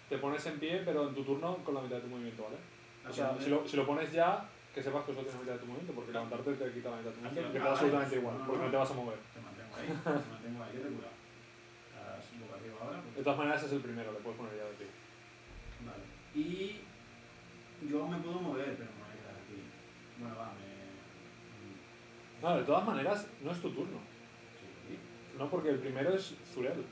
Speaker 1: te pones en pie, pero en tu turno con la mitad de tu movimiento, ¿vale? O
Speaker 2: Hacia
Speaker 1: sea,
Speaker 2: dónde-
Speaker 1: si lo, si lo pones ya, que sepas que solo tienes la mitad de tu movimiento, porque levantarte te quita la mitad de tu movimiento. Te
Speaker 2: Hacia- ah,
Speaker 1: queda
Speaker 2: vale,
Speaker 1: absolutamente
Speaker 2: pues,
Speaker 1: igual,
Speaker 2: no,
Speaker 1: porque
Speaker 2: no.
Speaker 1: no te vas a mover.
Speaker 2: Te mantengo ahí, te mantengo ahí, yo te he curado. Estás boca arriba ahora. pues,
Speaker 1: De todas maneras, es el primero, le puedes poner ya de ti.
Speaker 2: Vale. Y yo me puedo mover, pero me voy a quedar aquí. Bueno, va, me...
Speaker 1: No, de todas maneras, no es tu turno.
Speaker 2: sí.
Speaker 1: No, porque el primero es Zurel.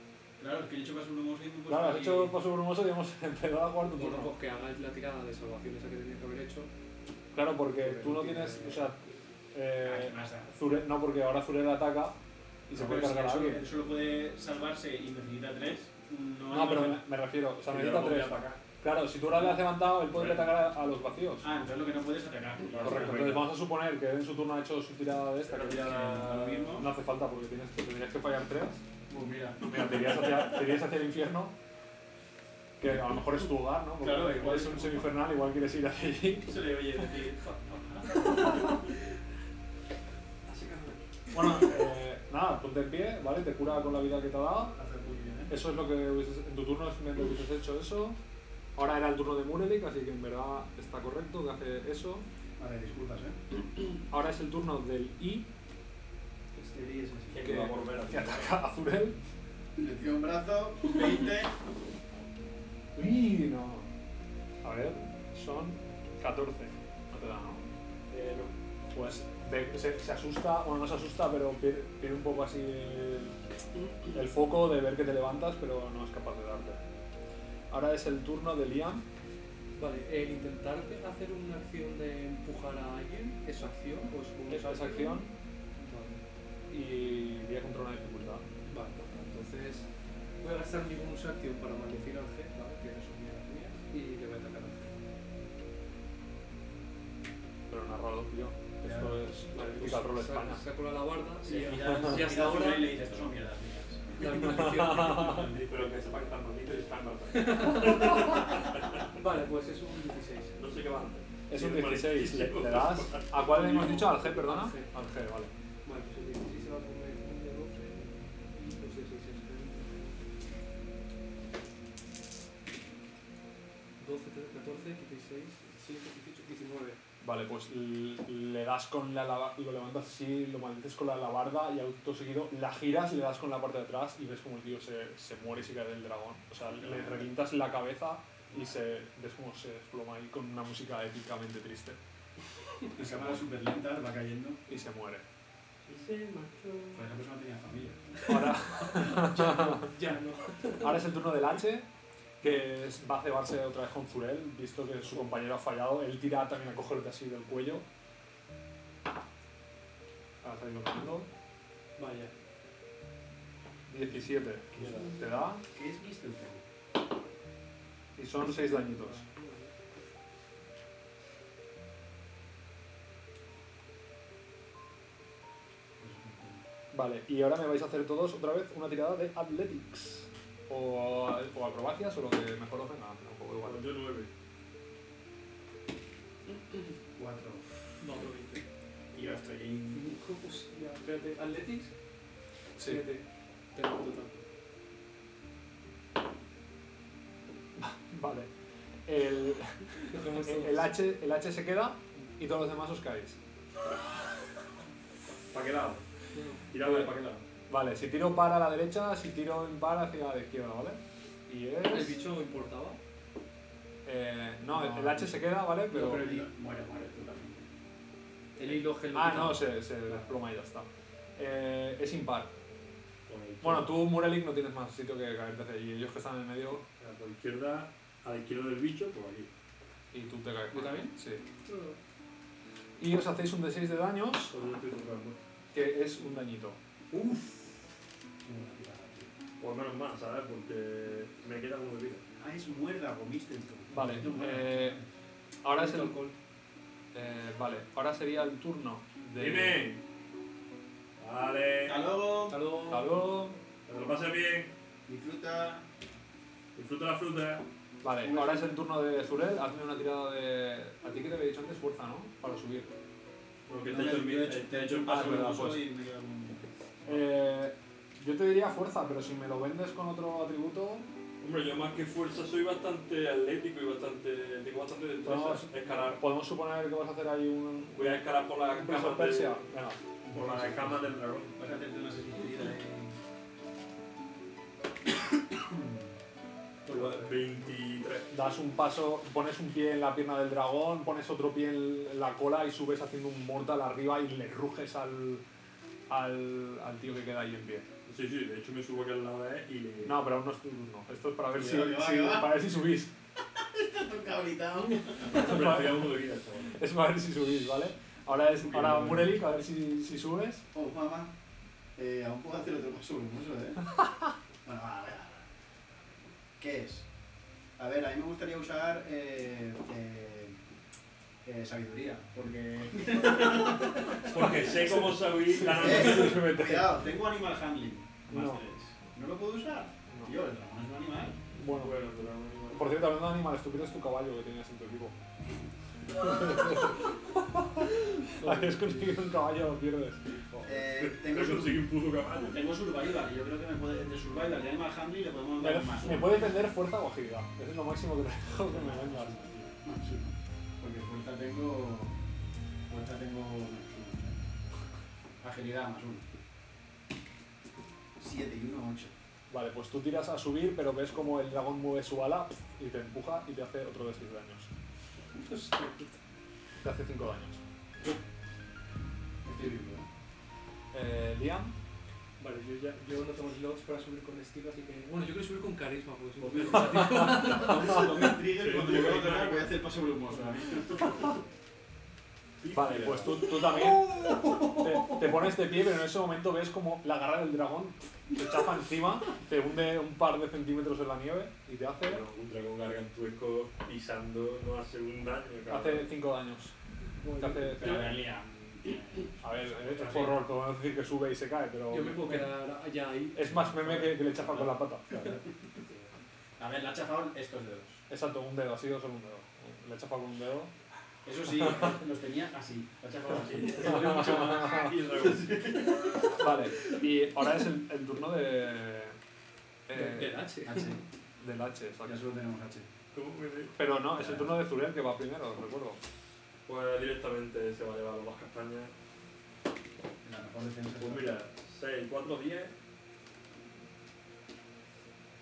Speaker 2: Claro, es que he hecho paso número 6 pues
Speaker 1: Claro, has
Speaker 2: ahí-
Speaker 1: hecho paso brumoso y hemos empezado a jugar tu
Speaker 4: Bueno,
Speaker 1: turno.
Speaker 4: pues que hagáis la tirada de salvación esa que tenías que haber hecho.
Speaker 1: Claro, porque tú no tienes. O sea.
Speaker 2: Ah, ¿qué
Speaker 1: Eh,
Speaker 2: más da?
Speaker 1: Zurel, no, porque ahora Zurel ataca y se
Speaker 2: No,
Speaker 1: puede
Speaker 2: Ah, pero si
Speaker 1: cargar a
Speaker 2: él solo-
Speaker 1: alguien.
Speaker 2: Él solo puede salvarse y necesita 3. No,
Speaker 1: No,
Speaker 2: no
Speaker 1: Ah, pero
Speaker 2: hace-
Speaker 1: me, me refiero. O sea,
Speaker 15: Yo
Speaker 1: necesita
Speaker 15: lo voy a
Speaker 1: tres. Claro, si tú ahora le has levantado, él puede atacar a, a los vacíos.
Speaker 2: Ah, entonces lo que no puedes atacar.
Speaker 1: Correcto, entonces vamos a suponer que en su turno ha hecho su tirada de esta, que
Speaker 2: Pero ya lo mismo.
Speaker 1: no hace falta porque tienes, tendrías que fallar tres.
Speaker 2: Pues mira.
Speaker 1: Mira, te irías, hacia, te irías hacia el infierno, que a lo mejor es tu hogar, ¿no? Porque
Speaker 2: Claro,
Speaker 1: igual es un semifernal, igual quieres ir hacia allí.
Speaker 2: Se le oye decir.
Speaker 1: Bueno, eh, nada, ponte en pie, ¿vale? Te cura con la vida que te ha dado.
Speaker 2: Hacer puño, ¿eh?
Speaker 1: Eso es lo que hubieses, en tu turno es lo que hubieses hecho eso. Ahora era el turno de Murelik, así que en verdad está correcto que hace eso.
Speaker 13: Vale, disculpas, ¿eh?
Speaker 1: Ahora es el turno del I,
Speaker 13: Este gris es así.
Speaker 1: que, que ataca a Zurel.
Speaker 2: Le tiro un brazo, 20.
Speaker 1: Uy, no. A ver, son 14. No te da, ¿no?
Speaker 15: Eh, no.
Speaker 1: Pues de- se, se asusta, bueno, no se asusta, pero pierde, pierde un poco así el, el foco de ver que te levantas, pero no es capaz de darte. Ahora es el turno de Liam.
Speaker 4: Vale, el intentar hacer una acción de empujar a alguien, ¿es acción o es un
Speaker 1: Esa es acción
Speaker 4: Vale,
Speaker 1: y voy a contra una dificultad.
Speaker 4: vale, vale, entonces voy a gastar mi bonus action para maldecir al G, ¿vale? Que es una de las mías, y le voy a atacar al G.
Speaker 1: Pero narrado yo. Esto es la
Speaker 4: pues,
Speaker 1: típica rol
Speaker 4: saco-
Speaker 1: España.
Speaker 4: Saco la alabarda
Speaker 2: Se
Speaker 4: y
Speaker 2: gira- se
Speaker 4: y
Speaker 2: gira
Speaker 4: hasta ahora
Speaker 2: y le dice: Esto son mierdas mías.
Speaker 4: la misma acción.
Speaker 15: Pero que sepa que están malditos y están malditos.
Speaker 4: Vale, pues es un 16.
Speaker 15: No sé qué va antes.
Speaker 1: Es un 16. Le le das. ¿A cuál le hemos dicho? Al G, perdona. Al G, vale.
Speaker 4: Bueno, pues el 16 se va a comer un de 12 y pues 16 es 12, 13, 14, 16, 17, 18, 19.
Speaker 1: Vale, pues l- le das con la lava- lo levantas así, lo maletes con la alabarda y auto seguido la giras, le das con la parte de atrás y ves como el tío se, se muere y se cae del dragón. O sea, le revientas la cabeza y se, ves como se desploma ahí con una música épicamente triste
Speaker 2: La cámara súper lenta, va cayendo.
Speaker 1: y se muere.
Speaker 2: Pues esa persona tenía familia.
Speaker 1: Ahora,
Speaker 4: Ya no.
Speaker 1: ahora es el turno del H, que es- va a cebarse otra vez con Zurel, visto que su compañero ha fallado. Él tira también a cogerte así del cuello. Ha salido ganando.
Speaker 4: Vaya.
Speaker 1: 17. Te da.
Speaker 2: ¿Qué es visto el
Speaker 1: Y son 6 dañitos. Vale, y ahora me vais a hacer todos otra vez una tirada de Athletics. O, o acrobacias o lo que mejor os venga. Un poco igual.
Speaker 3: Yo 9.
Speaker 2: 4.
Speaker 4: No, otro 20.
Speaker 2: Y yo estoy ahí.
Speaker 4: 5, hostia. Espérate, Athletics,
Speaker 1: Sí.
Speaker 4: 7. Tengo un total.
Speaker 1: Vale. El,
Speaker 4: Dejemos
Speaker 1: el,
Speaker 4: todos.
Speaker 1: H, el H se queda y todos los demás os caéis.
Speaker 3: ¿Para qué lado?
Speaker 4: No,
Speaker 3: Tirado de para qué lado.
Speaker 1: Vale, si tiro para la derecha, si tiro impar hacia la izquierda, ¿vale? Y
Speaker 4: no. ¿El
Speaker 1: es.
Speaker 4: bicho importaba?
Speaker 1: eh, no, el, el H se queda, ¿vale? Pero.
Speaker 4: pero el-
Speaker 2: Muere, muere tú también.
Speaker 4: El hilo gel.
Speaker 1: Ah, no, se, se desploma y ya está. Eh, es impar. Bueno, tú, Murelik, no tienes más sitio que caerte hacia allí. Ellos que están en el medio
Speaker 3: A la izquierda, a la izquierda del bicho, pues aquí.
Speaker 1: y tú te caes.
Speaker 4: ¿Yo también?
Speaker 1: Sí. Y os hacéis un D6 de daños,
Speaker 3: Solo yo estoy tocando.
Speaker 1: que es un dañito.
Speaker 2: Tengo una tirada aquí.
Speaker 3: Por menos mal, ¿sabes? Porque me queda como de vida.
Speaker 2: Ah, es muérdago, mister.
Speaker 1: Vale, eh, ahora es el. Eh, vale, ahora sería el turno de.
Speaker 3: Dime. Vale.
Speaker 2: Hasta luego.
Speaker 4: Hasta luego.
Speaker 1: Hasta luego.
Speaker 3: Que te lo pases bien.
Speaker 2: Disfruta.
Speaker 3: Disfruta la fruta.
Speaker 1: Vale, ahora es el turno de Zurel. Hazme una tirada de. A ti que te había dicho antes, fuerza, ¿no? Para subir.
Speaker 3: Porque
Speaker 2: No,
Speaker 3: te he hecho,
Speaker 2: yo he hecho-
Speaker 3: el- te he hecho el
Speaker 1: Ah,
Speaker 3: paso.
Speaker 1: verdad,
Speaker 2: Uso
Speaker 1: pues.
Speaker 2: y me queda un-
Speaker 1: Eh, yo te diría fuerza, pero si me lo vendes con otro atributo.
Speaker 3: Hombre, yo más que fuerza soy bastante atlético y bastante. Tengo bastante destreza.
Speaker 1: Vamos.
Speaker 3: Escalar.
Speaker 1: Podemos suponer que vas a hacer ahí un.
Speaker 3: Voy a escalar por las
Speaker 1: un
Speaker 3: camas
Speaker 1: peso
Speaker 3: del,
Speaker 1: persia. Venga.
Speaker 3: por las camas del dragón.
Speaker 2: Vas a hacerte una sesión de...
Speaker 3: Pues, 23.
Speaker 1: Das un paso, pones un pie en la pierna del dragón, pones otro pie en la cola y subes haciendo un mortal arriba y le ruges al, al, al tío que queda ahí en pie.
Speaker 3: Sí, sí, de hecho me subo aquí al lado de él y le.
Speaker 1: No, pero aún no es tu turno. Esto es para ver,
Speaker 2: Que
Speaker 1: si,
Speaker 2: va, que va,
Speaker 1: si-
Speaker 2: que va.
Speaker 1: para ver si subís.
Speaker 3: Hombre, estoy a uno de vida, chaval.
Speaker 1: Es para ver si subís, ¿vale? Ahora es para Murelik, a ver si, si subes.
Speaker 2: Oh, mamá. Eh, aún puedo hacer otro paso hermoso, ¿eh? bueno, va, a ver, a ver. ¿Qué es? A ver, a mí me gustaría usar eh, eh, eh, sabiduría, porque...
Speaker 3: Porque sé cómo sabéis la naturaleza.
Speaker 2: Eh, cuidado, tengo animal handling. Más
Speaker 1: No.
Speaker 2: tres. ¿No lo puedo usar? Tío, el dragón es un animal.
Speaker 1: Bueno,
Speaker 3: Bueno, pero no, no.
Speaker 1: por cierto, hablando de animales, tú pierdes tu caballo que tenías en tu equipo. Habías conseguido un caballo, lo pierdes.
Speaker 2: Eh, tengo,
Speaker 3: Creo que
Speaker 2: sur-
Speaker 3: conseguí un puto caballo.
Speaker 2: tengo survival, y yo creo que me puede, entre survival y animal handling le podemos
Speaker 1: Me,
Speaker 2: dar más.
Speaker 1: me puedes vender fuerza o agilidad. Eso es lo máximo que te dejo que me vendas.
Speaker 2: Porque fuerza tengo. Fuerza tengo. menos uno. Agilidad más uno. 7 y 1, 8.
Speaker 1: Vale, pues tú tiras a subir, pero ves como el dragón mueve su ala y te empuja y te hace otro de 6 daños.
Speaker 4: Pues,
Speaker 1: Te hace 5 daños.
Speaker 2: Estoy vivo.
Speaker 1: Eh, Liam,
Speaker 4: Vale, yo, ya, yo no tengo slots para subir con estilo, así que. Bueno, yo quiero subir con carisma, porque soy un
Speaker 2: Pues
Speaker 4: poco carismático.
Speaker 2: Cuando me trigger, cuando
Speaker 3: Sí,
Speaker 2: yo voy a
Speaker 3: sí,
Speaker 2: tocar,
Speaker 3: sí.
Speaker 2: voy a hacer paso brumoso. ¿eh?
Speaker 1: Vale, pues tú, tú también te, te pones de pie, pero en ese momento ves como la garra del dragón te chapa encima, te hunde un par de centímetros en la nieve y te hace,
Speaker 3: Pero un dragón gargantuesco pisando no hace un daño. cabrón.
Speaker 1: hace 5 daños. Te hace-
Speaker 2: Pero en realidad. eh,
Speaker 1: a ver, eh, es- es horror, podemos decir que sube y se cae, pero
Speaker 4: Yo me puedo quedar allá ahí.
Speaker 1: es más meme que, que le chapa con la pata.
Speaker 2: A ver, la ha chafado estos dedos.
Speaker 1: Exacto, un dedo, ha sido solo un dedo. Le chafa con un dedo.
Speaker 2: Eso sí, los tenía así. La ha chafado así.
Speaker 3: Y el dragón.
Speaker 1: Vale, y ahora es el, el turno de.
Speaker 4: de-
Speaker 1: eh,
Speaker 4: Del H.
Speaker 2: H.
Speaker 1: del H, exacto.
Speaker 2: Ya solo tenemos H.
Speaker 3: ¿Cómo me dice?
Speaker 1: Pero no, es el turno de Zurel que va primero, recuerdo.
Speaker 3: Pues directamente se va a llevar las castañas.
Speaker 2: La mejor defensa.
Speaker 3: Pues mira, 6, 4, 10.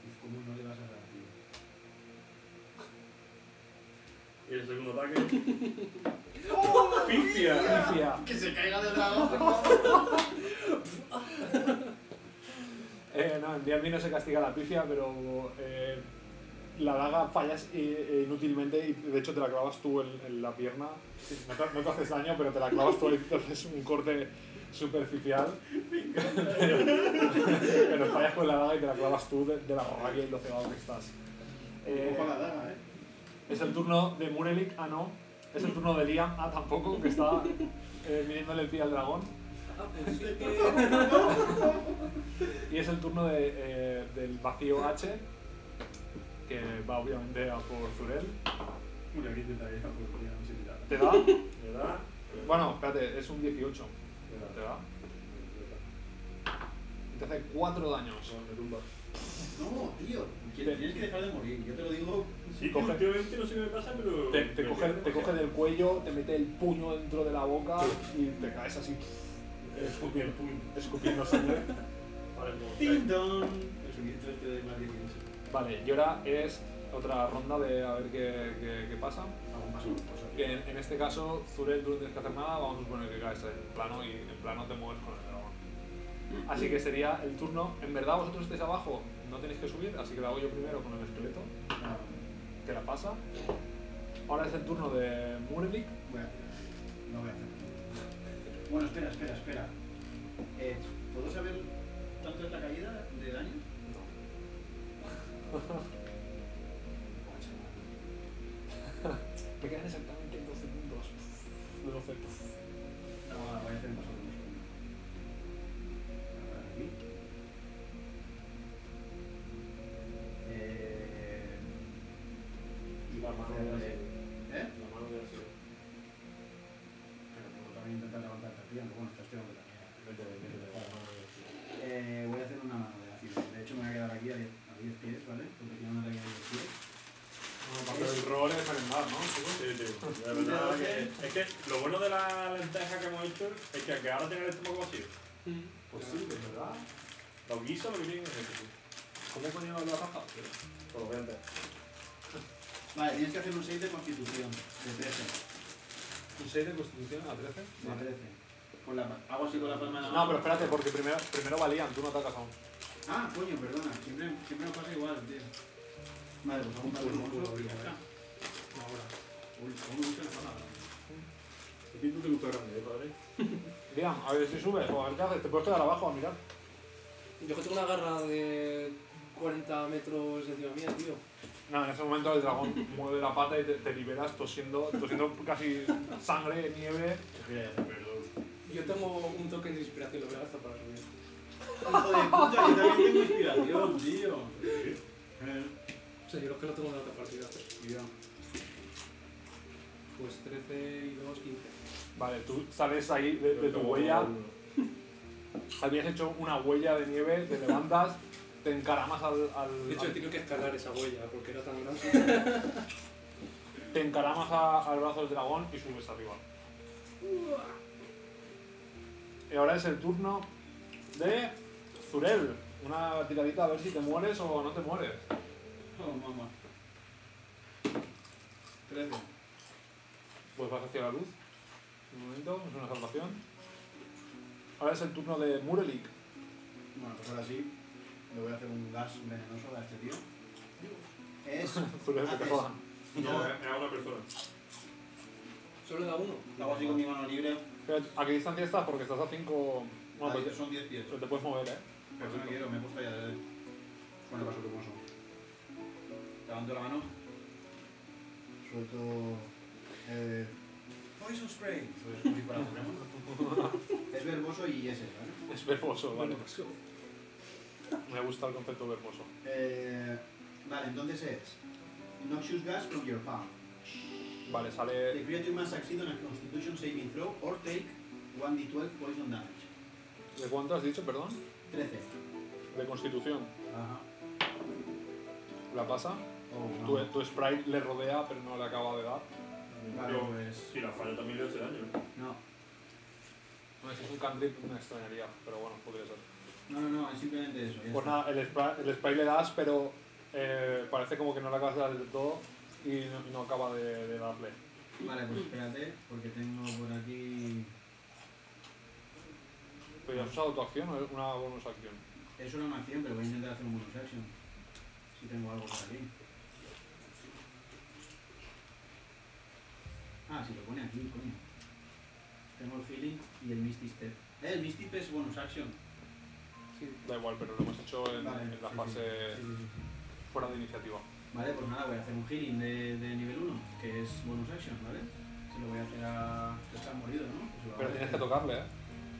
Speaker 2: Uf, ¿Cómo no le vas a dar, tío?
Speaker 3: Y el segundo ataque.
Speaker 4: Ah.
Speaker 3: ¡Pifia!
Speaker 1: Pifia.
Speaker 2: Que se caiga del dragón.
Speaker 1: Eh, no, en Diablo no se castiga la pifia, pero eh, la daga fallas i- e inútilmente y de hecho te la clavas tú en, en la pierna. No te, no te haces daño, pero te la clavas tú y te haces un corte superficial. pero, pero fallas con la daga y te la clavas tú de, de la rabia y lo cebado que estás. Eh,
Speaker 2: Ojo a la daga, eh.
Speaker 1: es el turno de Murelik, ah no. Es el turno de Liam, ah tampoco, que está eh, midiéndole el pie al dragón.
Speaker 4: Ah, pues sí que.
Speaker 1: Y es el turno de, eh, del vacío H, que va obviamente a por Zurel.
Speaker 3: Mira, aquí intenta ir porque ya no se tira.
Speaker 1: ¿Te da?
Speaker 3: ¿Me da?
Speaker 11: Eh,
Speaker 1: Bueno, espérate, es un 18.
Speaker 3: Me da.
Speaker 1: ¿Te da? Y te hace 4 daños.
Speaker 3: No, me tumba.
Speaker 2: No, tío.
Speaker 1: Te-
Speaker 2: Tienes que dejar de morir. Yo te lo digo
Speaker 3: Sí,
Speaker 1: Coge.
Speaker 3: últimamente no sé qué me pasa, pero.
Speaker 1: Te, te
Speaker 3: pero
Speaker 1: coge,
Speaker 3: que-
Speaker 1: te coge del cuello, te mete el puño dentro de la boca y te caes así,
Speaker 3: Es porque el punto.
Speaker 1: escupiendo sangre.
Speaker 3: Vale, no.
Speaker 2: Ding dong. El sonido este de más 18.
Speaker 1: Vale, y ahora es otra ronda de a ver qué, qué- qué pasa.
Speaker 2: Aún más gruposo.
Speaker 1: Que en, en este caso, Zurel, tú no tienes que hacer nada, vamos a suponer que caes en plano y en plano te mueves con el dragón. Así que sería el turno. En verdad, vosotros estáis abajo, no tenéis que subir, así que la hago yo primero con el esqueleto,
Speaker 2: Ah,
Speaker 1: que la pasa. Ahora es el turno de Murelik.
Speaker 2: voy a hacer. No voy a hacer. Bueno, espera, espera, espera. Eh, ¿Puedo saber cuánto es la caída de daño?
Speaker 1: No. Me quedan exactamente 12 puntos. Pff, 12. pff.
Speaker 2: No, ahora voy a hacer el paso de los uno. Ahora aquí. Eh, y
Speaker 3: La
Speaker 2: vamos a
Speaker 3: mano de la
Speaker 2: hacer-
Speaker 3: serie.
Speaker 2: ¿Eh?
Speaker 3: La mano de la serie.
Speaker 2: Pero puedo también intentar levantar la pierna, bueno, te estoy dando la mierda.
Speaker 3: Vete, vete, vete, la mano de la serie.
Speaker 2: Eh, voy a hacer una mano de ácido. De hecho, me voy a quedar aquí a 10, a 10 pies, ¿vale? Porque tiene una ataque de 10 pies.
Speaker 1: Bueno, para hacer el rol es merendar, ¿no? Chicos?
Speaker 11: Sí, sí. La verdad que, es que lo bueno de la lenteja que hemos hecho es que aunque ahora tiene el estómago vacío,
Speaker 1: Pues sí, de verdad.
Speaker 11: los guisos lo que tienen es eso, sí.
Speaker 1: ¿Cómo coño la raja? Pues
Speaker 11: Por lo menos.
Speaker 2: Vale, tienes que hacer un 6 de constitución, de 13.
Speaker 1: ¿Un 6 de constitución a 13?
Speaker 2: De 13. Con la, pa- hago así con la palma de la
Speaker 1: No, pero espérate, porque primero, primero valían, tú no atacas aún.
Speaker 2: Ah, coño, perdona. Siempre, siempre me pasa igual, tío. Vale, pues hago un palo hermoso y ya está.
Speaker 1: Ahora.
Speaker 2: Uy, ¿cómo me gusta la palabra?
Speaker 11: Y tú te gusta grande, ¿eh, padre?
Speaker 1: Liam, a ver si subes o a ver qué haces. Te puedes quedar abajo a mirar.
Speaker 4: Yo que tengo una garra de 40 metros encima mía, tío.
Speaker 1: No, en ese momento el dragón mueve la pata y te, te liberas tosiendo, tosiendo casi sangre, nieve.
Speaker 4: Yo tengo un token de inspiración, lo voy a gastar para subir.
Speaker 2: Hijo de puta, yo también tengo inspiración, tío. Eh,
Speaker 4: O sea, yo lo que lo tengo en la otra partida.
Speaker 2: Tío.
Speaker 4: Pues 13 y 2, 15.
Speaker 1: Vale, tú sales ahí de, de tu huella. Habías hecho una huella de nieve, te levantas, te encaramas al, al-
Speaker 4: De hecho, he
Speaker 1: al-
Speaker 4: tenido que escalar esa huella porque era tan grande.
Speaker 1: te encaramas a- al brazo del dragón y subes arriba. Y ahora es el turno de Zurel. Una tiradita a ver si te mueres o no te mueres.
Speaker 2: Oh, mamá. 13.
Speaker 1: Pues vas hacia la luz. Un momento, es una salvación. Ahora es el turno de Murelik.
Speaker 2: Bueno, pues ahora sí, le voy a hacer un gas venenoso a este tío. Es.
Speaker 1: Zurel, que te
Speaker 2: haces-
Speaker 1: jodan.
Speaker 11: No, es a una persona.
Speaker 4: Solo da uno.
Speaker 2: Hago así con mi mano libre.
Speaker 1: Pero, ¿A qué distancia estás? Porque estás a 5... Bueno,
Speaker 2: Ahí,
Speaker 1: pues,
Speaker 2: son 10 pies.
Speaker 1: pero te puedes mover, ¿eh?
Speaker 2: Pero no quiero, me he puesto ya de. Con el vaso hermoso. Levanto la mano. Suelto. Eh, Poison spray. Pues, como si fuera Pokémon. es verboso y ese, ¿vale?
Speaker 1: Es verboso, vale.
Speaker 4: pues
Speaker 1: Me gusta el concepto verboso.
Speaker 2: Eh, vale, entonces es. Noxious gas from your palm.
Speaker 1: Vale, sale...
Speaker 2: The creature must succeed on a constitution saving throw or take 1d12 poison damage.
Speaker 1: ¿De cuánto has dicho, perdón?
Speaker 2: 13.
Speaker 1: De constitución.
Speaker 2: Ajá.
Speaker 1: La pasa.
Speaker 2: Oh, no.
Speaker 1: Tu, tu sprite le rodea, pero no le acaba de dar.
Speaker 2: Vale,
Speaker 11: Yo,
Speaker 2: pues.
Speaker 11: si la falla también le hace daño.
Speaker 2: No.
Speaker 1: No, si es un cantrip me extrañaría, pero bueno, podría ser.
Speaker 2: No, no, no, es simplemente eso. ya
Speaker 1: Pues
Speaker 2: está.
Speaker 1: nada, el, spray, el spray le das, pero eh, parece como que no le acabas de dar del todo y no, no acaba de, de darle.
Speaker 2: Vale, pues espérate, porque tengo por aquí.
Speaker 1: ¿Pero ya has usado tu acción o es una bonus acción?
Speaker 2: Es una acción, pero voy a intentar hacer un bonus action. Si tengo algo por aquí. Ah, si lo pone aquí, coño. Tengo el healing y el Misty Step. Eh, el Misty Step es bonus action.
Speaker 1: Da igual, pero lo hemos hecho en, en la
Speaker 2: sí,
Speaker 1: fase
Speaker 2: sí, sí, sí, sí.
Speaker 1: fuera de iniciativa.
Speaker 2: Vale, pues nada, voy a hacer un healing de, de nivel 1, que es bonus action, ¿vale? Se lo voy a hacer a. que Está morido, ¿no? Pues lo
Speaker 1: Pero
Speaker 2: hago.
Speaker 1: tienes que tocarle, ¿eh?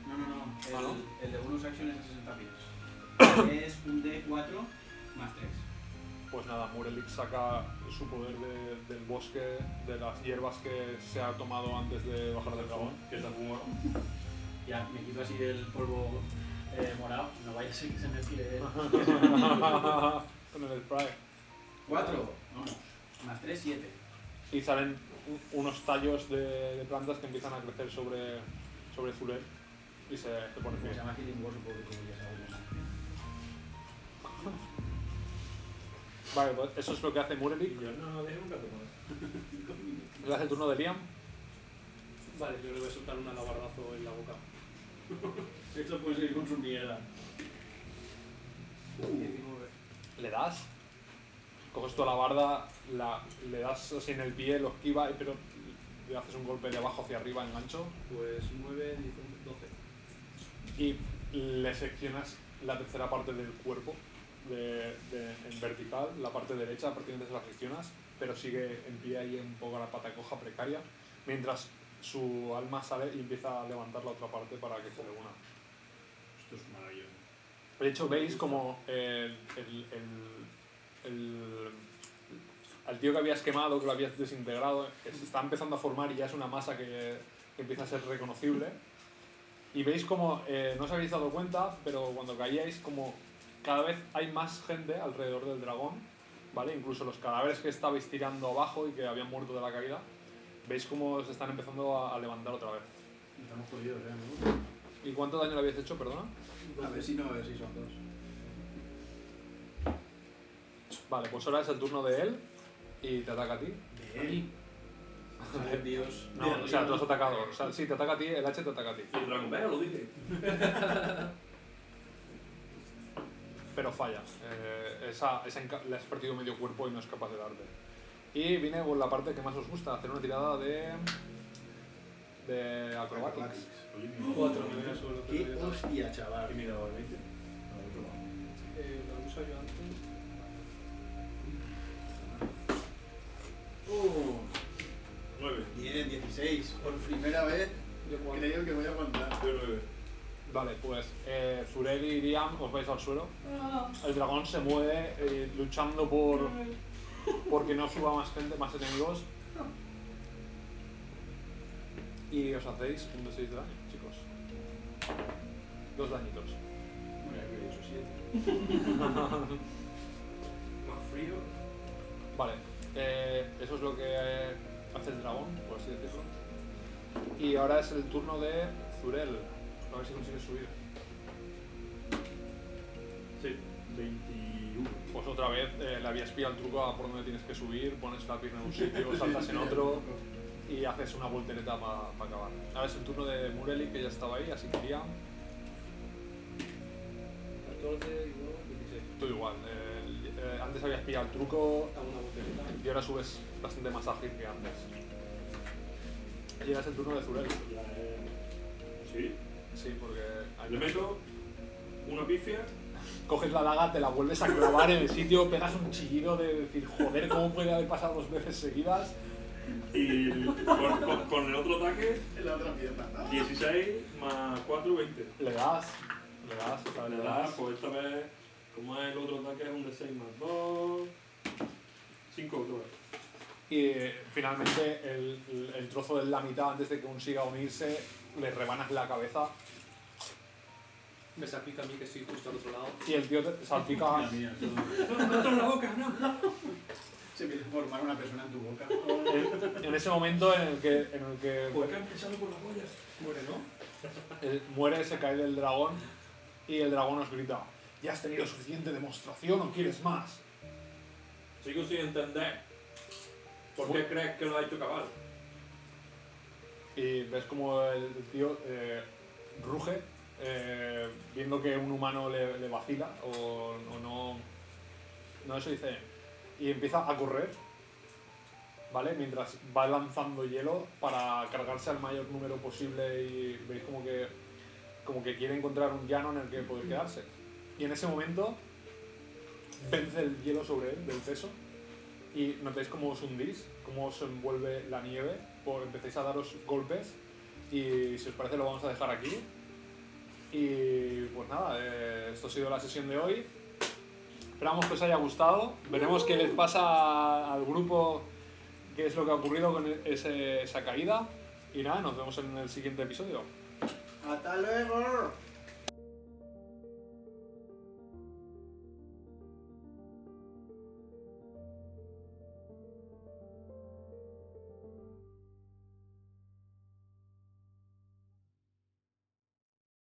Speaker 2: No, no, no. El,
Speaker 1: Ah, ¿no?
Speaker 2: el de bonus action es de 60 pies. es un D4 más 3.
Speaker 1: Pues nada, Murelik saca su poder de- del bosque, de las hierbas que se ha tomado antes de bajar del dragón.
Speaker 11: Que está fumado.
Speaker 2: Ya, me quito así el polvo eh, morado. No vaya a ser que se me ¿eh? tire él.
Speaker 1: Con el spray.
Speaker 2: 4. Vamos. Más 3, 7.
Speaker 1: Y salen u- unos tallos de, de plantas que empiezan a crecer sobre, sobre Zulet y se, se pone
Speaker 2: Como se
Speaker 1: fiesta.
Speaker 2: llama Healing Word, supongo que como ya sabemos.
Speaker 1: Vale, pues eso es lo que hace
Speaker 11: Y
Speaker 1: Murelik.
Speaker 11: yo, no, déjame un gato más.
Speaker 1: Le hace el turno de Liam.
Speaker 4: Vale, yo le voy a soltar un alabardazo en la boca.
Speaker 2: Esto puede seguir con su mierda.
Speaker 4: 19.
Speaker 1: Le das. Coges toda la barda, la, le das así en el pie, lo esquiva, y- pero le haces un golpe de abajo hacia arriba, engancho.
Speaker 4: Pues 9, 10, 12.
Speaker 1: y le seccionas la tercera parte del cuerpo de- de- en vertical, la parte derecha a partir de las esquinas, pero sigue en pie ahí un poco la pata coja precaria, mientras su alma sale y empieza a levantar la otra parte para que se reúna.
Speaker 5: Esto es maravilloso.
Speaker 1: De hecho, veis como el, el- el- el- al tío que habías quemado, que lo habías desintegrado, que se está empezando a formar y ya es una masa que, que empieza a ser reconocible. Y veis como, eh, no os habéis dado cuenta, pero cuando caíais, como cada vez hay más gente alrededor del dragón, ¿vale? Incluso los cadáveres que estabais tirando abajo y que habían muerto de la caída, veis como se están empezando a, a levantar otra vez.
Speaker 5: Estamos jodidos, ¿eh? amigo?
Speaker 1: ¿Y cuánto daño le habéis hecho, perdona?
Speaker 2: A ver si no, a ver si son dos.
Speaker 1: Vale, pues ahora es el turno de él y te ataca a ti.
Speaker 2: De él. Sabe Dios.
Speaker 1: No, o sea, tú has atacado. O sea, sí, te ataca a ti, el H te ataca a ti.
Speaker 7: El dragón, vea, lo dije.
Speaker 1: Pero falla. Eh, esa, esa enca- le has partido medio cuerpo y no es capaz de darte. Y viene con la parte que más os gusta, hacer una tirada de. de acrobatics.
Speaker 4: Cuatro.
Speaker 11: Me voy a subir los tres
Speaker 2: Qué
Speaker 11: días.
Speaker 2: hostia, chaval.
Speaker 11: Intimidador, ¿viste?
Speaker 4: Eh, lo uso yo antes.
Speaker 2: Uh,
Speaker 11: Nueve.
Speaker 2: 10, 16. Por primera vez
Speaker 4: Yo cuatro.
Speaker 2: creo que voy a aguantar.
Speaker 11: Yo nueve.
Speaker 1: Vale, pues eh, Zurel y Liam os vais al suelo. El dragón se mueve eh, luchando por. porque no suba más gente, más enemigos. Y os hacéis un de 6 de daño, chicos. Dos dañitos.
Speaker 2: Bueno, yo he hecho 7.
Speaker 3: Más frío.
Speaker 1: Vale, eh, eso es lo que eh, hace el dragón, por así decirlo. Y ahora es el turno de Zurel. A ver si consigue subir.
Speaker 11: Sí. 21.
Speaker 1: Pues otra vez eh, le habías pillado el truco a por dónde tienes que subir, pones la pierna en un sitio, saltas en otro y haces una voltereta para acabar. Ahora es el turno de Mureli que ya estaba ahí, así que iría.
Speaker 4: 14 y 2, 16.
Speaker 1: Tú igual. eh, eh, antes habías pillado el truco,
Speaker 4: Hago una botellita.
Speaker 1: Y ahora subes bastante más ágil que antes. Y ahora es el turno de Zurel.
Speaker 11: La, eh, Sí.
Speaker 1: Sí, porque
Speaker 11: Le meto una pifia.
Speaker 1: coges la daga, te la vuelves a clavar en el sitio, pegas un chillido de decir, joder, ¿cómo puede haber pasado dos veces seguidas?
Speaker 11: Y con, con- con el otro ataque,
Speaker 2: En la otra pierna.
Speaker 11: 16 más 4, 20.
Speaker 1: Le das, le das, o sea, le das.
Speaker 11: pues esta vez, como es el otro ataque, es un de 6 más 2. 5 otra vez.
Speaker 1: Y eh, finalmente el, el trozo de la mitad, antes de que consiga unirse, le rebanas la cabeza
Speaker 4: Me salpica a mí que estoy justo al otro lado.
Speaker 1: y el tío te salpica.
Speaker 2: Mira, tú. Se empieza a formar una persona en tu boca.
Speaker 1: En, en ese momento en el que, en el que
Speaker 11: que han pisado por la polla.
Speaker 4: Muere, ¿no?
Speaker 1: Eh, muere, se cae del dragón y el dragón os grita, ¿ya has tenido suficiente demostración o quieres más?
Speaker 11: Sigo sin entender. ¿Por qué crees que lo ha hecho Cabal?
Speaker 1: Y ves como el tío eh, ruge, eh, viendo que un humano le, le vacila o, o no... No eso dice... Y empieza a correr, ¿vale? Mientras va lanzando hielo para cargarse al mayor número posible y veis como que, como que quiere encontrar un llano en el que poder quedarse. Y en ese momento vence el hielo sobre él, del peso, y notáis cómo os hundís, cómo os envuelve la nieve, por, empezáis a daros golpes, y si os parece lo vamos a dejar aquí. Y pues nada, eh, esto ha sido la sesión de hoy. Esperamos que os haya gustado, veremos qué les pasa al grupo, qué es lo que ha ocurrido con ese- esa caída, y nada, nos vemos en el siguiente episodio.
Speaker 2: ¡Hasta luego!